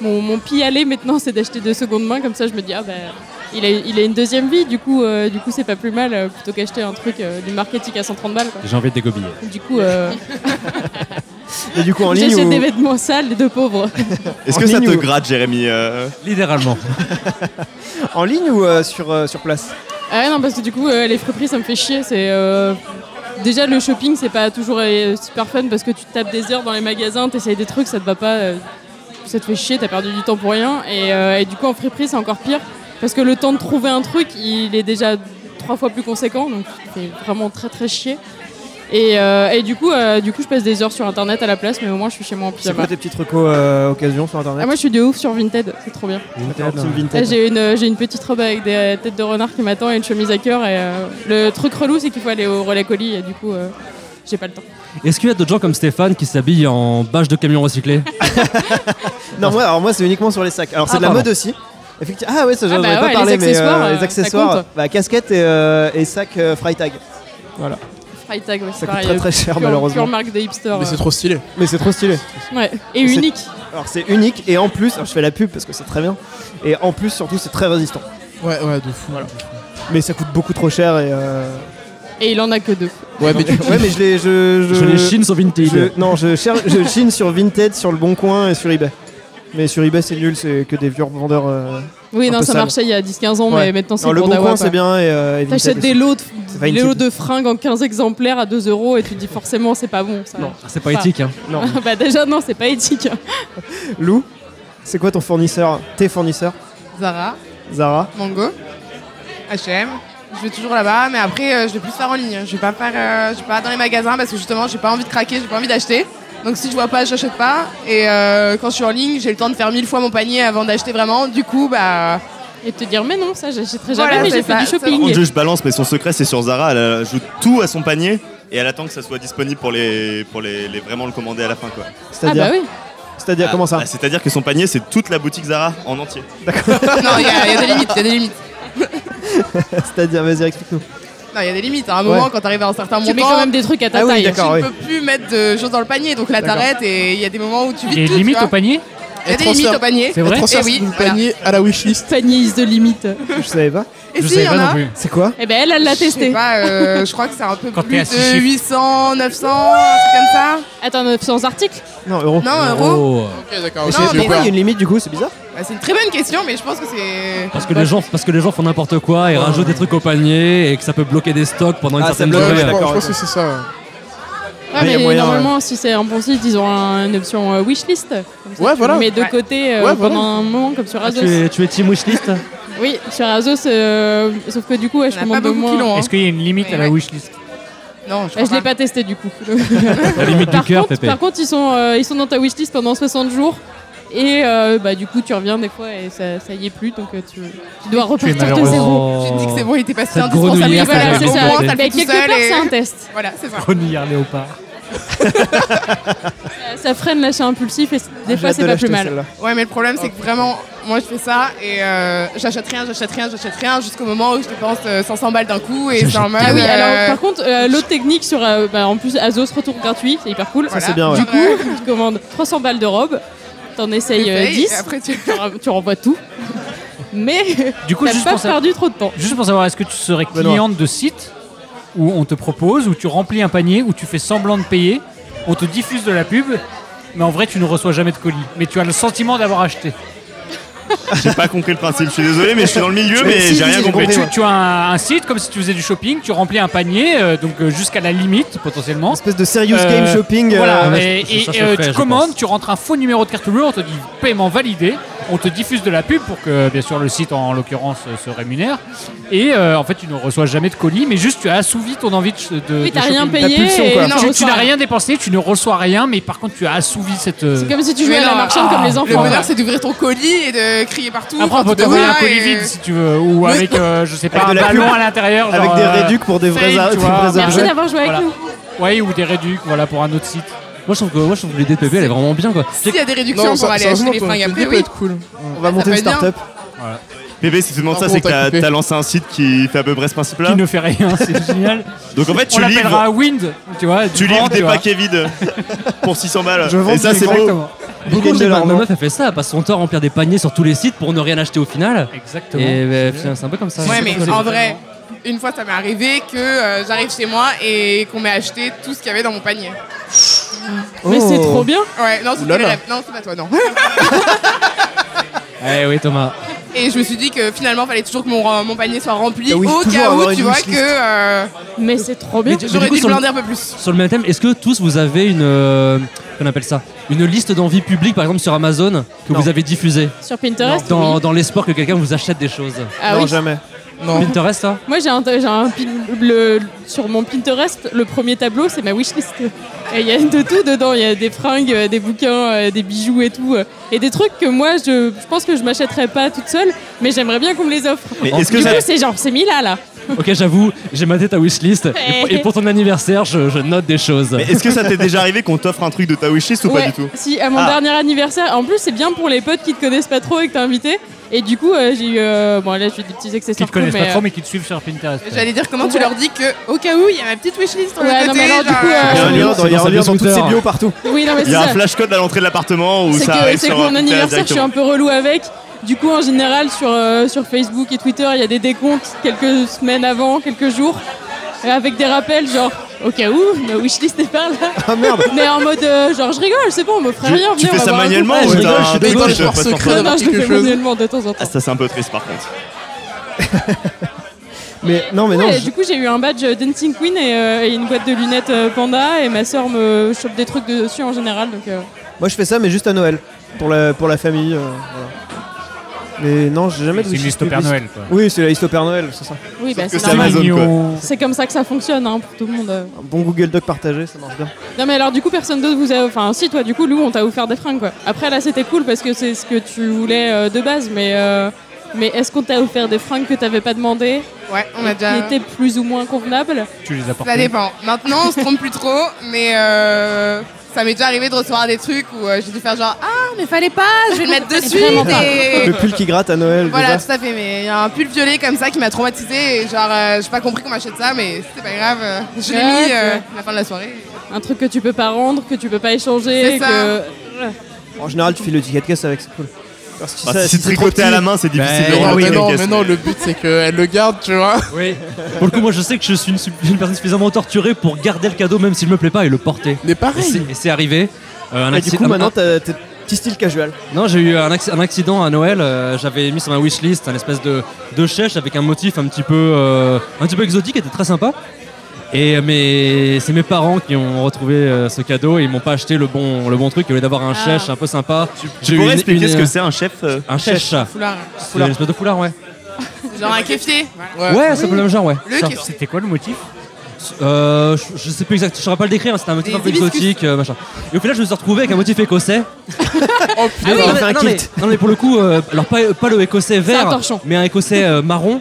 [SPEAKER 6] mon, mon pis aller maintenant, c'est d'acheter de seconde main. Comme ça, je me dis, ah ben, il a, il a une deuxième vie. Du coup, euh, du coup c'est pas plus mal euh, plutôt qu'acheter un truc euh, du marketing à 130 balles. quoi.
[SPEAKER 3] J'ai envie de dégobiller.
[SPEAKER 6] Du coup, euh,
[SPEAKER 1] Et du coup, en ligne
[SPEAKER 6] j'achète des
[SPEAKER 1] ou...
[SPEAKER 6] vêtements sales de pauvres.
[SPEAKER 8] Est-ce
[SPEAKER 1] En
[SPEAKER 8] que ça
[SPEAKER 1] ligne
[SPEAKER 8] te
[SPEAKER 1] ou-
[SPEAKER 8] gratte, Jérémy euh,
[SPEAKER 3] Littéralement.
[SPEAKER 1] en ligne ou euh, sur, euh, sur place
[SPEAKER 6] Ah non, parce que du coup, euh, les friperies, ça me fait chier. C'est euh, déjà le shopping, c'est pas toujours euh, super fun parce que tu te tapes des heures dans les magasins, t'essayes des trucs, ça te va pas, euh, ça te fait chier, t'as perdu du temps pour rien. Et, euh, et du coup, en friperie, c'est encore pire parce que le temps de trouver un truc, il est déjà trois fois plus conséquent, donc c'est vraiment très très chier. Et, euh, et du coup, euh, du coup, je passe des heures sur internet à la place, mais au moins, je suis chez moi en
[SPEAKER 1] C'est
[SPEAKER 6] pyjama.
[SPEAKER 1] quoi tes petites recos euh, occasion sur
[SPEAKER 6] Ah,
[SPEAKER 1] internet
[SPEAKER 6] moi, je suis de ouf sur Vinted, c'est trop bien.
[SPEAKER 1] D'accord, Team
[SPEAKER 6] Là,
[SPEAKER 1] Vinted.
[SPEAKER 6] j'ai une, euh, j'ai une petite robe avec des euh, têtes de renard qui m'attend et une chemise à cœur. Et euh, le truc relou, c'est qu'il faut aller au relais colis et du coup, euh, j'ai pas le temps.
[SPEAKER 3] Est-ce qu'il y a d'autres gens comme Stéphane qui s'habillent en bâche de camion recyclé
[SPEAKER 1] Non, moi, alors moi, c'est uniquement sur les sacs. Alors, c'est
[SPEAKER 3] Ah,
[SPEAKER 1] de la
[SPEAKER 3] pardon.
[SPEAKER 1] mode aussi. Effectivement. Ah ouais, ça
[SPEAKER 6] Ah,
[SPEAKER 1] j'en
[SPEAKER 6] bah
[SPEAKER 1] avais
[SPEAKER 6] ouais,
[SPEAKER 1] pas
[SPEAKER 6] les
[SPEAKER 1] parlé, mais euh,
[SPEAKER 6] accessoires, euh,
[SPEAKER 1] les
[SPEAKER 6] ça
[SPEAKER 1] accessoires,
[SPEAKER 6] compte.
[SPEAKER 1] bah, casquette et, euh, et sac euh, Freitag.
[SPEAKER 6] Freitag, ouais, c'est
[SPEAKER 1] Ça coûte
[SPEAKER 6] pareil.
[SPEAKER 1] très très cher
[SPEAKER 6] Pure-
[SPEAKER 1] malheureusement.
[SPEAKER 6] pure marque de hipster.
[SPEAKER 7] Mais
[SPEAKER 6] euh.
[SPEAKER 7] c'est trop stylé.
[SPEAKER 1] Mais c'est trop stylé.
[SPEAKER 6] Ouais. Et
[SPEAKER 1] c'est-
[SPEAKER 6] unique.
[SPEAKER 1] Alors c'est unique et en plus, alors, je fais la pub parce que c'est très bien. Et en plus surtout c'est très résistant.
[SPEAKER 7] Ouais, ouais, de fou.
[SPEAKER 1] Mais ça coûte beaucoup trop cher et. euh,
[SPEAKER 6] Et il en a que deux.
[SPEAKER 7] Ouais, mais du coup,
[SPEAKER 1] Ouais mais je les je, je,
[SPEAKER 3] Je les chine sur Vinted.
[SPEAKER 1] je- non je cherche je chine sur Vinted, sur le Bon Coin et sur eBay. Mais sur eBay c'est nul, c'est que des vieux vendeurs.
[SPEAKER 6] Oui,
[SPEAKER 1] Un
[SPEAKER 6] non,
[SPEAKER 1] peu
[SPEAKER 6] ça
[SPEAKER 1] sale.
[SPEAKER 6] marchait il y a 10-15 ans, mais maintenant c'est
[SPEAKER 1] le
[SPEAKER 6] pour
[SPEAKER 1] Bon
[SPEAKER 6] d'avoir,
[SPEAKER 1] Coin
[SPEAKER 6] quoi.
[SPEAKER 1] c'est bien et, euh, et Vinted
[SPEAKER 6] T'achètes des
[SPEAKER 1] aussi.
[SPEAKER 6] lots, de,
[SPEAKER 1] C'est
[SPEAKER 6] des
[SPEAKER 1] Vinted.
[SPEAKER 6] lots de fringues en 15 exemplaires à 2 euros et tu te dis forcément c'est pas bon ça.
[SPEAKER 1] Non.
[SPEAKER 3] Ah, C'est pas éthique. Hein.
[SPEAKER 1] Non.
[SPEAKER 6] bah déjà non, c'est pas éthique.
[SPEAKER 1] Lou, c'est quoi ton fournisseur Tes fournisseurs
[SPEAKER 4] Zara,
[SPEAKER 1] Zara.
[SPEAKER 4] Mango, H&M. Je vais toujours là-bas, mais après euh, je vais plus faire en ligne. Je vais pas faire, euh, je vais pas dans les magasins parce que justement j'ai pas envie de craquer, j'ai pas envie d'acheter. Donc si je vois pas, j'achète pas. Et euh, quand je suis en ligne, j'ai le temps de faire mille fois mon panier avant d'acheter vraiment. Du coup, bah
[SPEAKER 6] Et te dire mais non, ça j'achèterai jamais,
[SPEAKER 4] Voilà,
[SPEAKER 6] mais
[SPEAKER 4] c'est
[SPEAKER 6] j'ai fait
[SPEAKER 4] ça,
[SPEAKER 6] du
[SPEAKER 4] ça.
[SPEAKER 8] Par
[SPEAKER 6] shopping. Ah,
[SPEAKER 8] contre, je- je balance, mais son secret, c'est sur Zara. Elle ajoute tout à son panier et elle attend que ça soit disponible pour les, pour les, les- vraiment le commander à la fin, quoi.
[SPEAKER 6] Ah
[SPEAKER 1] C'est-à-dire
[SPEAKER 6] bah oui.
[SPEAKER 1] C'est-à-dire
[SPEAKER 8] Ah,
[SPEAKER 1] comment ça
[SPEAKER 8] bah, C'est-à-dire que son panier, c'est toute la boutique Zara en entier.
[SPEAKER 4] non, il y, a il y a des limites, il y a des limites.
[SPEAKER 1] C'est-à-dire vas-y explique-nous.
[SPEAKER 4] Non, il y a des limites. À un moment,
[SPEAKER 1] Ouais.
[SPEAKER 4] quand t'arrives à un certain
[SPEAKER 6] Tu mets quand
[SPEAKER 4] montant,
[SPEAKER 6] même des trucs à ta
[SPEAKER 1] Ah oui,
[SPEAKER 6] taille.
[SPEAKER 1] d'accord.
[SPEAKER 4] tu
[SPEAKER 1] ouais.
[SPEAKER 4] ne peux plus mettre de choses dans le panier. Donc là,
[SPEAKER 1] D'accord.
[SPEAKER 4] t'arrêtes et il y a des moments où tu
[SPEAKER 9] Il y a
[SPEAKER 4] vides
[SPEAKER 9] une
[SPEAKER 4] tout.
[SPEAKER 9] limite
[SPEAKER 4] tu
[SPEAKER 9] au
[SPEAKER 4] vois.
[SPEAKER 9] panier
[SPEAKER 4] Il y a des
[SPEAKER 7] Et
[SPEAKER 4] limites
[SPEAKER 7] transfert.
[SPEAKER 4] au panier.
[SPEAKER 9] C'est hein. vrai
[SPEAKER 7] transfert
[SPEAKER 4] Eh oui,
[SPEAKER 7] du
[SPEAKER 4] voilà.
[SPEAKER 7] panier à la wishlist.
[SPEAKER 6] Fanny's de limite.
[SPEAKER 1] Je savais pas.
[SPEAKER 4] Et
[SPEAKER 9] Je
[SPEAKER 4] si, il
[SPEAKER 9] savais
[SPEAKER 4] y en
[SPEAKER 9] pas non
[SPEAKER 4] a.
[SPEAKER 9] plus.
[SPEAKER 1] C'est quoi
[SPEAKER 6] Eh ben elle, elle l'a
[SPEAKER 4] Je sais
[SPEAKER 6] testé.
[SPEAKER 4] pas, euh, je crois que c'est un peu
[SPEAKER 9] Quand
[SPEAKER 4] plus
[SPEAKER 9] t'es à six
[SPEAKER 4] de
[SPEAKER 9] chiffres.
[SPEAKER 4] 800, 900, un truc comme ça.
[SPEAKER 6] Attends, 900 articles
[SPEAKER 1] Non, euro.
[SPEAKER 4] Non, euro.
[SPEAKER 3] Oh.
[SPEAKER 7] Ok, d'accord.
[SPEAKER 4] Non,
[SPEAKER 7] ok,
[SPEAKER 4] mais-
[SPEAKER 1] Pourquoi
[SPEAKER 7] j'ai
[SPEAKER 1] il y a
[SPEAKER 7] peur.
[SPEAKER 1] une limite du coup, c'est bizarre
[SPEAKER 4] Bah, c'est une très bonne question, mais je pense que c'est.
[SPEAKER 3] Parce que, les gens, parce que les gens font n'importe quoi et rajoutent des trucs au panier et que ça peut bloquer des stocks pendant une
[SPEAKER 1] Ah, ça
[SPEAKER 3] certaine
[SPEAKER 1] bloque,
[SPEAKER 7] Ouais,
[SPEAKER 3] durée.
[SPEAKER 7] je
[SPEAKER 1] d'accord,
[SPEAKER 7] pense- je
[SPEAKER 1] ok.
[SPEAKER 7] pense que c'est ça. ouais.
[SPEAKER 6] Ouais,
[SPEAKER 1] Ouais, y a
[SPEAKER 6] mais
[SPEAKER 1] moyen,
[SPEAKER 6] normalement, si c'est un bon site, ils ont un- une option euh, wishlist. Comme ça,
[SPEAKER 7] Ouais,
[SPEAKER 6] tu
[SPEAKER 7] voilà.
[SPEAKER 6] le mets de
[SPEAKER 4] Ouais.
[SPEAKER 6] côté euh,
[SPEAKER 7] Ouais, voilà.
[SPEAKER 6] pendant un moment, comme sur Azos.
[SPEAKER 3] Tu es, tu es team wishlist
[SPEAKER 6] Oui, sur Azos, euh, sauf que du coup, ouais, je
[SPEAKER 4] Il y en a pas
[SPEAKER 6] commande au
[SPEAKER 4] beaucoup qui l'ont,
[SPEAKER 6] moins.
[SPEAKER 4] hein.
[SPEAKER 9] Est-ce qu'il y a une limite
[SPEAKER 4] Ouais,
[SPEAKER 9] à la
[SPEAKER 4] ouais.
[SPEAKER 9] wishlist
[SPEAKER 4] Non, je
[SPEAKER 6] Bah,
[SPEAKER 4] crois
[SPEAKER 6] je l'ai
[SPEAKER 4] pas.
[SPEAKER 6] pas testé du coup.
[SPEAKER 3] La limite du
[SPEAKER 6] par,
[SPEAKER 3] cœur,
[SPEAKER 6] contre,
[SPEAKER 3] Pépé.
[SPEAKER 6] par contre, ils sont, euh, ils sont dans ta wishlist pendant 60 jours. Et euh, bah, du coup, tu reviens des fois et ça, ça y est plus, donc euh, tu, tu dois repartir de
[SPEAKER 9] malheureuse.
[SPEAKER 6] zéro.
[SPEAKER 3] Oh.
[SPEAKER 4] Tu te dis que c'est bon, il était pas si
[SPEAKER 3] Cette
[SPEAKER 4] indispensable.
[SPEAKER 3] grenouillère
[SPEAKER 4] Et voilà,
[SPEAKER 3] qui a
[SPEAKER 4] c'est
[SPEAKER 6] c'est
[SPEAKER 3] raison,
[SPEAKER 4] ça.
[SPEAKER 6] ça.
[SPEAKER 4] Au moins, t'as
[SPEAKER 6] Mais
[SPEAKER 4] fait tout
[SPEAKER 6] quelque
[SPEAKER 4] seul
[SPEAKER 6] part,
[SPEAKER 4] et-
[SPEAKER 6] c'est un test.
[SPEAKER 4] Voilà, c'est ça.
[SPEAKER 9] Renouillard léopard.
[SPEAKER 6] Ça freine l'achat impulsif et c- des
[SPEAKER 1] J'ai
[SPEAKER 6] fois,
[SPEAKER 1] hâte
[SPEAKER 6] c'est
[SPEAKER 1] de
[SPEAKER 6] pas plus
[SPEAKER 1] l'acheter,
[SPEAKER 6] mal.
[SPEAKER 1] celle-là.
[SPEAKER 4] Ouais, mais le problème, c'est que vraiment, moi, je fais ça et euh, j'achète rien, j'achète rien, j'achète rien, jusqu'au moment où je dépense euh, 500 balles d'un coup et c'est en mode.
[SPEAKER 6] Ah oui,
[SPEAKER 4] euh,
[SPEAKER 6] alors par contre, euh, l'autre technique sur. euh, bah, en plus, Azos, retour gratuit, c'est hyper cool.
[SPEAKER 1] Ça, c'est bien, ouais.
[SPEAKER 6] Du coup, tu commandes 300 balles de robe, t'en essayes euh,
[SPEAKER 4] t'essayes, et
[SPEAKER 6] 10,
[SPEAKER 4] Après, tu.
[SPEAKER 6] tu, ren- tu renvoies tout. Mais
[SPEAKER 9] Du coup,
[SPEAKER 6] t'as
[SPEAKER 9] juste
[SPEAKER 6] pas
[SPEAKER 9] pour, ça-
[SPEAKER 6] perdu trop de temps.
[SPEAKER 9] juste pour savoir, est-ce que tu serais
[SPEAKER 1] Benoît.
[SPEAKER 9] cliente de sites où on te propose, où tu remplis un panier, où tu fais semblant de payer, on te diffuse de la pub, mais en vrai, tu ne reçois jamais de colis. Mais tu as le sentiment d'avoir acheté.
[SPEAKER 8] J'ai pas compris le principe, je suis désolé, mais je suis dans le milieu,
[SPEAKER 1] Si,
[SPEAKER 8] mais
[SPEAKER 1] si,
[SPEAKER 8] j'ai rien
[SPEAKER 1] si, j'ai
[SPEAKER 8] compris.
[SPEAKER 1] compris,
[SPEAKER 8] Tu-
[SPEAKER 1] ouais.
[SPEAKER 9] Tu as un, un site comme si tu faisais du shopping, tu remplis un panier, euh, donc euh, jusqu'à la limite potentiellement.
[SPEAKER 1] espèce de serious game
[SPEAKER 9] Euh,
[SPEAKER 1] shopping.
[SPEAKER 9] Voilà,
[SPEAKER 1] euh,
[SPEAKER 9] et,
[SPEAKER 3] je- je
[SPEAKER 9] et,
[SPEAKER 3] cherche
[SPEAKER 9] et,
[SPEAKER 3] le
[SPEAKER 9] euh,
[SPEAKER 3] fait,
[SPEAKER 9] tu
[SPEAKER 3] je
[SPEAKER 9] commandes,
[SPEAKER 3] pense.
[SPEAKER 9] tu rentres un faux numéro de carte bleue, on te dit paiement validé, on te diffuse de la pub pour que bien sûr le site en l'occurrence euh, se rémunère. Et euh, en fait, tu ne reçois jamais de colis, mais juste tu as assouvi ton envie de, ch-
[SPEAKER 4] Euh,
[SPEAKER 9] de,
[SPEAKER 6] Oui,
[SPEAKER 9] de
[SPEAKER 6] t'as rien
[SPEAKER 9] shopping.
[SPEAKER 6] payé.
[SPEAKER 7] pulsion,
[SPEAKER 6] et
[SPEAKER 7] quoi.
[SPEAKER 6] t'en
[SPEAKER 9] Tu- Tu,
[SPEAKER 6] reçois
[SPEAKER 9] n'as rien dépensé, tu ne reçois rien, mais par contre, tu as assouvi cette. euh,
[SPEAKER 6] C'est comme si tu jouais
[SPEAKER 4] Mais
[SPEAKER 6] à la
[SPEAKER 4] non,
[SPEAKER 6] marchande
[SPEAKER 4] ah,
[SPEAKER 6] comme les
[SPEAKER 4] Le
[SPEAKER 6] enfants.
[SPEAKER 4] bonheur, c'est d'ouvrir ton colis et de crier partout.
[SPEAKER 9] Après, on
[SPEAKER 4] quand
[SPEAKER 9] peut
[SPEAKER 4] on te
[SPEAKER 9] t'envoyer
[SPEAKER 4] voit
[SPEAKER 9] un colis
[SPEAKER 4] et-
[SPEAKER 9] vide si tu veux, ou avec, euh, je sais pas,
[SPEAKER 1] Avec
[SPEAKER 9] un
[SPEAKER 1] de la
[SPEAKER 9] ballon
[SPEAKER 1] pub.
[SPEAKER 9] à l'intérieur.
[SPEAKER 1] avec
[SPEAKER 9] genre,
[SPEAKER 1] des
[SPEAKER 9] euh,
[SPEAKER 1] réducs pour des vrais,
[SPEAKER 9] Fade,
[SPEAKER 1] ar-
[SPEAKER 9] tu
[SPEAKER 1] des
[SPEAKER 9] vois.
[SPEAKER 1] vrais
[SPEAKER 6] Merci
[SPEAKER 1] objets.
[SPEAKER 6] d'avoir joué avec
[SPEAKER 9] Voilà.
[SPEAKER 6] nous.
[SPEAKER 9] Ouais, ou des réducs, voilà, pour un autre site.
[SPEAKER 3] Moi, je trouve que, moi, je trouve que l'idée de PB, elle est vraiment bien, quoi.
[SPEAKER 4] euh, S'il y a des réductions
[SPEAKER 7] Non,
[SPEAKER 4] pour
[SPEAKER 7] ça-
[SPEAKER 4] aller
[SPEAKER 7] sérieusement,
[SPEAKER 4] acheter les
[SPEAKER 7] ton
[SPEAKER 4] fringues
[SPEAKER 7] ton
[SPEAKER 4] après,
[SPEAKER 7] idée peut
[SPEAKER 4] oui.
[SPEAKER 7] être cool.
[SPEAKER 1] On va monter
[SPEAKER 4] peut
[SPEAKER 1] une
[SPEAKER 4] être bien.
[SPEAKER 1] start-up.
[SPEAKER 8] Bébé, si tu demandes ça,
[SPEAKER 7] Pardon,
[SPEAKER 8] c'est que
[SPEAKER 7] t'as
[SPEAKER 8] t'as
[SPEAKER 7] coupé.
[SPEAKER 8] t'as lancé un site qui fait à peu près ce principe-là.
[SPEAKER 9] Qui ne fait rien, c'est génial.
[SPEAKER 8] Donc en fait,
[SPEAKER 9] on
[SPEAKER 8] tu livres,
[SPEAKER 9] l'appellera Wind, tu vois.
[SPEAKER 8] tu
[SPEAKER 9] du vent,
[SPEAKER 8] livres
[SPEAKER 9] tu
[SPEAKER 8] des
[SPEAKER 9] vois.
[SPEAKER 8] paquets vides pour 600 balles.
[SPEAKER 1] Je vends
[SPEAKER 8] Et ça,
[SPEAKER 1] du
[SPEAKER 8] c'est beau.
[SPEAKER 9] Exactement.
[SPEAKER 1] Beaucoup
[SPEAKER 3] Pourquoi
[SPEAKER 1] de
[SPEAKER 3] j'ai pas-
[SPEAKER 1] dollars,
[SPEAKER 3] ma
[SPEAKER 1] non
[SPEAKER 3] meuf, elle fait ça, elle passe son temps à remplir des paniers sur tous les sites pour ne rien acheter au final.
[SPEAKER 9] Exactement.
[SPEAKER 3] Et ben, putain, c'est un peu comme ça.
[SPEAKER 4] Ouais, mais en vrai, une fois, ça m'est arrivé que euh, j'arrive chez moi et qu'on m'ait acheté tout ce qu'il y avait dans mon panier.
[SPEAKER 6] Mais c'est
[SPEAKER 1] Oh.
[SPEAKER 6] trop bien.
[SPEAKER 4] Ouais, non, c'est
[SPEAKER 7] Oulala.
[SPEAKER 4] les rêves. Non, c'est pas toi, non.
[SPEAKER 3] Eh oui, Thomas.
[SPEAKER 4] Et je me suis dit que finalement, fallait toujours que mon, mon panier soit rempli
[SPEAKER 1] Ah oui,
[SPEAKER 4] au
[SPEAKER 1] toujours
[SPEAKER 4] cas
[SPEAKER 1] avoir
[SPEAKER 4] où,
[SPEAKER 1] une
[SPEAKER 4] tu vois, que
[SPEAKER 1] wishlist.
[SPEAKER 4] euh,
[SPEAKER 6] Mais c'est trop bien.
[SPEAKER 3] Mais du
[SPEAKER 4] j'aurais
[SPEAKER 3] coup,
[SPEAKER 4] dû
[SPEAKER 3] sur le-
[SPEAKER 4] blinder un peu plus.
[SPEAKER 3] Sur le même thème, est-ce que tous vous avez une. euh, qu'on appelle ça Une liste d'envie publique, par exemple sur Amazon, que vous avez diffusée
[SPEAKER 6] Sur Pinterest,
[SPEAKER 3] Dans,
[SPEAKER 6] oui.
[SPEAKER 3] dans l'espoir que quelqu'un vous achète des choses.
[SPEAKER 6] Ah
[SPEAKER 1] non,
[SPEAKER 6] oui.
[SPEAKER 1] jamais.
[SPEAKER 7] Non.
[SPEAKER 3] Pinterest, ça
[SPEAKER 6] Moi, j'ai un, j'ai un pin- le- sur mon Pinterest, le premier tableau, c'est ma wishlist. Et il y a de tout dedans. Il y a des fringues, euh, des bouquins, euh, des bijoux et tout. euh, Et des trucs que moi, je, je pense que je m'achèterais pas toute seule, mais j'aimerais bien qu'on me les offre.
[SPEAKER 8] Mais est-ce que
[SPEAKER 6] du
[SPEAKER 8] ça-
[SPEAKER 6] coup, c'est genre, c'est mis là, là.
[SPEAKER 3] Ok, j'avoue, j'ai maté ta wishlist. Et, pour- et pour ton anniversaire, je, je note des choses.
[SPEAKER 8] Mais Est-ce que ça t'est déjà arrivé qu'on t'offre un truc de ta wishlist ou pas
[SPEAKER 6] Ouais,
[SPEAKER 8] du tout
[SPEAKER 6] Si, à mon
[SPEAKER 8] Ah.
[SPEAKER 6] dernier anniversaire. En plus, c'est bien pour les potes qui te connaissent pas trop et que t'es invité. Et du coup, euh, j'ai eu. euh, bon, là, j'ai eu des petits
[SPEAKER 9] Qui
[SPEAKER 6] accessoires
[SPEAKER 9] te connaissent
[SPEAKER 6] cool,
[SPEAKER 9] pas
[SPEAKER 6] mais, euh,
[SPEAKER 9] trop, mais qui te suivent sur Pinterest.
[SPEAKER 4] J'allais dire comment tu leur dis que au cas où, il y a ma petite wishlist sur le
[SPEAKER 6] Ouais,
[SPEAKER 4] côté.
[SPEAKER 6] non, mais alors, du
[SPEAKER 4] genre,
[SPEAKER 6] coup, euh,
[SPEAKER 1] Il y a un
[SPEAKER 3] C'est
[SPEAKER 1] lien
[SPEAKER 3] dans
[SPEAKER 1] dans, il y a un
[SPEAKER 3] sa
[SPEAKER 1] lien
[SPEAKER 3] bio
[SPEAKER 1] dans toutes
[SPEAKER 3] Twitter.
[SPEAKER 1] ses bios partout.
[SPEAKER 6] euh, Oui, non, mais
[SPEAKER 8] Il
[SPEAKER 6] c'est
[SPEAKER 8] y a
[SPEAKER 6] ça.
[SPEAKER 8] un flashcode à l'entrée de l'appartement où
[SPEAKER 6] C'est
[SPEAKER 8] ça
[SPEAKER 6] que,
[SPEAKER 8] arrive
[SPEAKER 6] c'est
[SPEAKER 8] sur
[SPEAKER 6] que mon
[SPEAKER 8] Pinterest
[SPEAKER 6] anniversaire, je suis
[SPEAKER 8] directement.
[SPEAKER 6] un peu relou avec. Du coup, en général, sur, euh, sur Facebook et Twitter, il y a des décomptes quelques semaines avant, quelques jours, euh, avec des rappels genre au cas où, ma wishlist n'est pas là.
[SPEAKER 1] Ah merde
[SPEAKER 6] Mais en mode euh, genre je rigole, c'est bon, on m'offre
[SPEAKER 8] Tu-
[SPEAKER 6] rien.
[SPEAKER 8] Tu
[SPEAKER 6] venez, on
[SPEAKER 8] fais
[SPEAKER 6] va
[SPEAKER 8] ça
[SPEAKER 6] boire un coup.
[SPEAKER 8] manuellement
[SPEAKER 6] Ouais,
[SPEAKER 8] ou
[SPEAKER 6] je
[SPEAKER 8] t'as
[SPEAKER 6] rigole,
[SPEAKER 8] un
[SPEAKER 6] je
[SPEAKER 7] rigole,
[SPEAKER 8] t'as un
[SPEAKER 7] je suis
[SPEAKER 8] poste
[SPEAKER 7] secret.
[SPEAKER 8] en
[SPEAKER 7] fais
[SPEAKER 6] Non,
[SPEAKER 8] face
[SPEAKER 6] non, je le
[SPEAKER 7] quelque
[SPEAKER 6] fais
[SPEAKER 7] chose.
[SPEAKER 6] manuellement de temps en temps.
[SPEAKER 8] Ah, ça, c'est un peu triste par contre.
[SPEAKER 1] Mais non, mais non.
[SPEAKER 6] Ouais,
[SPEAKER 1] je-
[SPEAKER 6] du coup, j'ai eu un badge euh, Dancing Queen et, euh, et une boîte de lunettes euh, Panda et ma sœur me chope des trucs dessus en général. Donc, euh,
[SPEAKER 1] Moi, je fais ça, mais juste à Noël. Pour la, pour la famille. euh, voilà. Mais non, j'ai jamais de
[SPEAKER 9] C'est une
[SPEAKER 1] wishlist
[SPEAKER 9] liste au Père
[SPEAKER 1] publique.
[SPEAKER 9] Noël, quoi.
[SPEAKER 1] Oui, c'est la liste au Père Noël, c'est ça.
[SPEAKER 6] oui, bah,
[SPEAKER 8] que
[SPEAKER 6] c'est
[SPEAKER 8] c'est
[SPEAKER 6] normal.
[SPEAKER 8] Amazon,
[SPEAKER 9] Mignon.
[SPEAKER 6] C'est comme ça que ça fonctionne hein, pour tout le monde. euh.
[SPEAKER 1] Un bon Google Doc partagé, ça marche bien.
[SPEAKER 6] Non mais alors du coup personne d'autre vous a enfin si toi du coup Lou on t'a offert des fringues quoi. Après là c'était cool parce que c'est ce que tu voulais euh, de base mais euh, mais est-ce qu'on t'a offert des fringues que t'avais pas demandé
[SPEAKER 4] Ouais, on a
[SPEAKER 6] et
[SPEAKER 4] déjà.
[SPEAKER 6] qui étaient plus ou moins convenables
[SPEAKER 9] Tu les apportes.
[SPEAKER 4] Ça dépend. Maintenant, on se trompe plus trop, mais euh, ça m'est déjà arrivé de recevoir des trucs où euh, j'ai dû faire genre Ah, mais fallait pas, je vais le mettre dessus.
[SPEAKER 6] Vraiment pas.
[SPEAKER 1] Le pull qui gratte à Noël.
[SPEAKER 4] Voilà,
[SPEAKER 1] déjà.
[SPEAKER 4] tout à fait. Mais il y a un pull violet comme ça qui m'a traumatisé. Et genre, euh, j'ai pas compris qu'on m'achète ça, mais c'est pas grave. euh, Je l'ai
[SPEAKER 6] Ouais,
[SPEAKER 4] mis
[SPEAKER 6] tu
[SPEAKER 4] euh,
[SPEAKER 6] vois.
[SPEAKER 4] à la fin de la soirée.
[SPEAKER 6] Un truc que tu peux pas rendre, que tu peux pas échanger,
[SPEAKER 4] C'est ça.
[SPEAKER 6] que
[SPEAKER 1] En général, tu fais le ticket de caisse avec, c'est cool. Parce que
[SPEAKER 8] Bah,
[SPEAKER 1] ça,
[SPEAKER 8] si c'est
[SPEAKER 1] trop
[SPEAKER 8] tricoté à
[SPEAKER 1] petit-
[SPEAKER 8] la main, c'est difficile de
[SPEAKER 7] Mais non,
[SPEAKER 8] rendre
[SPEAKER 7] mais
[SPEAKER 8] le
[SPEAKER 7] non,
[SPEAKER 8] truc.
[SPEAKER 7] mais non, le but c'est qu'elle le garde, tu vois.
[SPEAKER 3] Oui. Pour le coup, moi, je sais que je suis une, sub- une personne suffisamment torturée pour garder le cadeau, même s'il me plaît pas, et le porter.
[SPEAKER 7] Mais
[SPEAKER 3] Et c'est-
[SPEAKER 7] pareil.
[SPEAKER 3] et c'est arrivé. Euh, un
[SPEAKER 1] Et du
[SPEAKER 3] acci-
[SPEAKER 1] coup,
[SPEAKER 3] un-
[SPEAKER 1] maintenant, t'as t'as petit style casual.
[SPEAKER 3] Non, j'ai eu un, acc- un accident à Noël. euh, J'avais mis sur ma wishlist un espèce de, de chèche avec un motif un petit peu, euh, un petit peu exotique, était très sympa. Et euh, mais c'est mes parents qui ont retrouvé euh, ce cadeau et ils m'ont pas acheté le bon, le bon truc. Au lieu d'avoir un
[SPEAKER 6] Ah.
[SPEAKER 3] chèche un peu sympa,
[SPEAKER 8] Tu pourrais expliquer ce que c'est un chef euh,
[SPEAKER 3] Un chèche,
[SPEAKER 4] Foulard.
[SPEAKER 3] c'est une espèce de foulard, ouais.
[SPEAKER 4] Genre un kéfier.
[SPEAKER 7] Ouais.
[SPEAKER 3] Ouais, c'est un peu le même genre, ouais.
[SPEAKER 4] Le
[SPEAKER 3] Ça.
[SPEAKER 4] kéfier.
[SPEAKER 9] C'était quoi le motif
[SPEAKER 3] Euh, je, je sais plus exact, je saurais pas le décrire, c'était un motif
[SPEAKER 4] Des
[SPEAKER 3] un peu
[SPEAKER 4] hibiscus.
[SPEAKER 3] exotique, euh, machin. Et au final, je me suis retrouvé avec un motif écossais.
[SPEAKER 7] Oh putain.
[SPEAKER 3] non,
[SPEAKER 1] on fait
[SPEAKER 3] mais,
[SPEAKER 1] un
[SPEAKER 3] Ah non, mais-
[SPEAKER 1] kilt.
[SPEAKER 3] non, mais pour le coup, euh, alors pas, pas le écossais
[SPEAKER 6] C'est un
[SPEAKER 3] vert,
[SPEAKER 6] torchon.
[SPEAKER 3] mais un écossais euh, marron.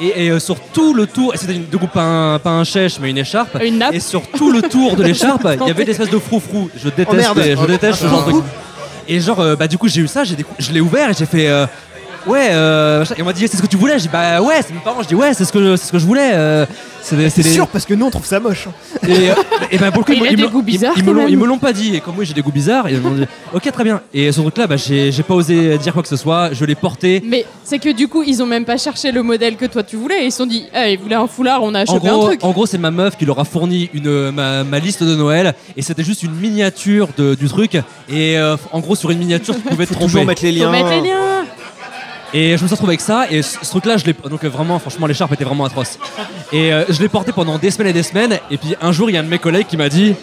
[SPEAKER 3] Et, et, euh, sur tout le tour, et c'était une- du coup pas un, pas un chèche mais une écharpe.
[SPEAKER 6] Une nappe.
[SPEAKER 3] Et sur tout le tour de l'écharpe, il y avait des espèces de froufrou. Je déteste,
[SPEAKER 1] Oh merde.
[SPEAKER 3] les- je
[SPEAKER 1] Oh,
[SPEAKER 3] déteste ce genre de truc. Et genre, euh, bah du coup, j'ai eu ça, j'ai décou- je l'ai ouvert et j'ai fait. euh, Ouais, euh, machin. et on m'a dit c'est ce que tu voulais. J'ai dit bah ouais, c'est mes parents. Je dis ouais, c'est ce que c'est ce que je voulais. euh, c'est des- c'est
[SPEAKER 1] C'est
[SPEAKER 3] des-
[SPEAKER 1] sûr, parce que nous, on trouve ça moche. hein.
[SPEAKER 3] et, euh, et ben pour le coup,
[SPEAKER 6] Il
[SPEAKER 3] ils me-
[SPEAKER 6] a
[SPEAKER 3] ils
[SPEAKER 6] des
[SPEAKER 3] me-
[SPEAKER 6] goûts bizarres,
[SPEAKER 3] ils me
[SPEAKER 6] quand
[SPEAKER 3] l'ont-
[SPEAKER 6] même.
[SPEAKER 3] ils me l'ont pas dit. Et comme moi j'ai des goûts bizarres, ils m'ont dit ok très bien. Et ce truc là, bah, j'ai j'ai pas osé dire quoi que ce soit. Je l'ai porté.
[SPEAKER 6] mais c'est que du coup, ils ont même pas cherché le modèle que toi tu voulais, ils se sont dit "Eh, ils voulaient un foulard, on a
[SPEAKER 3] En
[SPEAKER 6] chopé un
[SPEAKER 3] gros,
[SPEAKER 6] truc."
[SPEAKER 3] en gros, c'est ma meuf qui leur a fourni une, ma, ma liste de Noël et c'était juste une miniature de- du truc. Et euh, en gros, sur une miniature, tu pouvais te
[SPEAKER 1] Faut toujours
[SPEAKER 3] tromper.
[SPEAKER 1] mettre les
[SPEAKER 6] Faut
[SPEAKER 1] liens.
[SPEAKER 6] mettre les liens.
[SPEAKER 3] Et je me suis retrouvé avec ça, et ce ce truc-là, je l'ai. Donc euh, vraiment, franchement, l'écharpe était vraiment atroce. Et euh, je l'ai porté pendant des semaines et des semaines, et puis un jour, il y a un de mes collègues qui m'a dit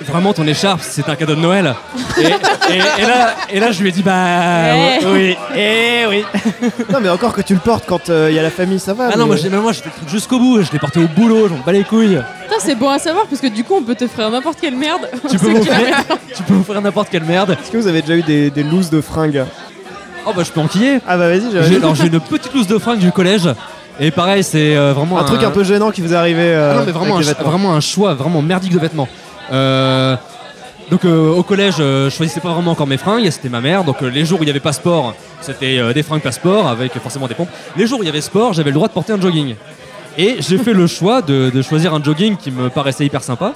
[SPEAKER 3] Vraiment, ton écharpe, c'est un cadeau de Noël. Et, et là, et là, je lui ai dit Bah.
[SPEAKER 6] Ouais.
[SPEAKER 3] Oui, et oui.
[SPEAKER 1] Non, mais encore que tu le portes quand euh, il y a la famille, ça va.
[SPEAKER 3] Ah non,
[SPEAKER 1] mais-
[SPEAKER 3] moi, j'ai- mais moi, j'ai fait le truc jusqu'au bout, je l'ai porté au boulot, j'en bats les couilles.
[SPEAKER 6] Putain, c'est bon à savoir parce que du coup, on peut te faire n'importe quelle merde.
[SPEAKER 3] Tu peux m'offrir, tu peux m'offrir n'importe quelle merde.
[SPEAKER 1] Est-ce que vous avez déjà eu des, des looses de fringues
[SPEAKER 3] Oh bah, je peux enquiller.
[SPEAKER 1] Ah bah vas-y,
[SPEAKER 3] J'ai-
[SPEAKER 1] j'ai
[SPEAKER 3] alors, j'ai une petite loose de fringues du collège. Et pareil, c'est euh, vraiment
[SPEAKER 1] un truc un peu gênant qui vous est arrivé. euh,
[SPEAKER 3] Ah non, mais vraiment, un,
[SPEAKER 1] avec les vêtements.
[SPEAKER 3] vraiment un choix vraiment merdique de vêtements. Euh, donc euh, au collège, euh, je choisissais pas vraiment encore mes fringues, c'était ma mère. Donc euh, les jours où il y avait pas sport, c'était euh, des fringues pas sport avec euh, forcément des pompes. Les jours où il y avait sport, j'avais le droit de porter un jogging. Et j'ai fait le choix de, de choisir un jogging qui me paraissait hyper sympa,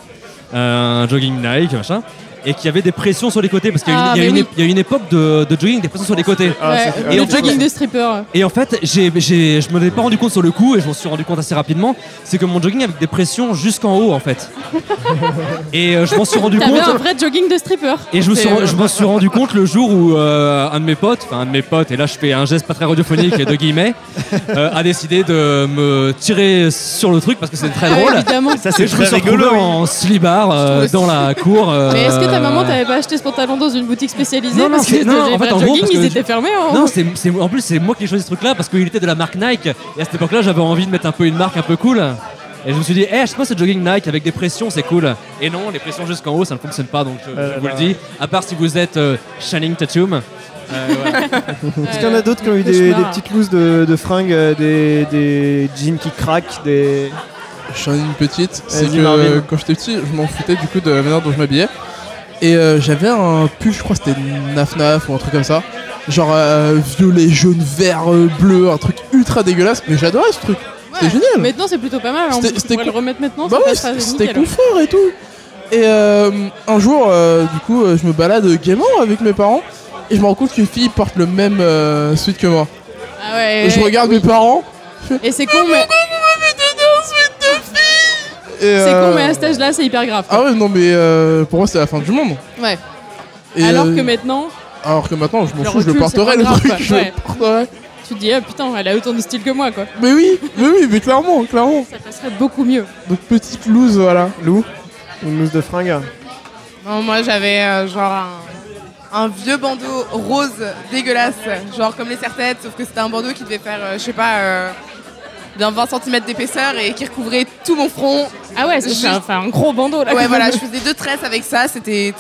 [SPEAKER 3] euh, un jogging Nike machin, et qui avait des pressions sur les côtés parce qu'il y a une,
[SPEAKER 6] Ah,
[SPEAKER 3] il y a
[SPEAKER 6] mais
[SPEAKER 3] une
[SPEAKER 6] oui.
[SPEAKER 3] ép- il y a une époque de, de jogging des pressions sur les côtés.
[SPEAKER 6] Ouais,
[SPEAKER 1] c'est-
[SPEAKER 3] Ah, et
[SPEAKER 6] le
[SPEAKER 3] en fait-
[SPEAKER 6] jogging de stripper.
[SPEAKER 3] Et en fait, j'ai, j'ai- je me l'ai pas rendu compte sur le coup, et je m'en suis rendu compte assez rapidement, c'est que mon jogging avait des pressions jusqu'en haut, en fait. et euh, je m'en suis rendu
[SPEAKER 6] T'avais
[SPEAKER 3] compte.
[SPEAKER 6] un vrai jogging de stripper.
[SPEAKER 3] Et je me, suis,
[SPEAKER 6] C'est-
[SPEAKER 3] ren- je m'en suis rendu compte le jour où euh, un de mes potes, enfin un de mes potes, et là je fais un geste pas très radiophonique de guillemets, euh, a décidé de me tirer sur le truc parce que c'est très
[SPEAKER 6] Ah oui,
[SPEAKER 3] drôle.
[SPEAKER 6] évidemment.
[SPEAKER 8] Ça,
[SPEAKER 3] Et
[SPEAKER 8] c'est
[SPEAKER 3] je me
[SPEAKER 8] très
[SPEAKER 3] suis retrouvé
[SPEAKER 8] rigolo.
[SPEAKER 3] en slibard euh,
[SPEAKER 6] Je trouve
[SPEAKER 3] dans la cour. euh,
[SPEAKER 6] Mais est-ce que ta maman t'avait pas acheté ce pantalon dans une boutique spécialisée
[SPEAKER 3] Non, non,
[SPEAKER 6] Parce que
[SPEAKER 3] c'est- non,
[SPEAKER 6] j'ai
[SPEAKER 3] en
[SPEAKER 6] pas
[SPEAKER 3] fait,
[SPEAKER 6] de
[SPEAKER 3] en gros,
[SPEAKER 6] jogging,
[SPEAKER 3] parce que
[SPEAKER 6] ils
[SPEAKER 3] je-
[SPEAKER 6] étaient fermés. hein. en-
[SPEAKER 3] Non, c'est, c'est- en plus, c'est moi qui ai choisi ce truc-là parce qu'il était de la marque Nike. Et à cette époque-là, j'avais envie de mettre un peu une marque un peu cool. Et je me suis dit, eh, je sais pas ce jogging Nike avec des pressions, c'est cool. Et non, les pressions jusqu'en haut, ça ne fonctionne pas, donc je, je vous le dis. À part si vous êtes euh, Shining Tatum. Euh, voilà.
[SPEAKER 1] Est-ce qu'il y en a d'autres qui ont eu des,
[SPEAKER 6] Cauchemar.
[SPEAKER 1] des petites looses de, de fringues, euh, des, des jeans qui craquent, des.
[SPEAKER 7] J'en ai une petite, c'est
[SPEAKER 1] Vas-y,
[SPEAKER 7] que
[SPEAKER 1] Marvin.
[SPEAKER 7] quand j'étais petit, je m'en foutais du coup de la manière dont je m'habillais. Et euh, j'avais un pull, je crois que c'était Naf Naf ou un truc comme ça. Genre euh, violet, jaune, vert, euh, bleu, un truc ultra dégueulasse. Mais j'adorais ce truc. C'était génial.
[SPEAKER 6] Maintenant, c'est plutôt pas mal. hein. On
[SPEAKER 7] C'était- c'était
[SPEAKER 6] pourrait le
[SPEAKER 7] con-
[SPEAKER 6] remettre maintenant.
[SPEAKER 7] Bah
[SPEAKER 6] ça
[SPEAKER 7] ouais,
[SPEAKER 6] passera
[SPEAKER 7] c'était
[SPEAKER 6] nickel.
[SPEAKER 7] confort et tout. Et euh, un jour, euh, du coup, euh, je me balade gaiement avec mes parents et je me rends compte qu'une fille porte le même euh, suite que moi.
[SPEAKER 6] Ah ouais,
[SPEAKER 7] et je
[SPEAKER 6] ouais.
[SPEAKER 7] regarde mes parents.
[SPEAKER 6] Et c'est con, mais
[SPEAKER 7] et,
[SPEAKER 6] c'est
[SPEAKER 7] euh,
[SPEAKER 6] con, mais à cet âge-là, c'est hyper grave.
[SPEAKER 7] Ah ouais, non, mais euh, pour moi, c'est la fin du monde.
[SPEAKER 6] Ouais.
[SPEAKER 7] Et,
[SPEAKER 6] Alors
[SPEAKER 7] euh,
[SPEAKER 6] que maintenant,
[SPEAKER 7] alors que maintenant, je m'en
[SPEAKER 6] le
[SPEAKER 7] fous, je le
[SPEAKER 6] recul, c'est pas
[SPEAKER 7] porterai le
[SPEAKER 6] grave,
[SPEAKER 7] truc.
[SPEAKER 6] quoi.
[SPEAKER 7] Je
[SPEAKER 6] Ouais.
[SPEAKER 7] le porterai.
[SPEAKER 6] tu te dis ah putain, elle a autant de style que moi, quoi.
[SPEAKER 7] Mais oui, mais oui, mais clairement, clairement.
[SPEAKER 6] Ça passerait beaucoup mieux.
[SPEAKER 7] Donc, petite loose, voilà.
[SPEAKER 1] Lou Une loose de fringues
[SPEAKER 4] Non, moi j'avais euh, genre un, un vieux bandeau rose dégueulasse, genre comme les serre-têtes, sauf que c'était un bandeau qui devait faire, euh, je sais pas, euh, bien 20 cm d'épaisseur et qui recouvrait tout mon front.
[SPEAKER 6] Ah ouais, ça
[SPEAKER 4] Juste-
[SPEAKER 6] fait un, fait un gros bandeau là.
[SPEAKER 4] Ouais, voilà, je faisais deux tresses avec ça, c'était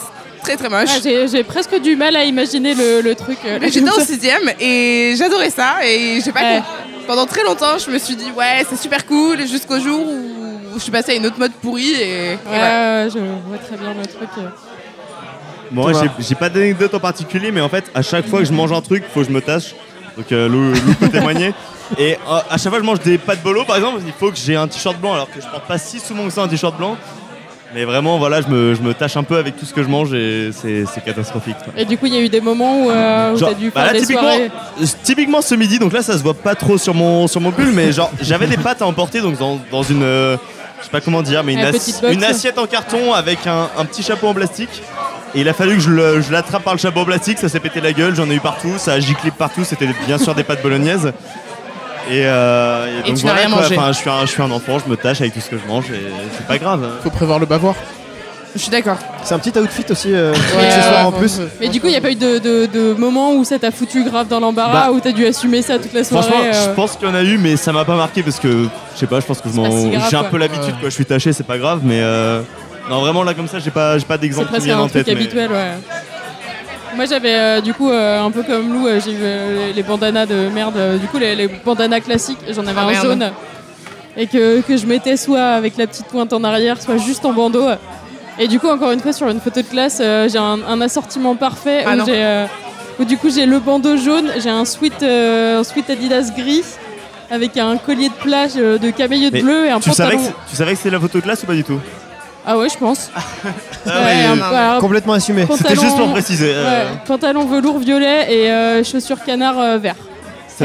[SPEAKER 4] très très moche.
[SPEAKER 6] Ouais, Ah, j'ai- J'ai presque du mal à imaginer le, le truc. euh,
[SPEAKER 4] Mais J'étais en sixième et j'adorais ça et j'ai pas
[SPEAKER 6] Ouais.
[SPEAKER 4] compris. Pendant très longtemps, je me suis dit ouais, c'est super cool jusqu'au jour où je suis passée à une autre mode pourrie et, et
[SPEAKER 6] Ouais,
[SPEAKER 4] voilà.
[SPEAKER 6] ouais, je vois très bien le truc. euh.
[SPEAKER 8] Moi,
[SPEAKER 1] Thomas.
[SPEAKER 8] j'ai- j'ai pas d'anecdote en particulier, mais en fait, à chaque fois que je mange un truc, faut que je me tâche. Donc, euh, Lou, Lou peut témoigner. Et euh, à chaque fois, je mange des pâtes bolo, par exemple. Il faut que j'ai un t-shirt blanc, alors que je porte pas si souvent que ça un t-shirt blanc. Mais vraiment, voilà, je me, je me tâche un peu avec tout ce que je mange et c'est c'est catastrophique. quoi.
[SPEAKER 6] Et du coup, il y a eu des moments où, euh, où
[SPEAKER 8] Genre,
[SPEAKER 6] t'as dû
[SPEAKER 8] bah
[SPEAKER 6] faire
[SPEAKER 8] là,
[SPEAKER 6] des
[SPEAKER 8] typiquement,
[SPEAKER 6] soirées.
[SPEAKER 8] euh, typiquement ce midi, donc là ça se voit pas trop sur mon, sur mon pull, mais genre j'avais des pâtes à emporter donc dans, dans une. euh, je sais pas comment dire, mais une,
[SPEAKER 6] Une
[SPEAKER 8] assi-
[SPEAKER 6] petite box.
[SPEAKER 8] une assiette en carton avec un, un petit chapeau en plastique. Et il a fallu que je le- je l'attrape par le chapeau en plastique, ça s'est pété la gueule, j'en ai eu partout, ça a giclé partout, c'était bien sûr des pâtes bolognaises. Et, euh,
[SPEAKER 4] Et tu n'as rien
[SPEAKER 8] quoi.
[SPEAKER 4] mangé.
[SPEAKER 8] Enfin, je, suis un, je suis un enfant, je me tâche avec tout ce que je mange et c'est pas grave. hein.
[SPEAKER 7] Faut prévoir le bavoir.
[SPEAKER 4] Je suis d'accord.
[SPEAKER 1] C'est un petit outfit aussi, euh,
[SPEAKER 6] Ouais,
[SPEAKER 1] accessoire
[SPEAKER 6] ouais,
[SPEAKER 1] en plus.
[SPEAKER 6] Mais du coup, il n'y a pas eu de, de, de moment où ça t'a foutu grave dans l'embarras,
[SPEAKER 8] Bah,
[SPEAKER 6] où t'as dû assumer ça toute la soirée.
[SPEAKER 8] Franchement,
[SPEAKER 6] euh.
[SPEAKER 8] je pense qu'il y en a eu, mais ça m'a pas marqué parce que je sais pas, je pense que je
[SPEAKER 6] pas
[SPEAKER 8] m'en-
[SPEAKER 6] si grave,
[SPEAKER 8] j'ai un
[SPEAKER 6] quoi.
[SPEAKER 8] peu l'habitude, quoi. Je suis taché, c'est pas grave, mais euh, non, vraiment là comme ça, j'ai pas, j'ai pas
[SPEAKER 6] C'est
[SPEAKER 8] d'exemple qui me
[SPEAKER 6] presque
[SPEAKER 8] vient
[SPEAKER 6] un
[SPEAKER 8] en
[SPEAKER 6] truc
[SPEAKER 8] tête. mais-
[SPEAKER 6] habituel, ouais. Moi j'avais euh, du coup euh, un peu comme Lou, euh, j'ai eu euh, les- les bandanas de merde, euh, du coup les, les bandanas classiques, j'en avais
[SPEAKER 4] Ah,
[SPEAKER 6] un
[SPEAKER 4] merde.
[SPEAKER 6] jaune et que, que je mettais soit avec la petite pointe en arrière, soit juste en bandeau. Et du coup encore une fois sur une photo de classe, euh, j'ai un, un assortiment parfait
[SPEAKER 4] Ah,
[SPEAKER 6] où
[SPEAKER 4] non.
[SPEAKER 6] j'ai euh, où du coup j'ai le bandeau jaune, j'ai un sweat, euh, un sweat Adidas gris avec un collier de plage euh, de camélier de
[SPEAKER 8] Mais
[SPEAKER 6] bleu et un
[SPEAKER 8] Tu savais, que
[SPEAKER 6] pantalon.
[SPEAKER 8] c'est- tu savais que c'était la photo de classe ou pas du tout
[SPEAKER 6] Ah ouais je pense.
[SPEAKER 8] Ah,
[SPEAKER 6] Ouais,
[SPEAKER 8] mais,
[SPEAKER 6] un-
[SPEAKER 8] euh,
[SPEAKER 6] voilà,
[SPEAKER 1] Complètement assumé.
[SPEAKER 8] C'était
[SPEAKER 6] pantalon-
[SPEAKER 8] juste pour préciser. euh,
[SPEAKER 6] Ouais, pantalon velours violet et euh, chaussures canard euh, vert.
[SPEAKER 8] Ça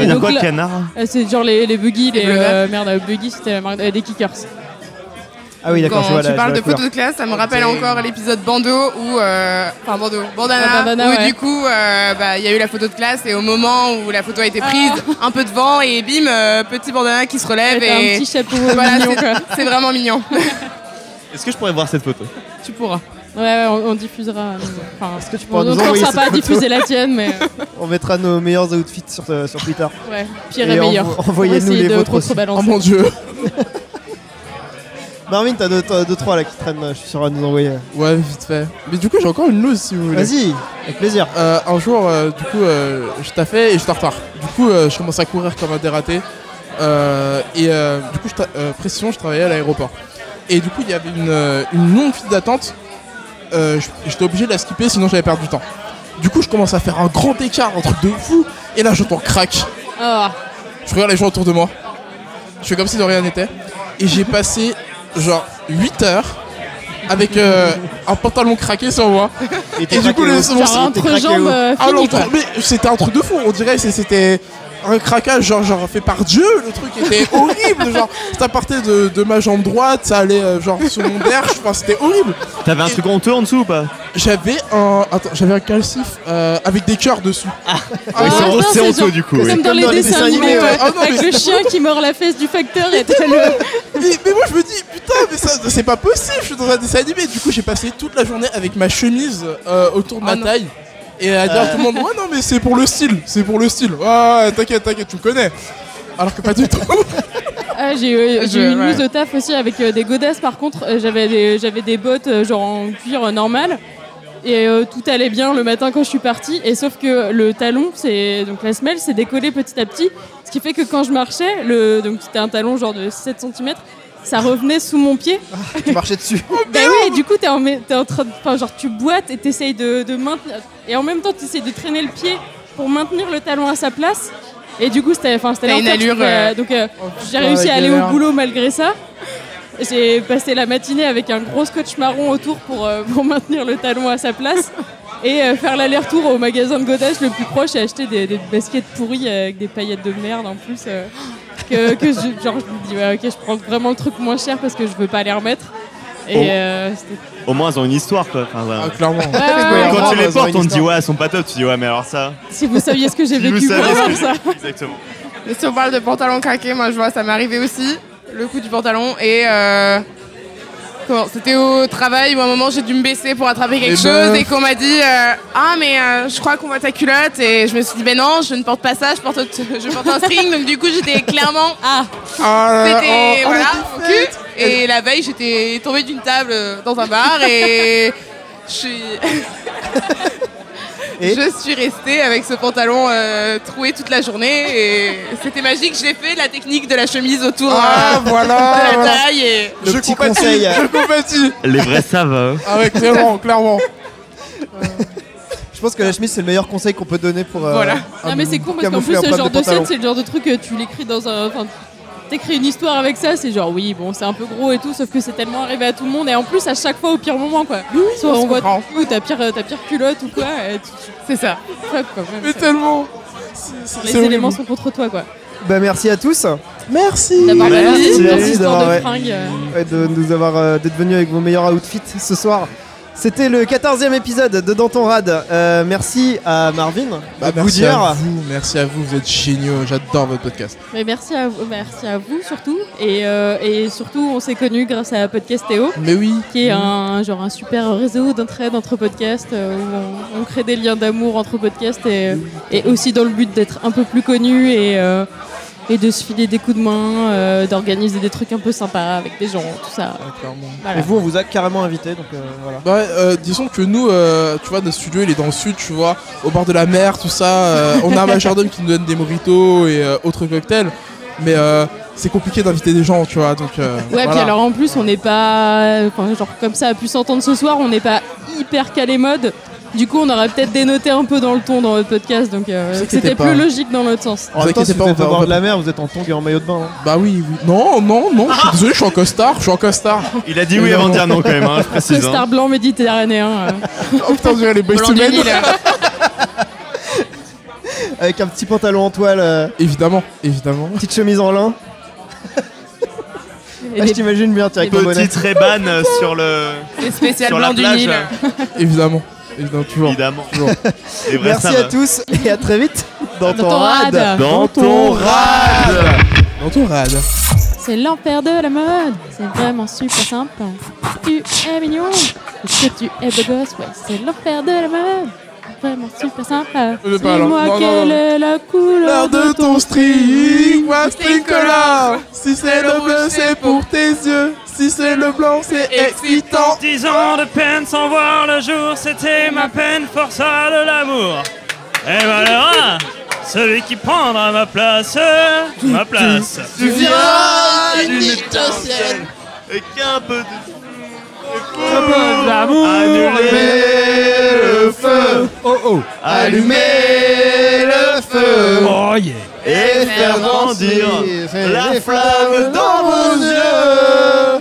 [SPEAKER 6] Et
[SPEAKER 8] veut dire
[SPEAKER 6] donc
[SPEAKER 8] quoi,
[SPEAKER 6] là-
[SPEAKER 8] canard
[SPEAKER 6] Euh, c'est genre les, les buggy, les
[SPEAKER 4] bleu vert. Eh
[SPEAKER 6] euh, merde, euh, buggy c'était la marque euh, des kickers.
[SPEAKER 1] Ah oui, d'accord,
[SPEAKER 4] Quand
[SPEAKER 1] je vois la-
[SPEAKER 4] tu
[SPEAKER 1] je vois
[SPEAKER 4] parles
[SPEAKER 1] la
[SPEAKER 4] de
[SPEAKER 1] couleur.
[SPEAKER 4] photo de classe, ça me rappelle encore l'épisode bandeau où, euh, enfin bandeau, bandana,
[SPEAKER 6] Ah, bandana,
[SPEAKER 4] où
[SPEAKER 6] ouais.
[SPEAKER 4] du coup, euh, bah, il y a eu la photo de classe et au moment où la photo a
[SPEAKER 6] Ah.
[SPEAKER 4] été prise, un peu de vent et bim, euh, petit bandana qui se relève
[SPEAKER 6] T'as
[SPEAKER 4] et
[SPEAKER 6] un petit chapeau
[SPEAKER 4] ben, voilà,
[SPEAKER 6] mignon,
[SPEAKER 4] c'est-
[SPEAKER 6] quoi.
[SPEAKER 4] c'est vraiment mignon.
[SPEAKER 8] Est-ce que je pourrais voir cette photo
[SPEAKER 4] tu pourras.
[SPEAKER 6] Ouais, ouais, on, on diffusera. euh, Enfin, Est-ce que tu
[SPEAKER 1] pourras nous
[SPEAKER 6] on
[SPEAKER 1] envoyer
[SPEAKER 6] pensera
[SPEAKER 1] cette
[SPEAKER 6] pas à
[SPEAKER 1] photo
[SPEAKER 6] diffuser la tienne, mais
[SPEAKER 1] On mettra nos meilleurs outfits sur, euh, sur Twitter.
[SPEAKER 6] euh, ouais, pire et,
[SPEAKER 1] Et envo-
[SPEAKER 6] meilleur. On va
[SPEAKER 1] envoyez-nous
[SPEAKER 6] essayer
[SPEAKER 1] les
[SPEAKER 6] de
[SPEAKER 1] vôtres aussi.
[SPEAKER 7] Oh
[SPEAKER 6] contrebalancer.
[SPEAKER 7] mon dieu
[SPEAKER 1] Marvin, t'as 2-3 deux, deux, trois, là qui traînent, euh, je suis sûr, à nous envoyer.
[SPEAKER 7] Ouais, vite fait. Mais du coup, j'ai encore une loose si vous voulez.
[SPEAKER 1] Vas-y, avec plaisir.
[SPEAKER 7] Euh, un jour, euh, du coup, euh, je taffais et je en retard. Du coup, euh, je commence à courir comme un dératé. Euh, et euh, du coup, je ta- euh, précision, je travaillais à l'aéroport. Et du coup, il y avait une, euh, une longue file d'attente. Euh, je- J'étais obligé de la skipper, sinon j'allais perdre du temps. Du coup, je commence à faire un grand écart, un truc de fou. Et là, j'entends crack.
[SPEAKER 6] Ah,
[SPEAKER 7] Je regarde les gens autour de moi. Je fais comme si de rien n'était. Et j'ai passé genre 8 heures avec euh, un pantalon craqué sur moi.
[SPEAKER 1] t'es
[SPEAKER 7] Et du
[SPEAKER 1] craqué
[SPEAKER 7] coup, le
[SPEAKER 1] où
[SPEAKER 7] mon
[SPEAKER 6] genre entre jambes euh,
[SPEAKER 7] ah non,
[SPEAKER 6] finies, quoi.
[SPEAKER 7] mais c'était un truc de fou, on dirait c'est- c'était un craquage genre, genre fait par Dieu, le truc était horrible, genre ça partait de, de ma jambe droite, ça allait euh, genre sur mon derche, enfin c'était horrible.
[SPEAKER 8] T'avais un truc honteux en dessous ou pas
[SPEAKER 7] J'avais un attends, j'avais un calcif euh, avec des cœurs dessus. Ah,
[SPEAKER 8] Oui,
[SPEAKER 7] ouais.
[SPEAKER 8] c'est
[SPEAKER 6] Ah,
[SPEAKER 8] honteux-
[SPEAKER 6] non,
[SPEAKER 8] c'est
[SPEAKER 6] c'est
[SPEAKER 8] honteux
[SPEAKER 6] genre-
[SPEAKER 8] du coup.
[SPEAKER 6] Comme
[SPEAKER 8] oui.
[SPEAKER 6] dans les dessins animés,
[SPEAKER 7] ouais.
[SPEAKER 6] ouais.
[SPEAKER 7] Ah non,
[SPEAKER 6] avec
[SPEAKER 7] mais-
[SPEAKER 6] le chien qui mord la fesse du facteur et t'as le-
[SPEAKER 7] mais, mais moi je me dis putain mais ça c'est pas possible, je suis dans un dessin animé. Du coup j'ai passé toute la journée avec ma chemise euh, autour de ma
[SPEAKER 4] Oh non.
[SPEAKER 7] taille. Et à dire à tout le monde, ouais non mais c'est pour le style, c'est pour le style. Ouais, ouais, t'inquiète, t'inquiète, tu me connais. Alors que pas du tout.
[SPEAKER 6] Ah, j'ai eu, j'ai eu
[SPEAKER 4] Je-
[SPEAKER 6] une
[SPEAKER 4] ouais.
[SPEAKER 6] loose au taf aussi avec euh, des godasses. Par contre, euh, j'avais des, j'avais des bottes euh, genre en cuir euh, normal. Et euh, tout allait bien le matin quand je suis partie. Et sauf que le talon, c'est donc la semelle, s'est décollée petit à petit. Ce qui fait que quand je marchais, le, donc c'était un talon genre de 7 cm, ça revenait sous mon pied.
[SPEAKER 4] Ah,
[SPEAKER 1] Tu marchais dessus.
[SPEAKER 6] Bah oui, et du coup, t'es en, mé- t'es en train de. Enfin, genre, tu boites et t'essayes de, de maintenir. Et en même temps, t'essayes de traîner le pied pour maintenir le talon à sa place. Et du coup, c'était. Enfin, c'était
[SPEAKER 4] T'as une
[SPEAKER 6] l'enfer, tu
[SPEAKER 4] allure,
[SPEAKER 6] pouvais-
[SPEAKER 4] euh,
[SPEAKER 6] Donc, euh,
[SPEAKER 7] Oh,
[SPEAKER 6] j'ai
[SPEAKER 7] putain,
[SPEAKER 6] réussi à aller au
[SPEAKER 7] galère.
[SPEAKER 6] boulot malgré ça. J'ai passé la matinée avec un gros scotch marron autour pour, euh, pour maintenir le talon à sa place. Et euh, faire l'aller-retour au magasin de Godache le plus proche et acheter des, des baskets pourries avec des paillettes de merde en plus. euh, que, que je, genre, je me dis, ouais, ok, je prends vraiment le truc moins cher parce que je veux pas les remettre. Et
[SPEAKER 8] Oh.
[SPEAKER 6] euh, c'était
[SPEAKER 8] Au moins, elles ont une histoire quoi. Enfin, voilà.
[SPEAKER 7] Ah, clairement.
[SPEAKER 6] ouais,
[SPEAKER 8] Quand
[SPEAKER 7] ouais,
[SPEAKER 8] tu
[SPEAKER 7] ouais,
[SPEAKER 8] les
[SPEAKER 7] ouais,
[SPEAKER 8] portes,
[SPEAKER 7] ouais,
[SPEAKER 8] on te dit
[SPEAKER 7] histoire.
[SPEAKER 8] ouais, elles sont pas top. Tu dis ouais, mais alors ça.
[SPEAKER 6] Si vous saviez ce que j'ai
[SPEAKER 8] Si vous
[SPEAKER 6] vécu pour
[SPEAKER 8] saviez ce que
[SPEAKER 6] avoir ça.
[SPEAKER 8] Exactement.
[SPEAKER 4] Mais si on parle de pantalon craqué, moi je vois, ça m'est arrivé aussi, le coup du pantalon. Et euh, comment- c'était au travail où à un moment j'ai dû me baisser pour attraper quelque
[SPEAKER 7] Les
[SPEAKER 4] chose
[SPEAKER 7] meufs.
[SPEAKER 4] et qu'on m'a dit euh, Ah, mais euh, je crois qu'on voit ta culotte. Et je me suis dit Ben non, je ne porte pas ça, je porte, autre- je porte un string. Donc du coup, j'étais clairement.
[SPEAKER 6] Ah,
[SPEAKER 7] Ah, là,
[SPEAKER 4] pétée,
[SPEAKER 7] oh, oh,
[SPEAKER 4] voilà,
[SPEAKER 7] la
[SPEAKER 4] au
[SPEAKER 7] défaite.
[SPEAKER 4] cul. Et la veille, j'étais tombée d'une table euh, dans un bar et. Je suis...
[SPEAKER 1] Et
[SPEAKER 4] je suis restée avec ce pantalon euh, troué toute la journée et c'était magique. J'ai fait la technique de la chemise autour
[SPEAKER 7] Ah,
[SPEAKER 4] euh,
[SPEAKER 7] voilà,
[SPEAKER 4] de la
[SPEAKER 7] voilà.
[SPEAKER 4] taille et
[SPEAKER 1] Le
[SPEAKER 7] je
[SPEAKER 1] petit
[SPEAKER 7] compatis,
[SPEAKER 1] conseil. euh.
[SPEAKER 7] Je compatis.
[SPEAKER 8] Les vrais savent. hein.
[SPEAKER 7] Ah ouais, clairement, clairement.
[SPEAKER 1] Je pense que la chemise, c'est le meilleur conseil qu'on peut donner pour. euh,
[SPEAKER 4] Voilà.
[SPEAKER 6] non Ah, mais c'est con parce qu'en
[SPEAKER 1] camoufler
[SPEAKER 6] plus
[SPEAKER 1] un
[SPEAKER 6] ce
[SPEAKER 1] plat de
[SPEAKER 6] genre de scène
[SPEAKER 1] pantalon.
[SPEAKER 6] c'est le genre de truc que tu l'écris dans un... Enfin, t'écris une histoire avec ça, c'est genre oui bon c'est un peu gros et tout sauf que c'est tellement arrivé à tout le monde et en plus à chaque fois au pire moment quoi. Soit on, voit
[SPEAKER 7] comprend.
[SPEAKER 6] tout, ta pire, ta pire culotte ou quoi, et tu
[SPEAKER 4] c'est ça.
[SPEAKER 6] te frappes quoi. même
[SPEAKER 7] Mais
[SPEAKER 6] ça.
[SPEAKER 7] tellement. C'est- c'est-
[SPEAKER 6] Les
[SPEAKER 7] c'est
[SPEAKER 6] éléments
[SPEAKER 7] horrible.
[SPEAKER 6] sont contre toi quoi.
[SPEAKER 1] Bah, merci à tous
[SPEAKER 7] Merci.
[SPEAKER 6] D'avoir
[SPEAKER 1] Merci.
[SPEAKER 6] balancé
[SPEAKER 1] Merci
[SPEAKER 6] cette histoire
[SPEAKER 1] d'avoir-
[SPEAKER 6] de fringues. euh.
[SPEAKER 1] ouais, de nous avoir euh, d'être venus avec vos meilleurs outfits ce soir. C'était le 14e épisode de Dans ton rad. Euh, merci à Marvin,
[SPEAKER 7] Bah,
[SPEAKER 1] à
[SPEAKER 7] merci
[SPEAKER 1] Goudière.
[SPEAKER 7] à vous, merci à vous, vous êtes géniaux, j'adore votre podcast.
[SPEAKER 6] Mais merci à vous, merci à vous surtout et, euh, et surtout on s'est connus grâce à Podcast Théo.
[SPEAKER 7] Mais oui,
[SPEAKER 6] qui est un genre un super réseau d'entraide entre podcasts euh, où on, on crée des liens d'amour entre podcasts et, et aussi dans le but d'être un peu plus connu et, euh, et de se filer des coups de main, euh, d'organiser des trucs un peu sympas avec des gens, tout ça.
[SPEAKER 7] Ouais, clairement.
[SPEAKER 1] Et
[SPEAKER 6] Voilà.
[SPEAKER 1] vous, on vous a carrément invité, donc euh, voilà.
[SPEAKER 7] Bah, ouais, euh, disons que nous, euh, tu vois, notre studio il est dans le sud, tu vois, au bord de la mer, tout ça. euh, on a un majordome qui nous donne des mojitos et euh, autres cocktails, mais euh, c'est compliqué d'inviter des gens, tu vois, donc. euh,
[SPEAKER 6] Ouais,
[SPEAKER 7] voilà.
[SPEAKER 6] puis alors en plus, on n'est pas. enfin, genre, comme ça a pu s'entendre ce soir, on n'est pas hyper calé mode. Du coup, on aurait peut-être dénoté un peu dans le ton dans le podcast, donc euh,
[SPEAKER 7] Vous inquiétez
[SPEAKER 6] c'était
[SPEAKER 7] pas.
[SPEAKER 6] plus logique dans l'autre sens.
[SPEAKER 1] En même temps,
[SPEAKER 7] inquiétez
[SPEAKER 1] si
[SPEAKER 7] pas,
[SPEAKER 1] vous êtes
[SPEAKER 7] on
[SPEAKER 1] au
[SPEAKER 7] va-
[SPEAKER 1] bord
[SPEAKER 7] on va-
[SPEAKER 1] de la mer, vous êtes en tongs et en maillot de bain. hein.
[SPEAKER 7] Bah oui, oui. Non, non, non, je suis désolé, je suis en costard, je suis en costard.
[SPEAKER 8] Il a dit oui avant de dire non quand même. hein, je
[SPEAKER 6] Ce
[SPEAKER 8] précise. hein.
[SPEAKER 6] star blanc méditerranéen. euh.
[SPEAKER 7] oh putain, on dirait les boys to
[SPEAKER 4] Blanc du
[SPEAKER 7] men.
[SPEAKER 4] Nil.
[SPEAKER 1] Avec un petit pantalon en toile, euh,
[SPEAKER 7] Évidemment, évidemment.
[SPEAKER 1] petite chemise en lin.
[SPEAKER 6] Et
[SPEAKER 1] Ah,
[SPEAKER 6] des-
[SPEAKER 1] je t'imagine bien, tiens, avec ton bonnet.
[SPEAKER 8] Petit Reban euh, sur le.
[SPEAKER 4] C'est spécial
[SPEAKER 8] Sur la
[SPEAKER 4] blanc du
[SPEAKER 8] plage. euh,
[SPEAKER 4] Nil.
[SPEAKER 7] Évidemment. Évidemment, toujours.
[SPEAKER 8] Évidemment.
[SPEAKER 7] toujours.
[SPEAKER 8] Les vrais
[SPEAKER 1] Merci à
[SPEAKER 8] savent.
[SPEAKER 1] tous et à très vite dans
[SPEAKER 6] Dans ton rad.
[SPEAKER 8] Dans ton rad
[SPEAKER 7] Dans ton rad.
[SPEAKER 6] C'est l'enfer de la mode. C'est vraiment super simple. Tu es mignon. Est-ce que tu es beau gosse Ouais, c'est l'enfer de la mode. Vraiment super simple.
[SPEAKER 7] Je vais Euh, pas, alors.
[SPEAKER 6] Dis-moi
[SPEAKER 7] Non, non,
[SPEAKER 6] quelle
[SPEAKER 7] non.
[SPEAKER 6] est la couleur
[SPEAKER 7] L'heure
[SPEAKER 6] de
[SPEAKER 7] de ton string, moi tricolore. Si c'est le bleu, c'est pour tes yeux. Si c'est le blanc, c'est excitant.
[SPEAKER 2] Dix ans de peine sans voir le jour, c'était ma peine, forçat de l'amour. Et malheureux, celui qui prendra ma place, ma place.
[SPEAKER 8] Tu viens d'une étincelle
[SPEAKER 7] étincelle.
[SPEAKER 8] et qu'un peu de.
[SPEAKER 9] L'amour
[SPEAKER 8] Allumer le feu,
[SPEAKER 3] Oh oh
[SPEAKER 8] allumer le feu
[SPEAKER 3] Oh yeah
[SPEAKER 8] et faire grandir
[SPEAKER 1] Merci.
[SPEAKER 8] la flamme dans vos yeux.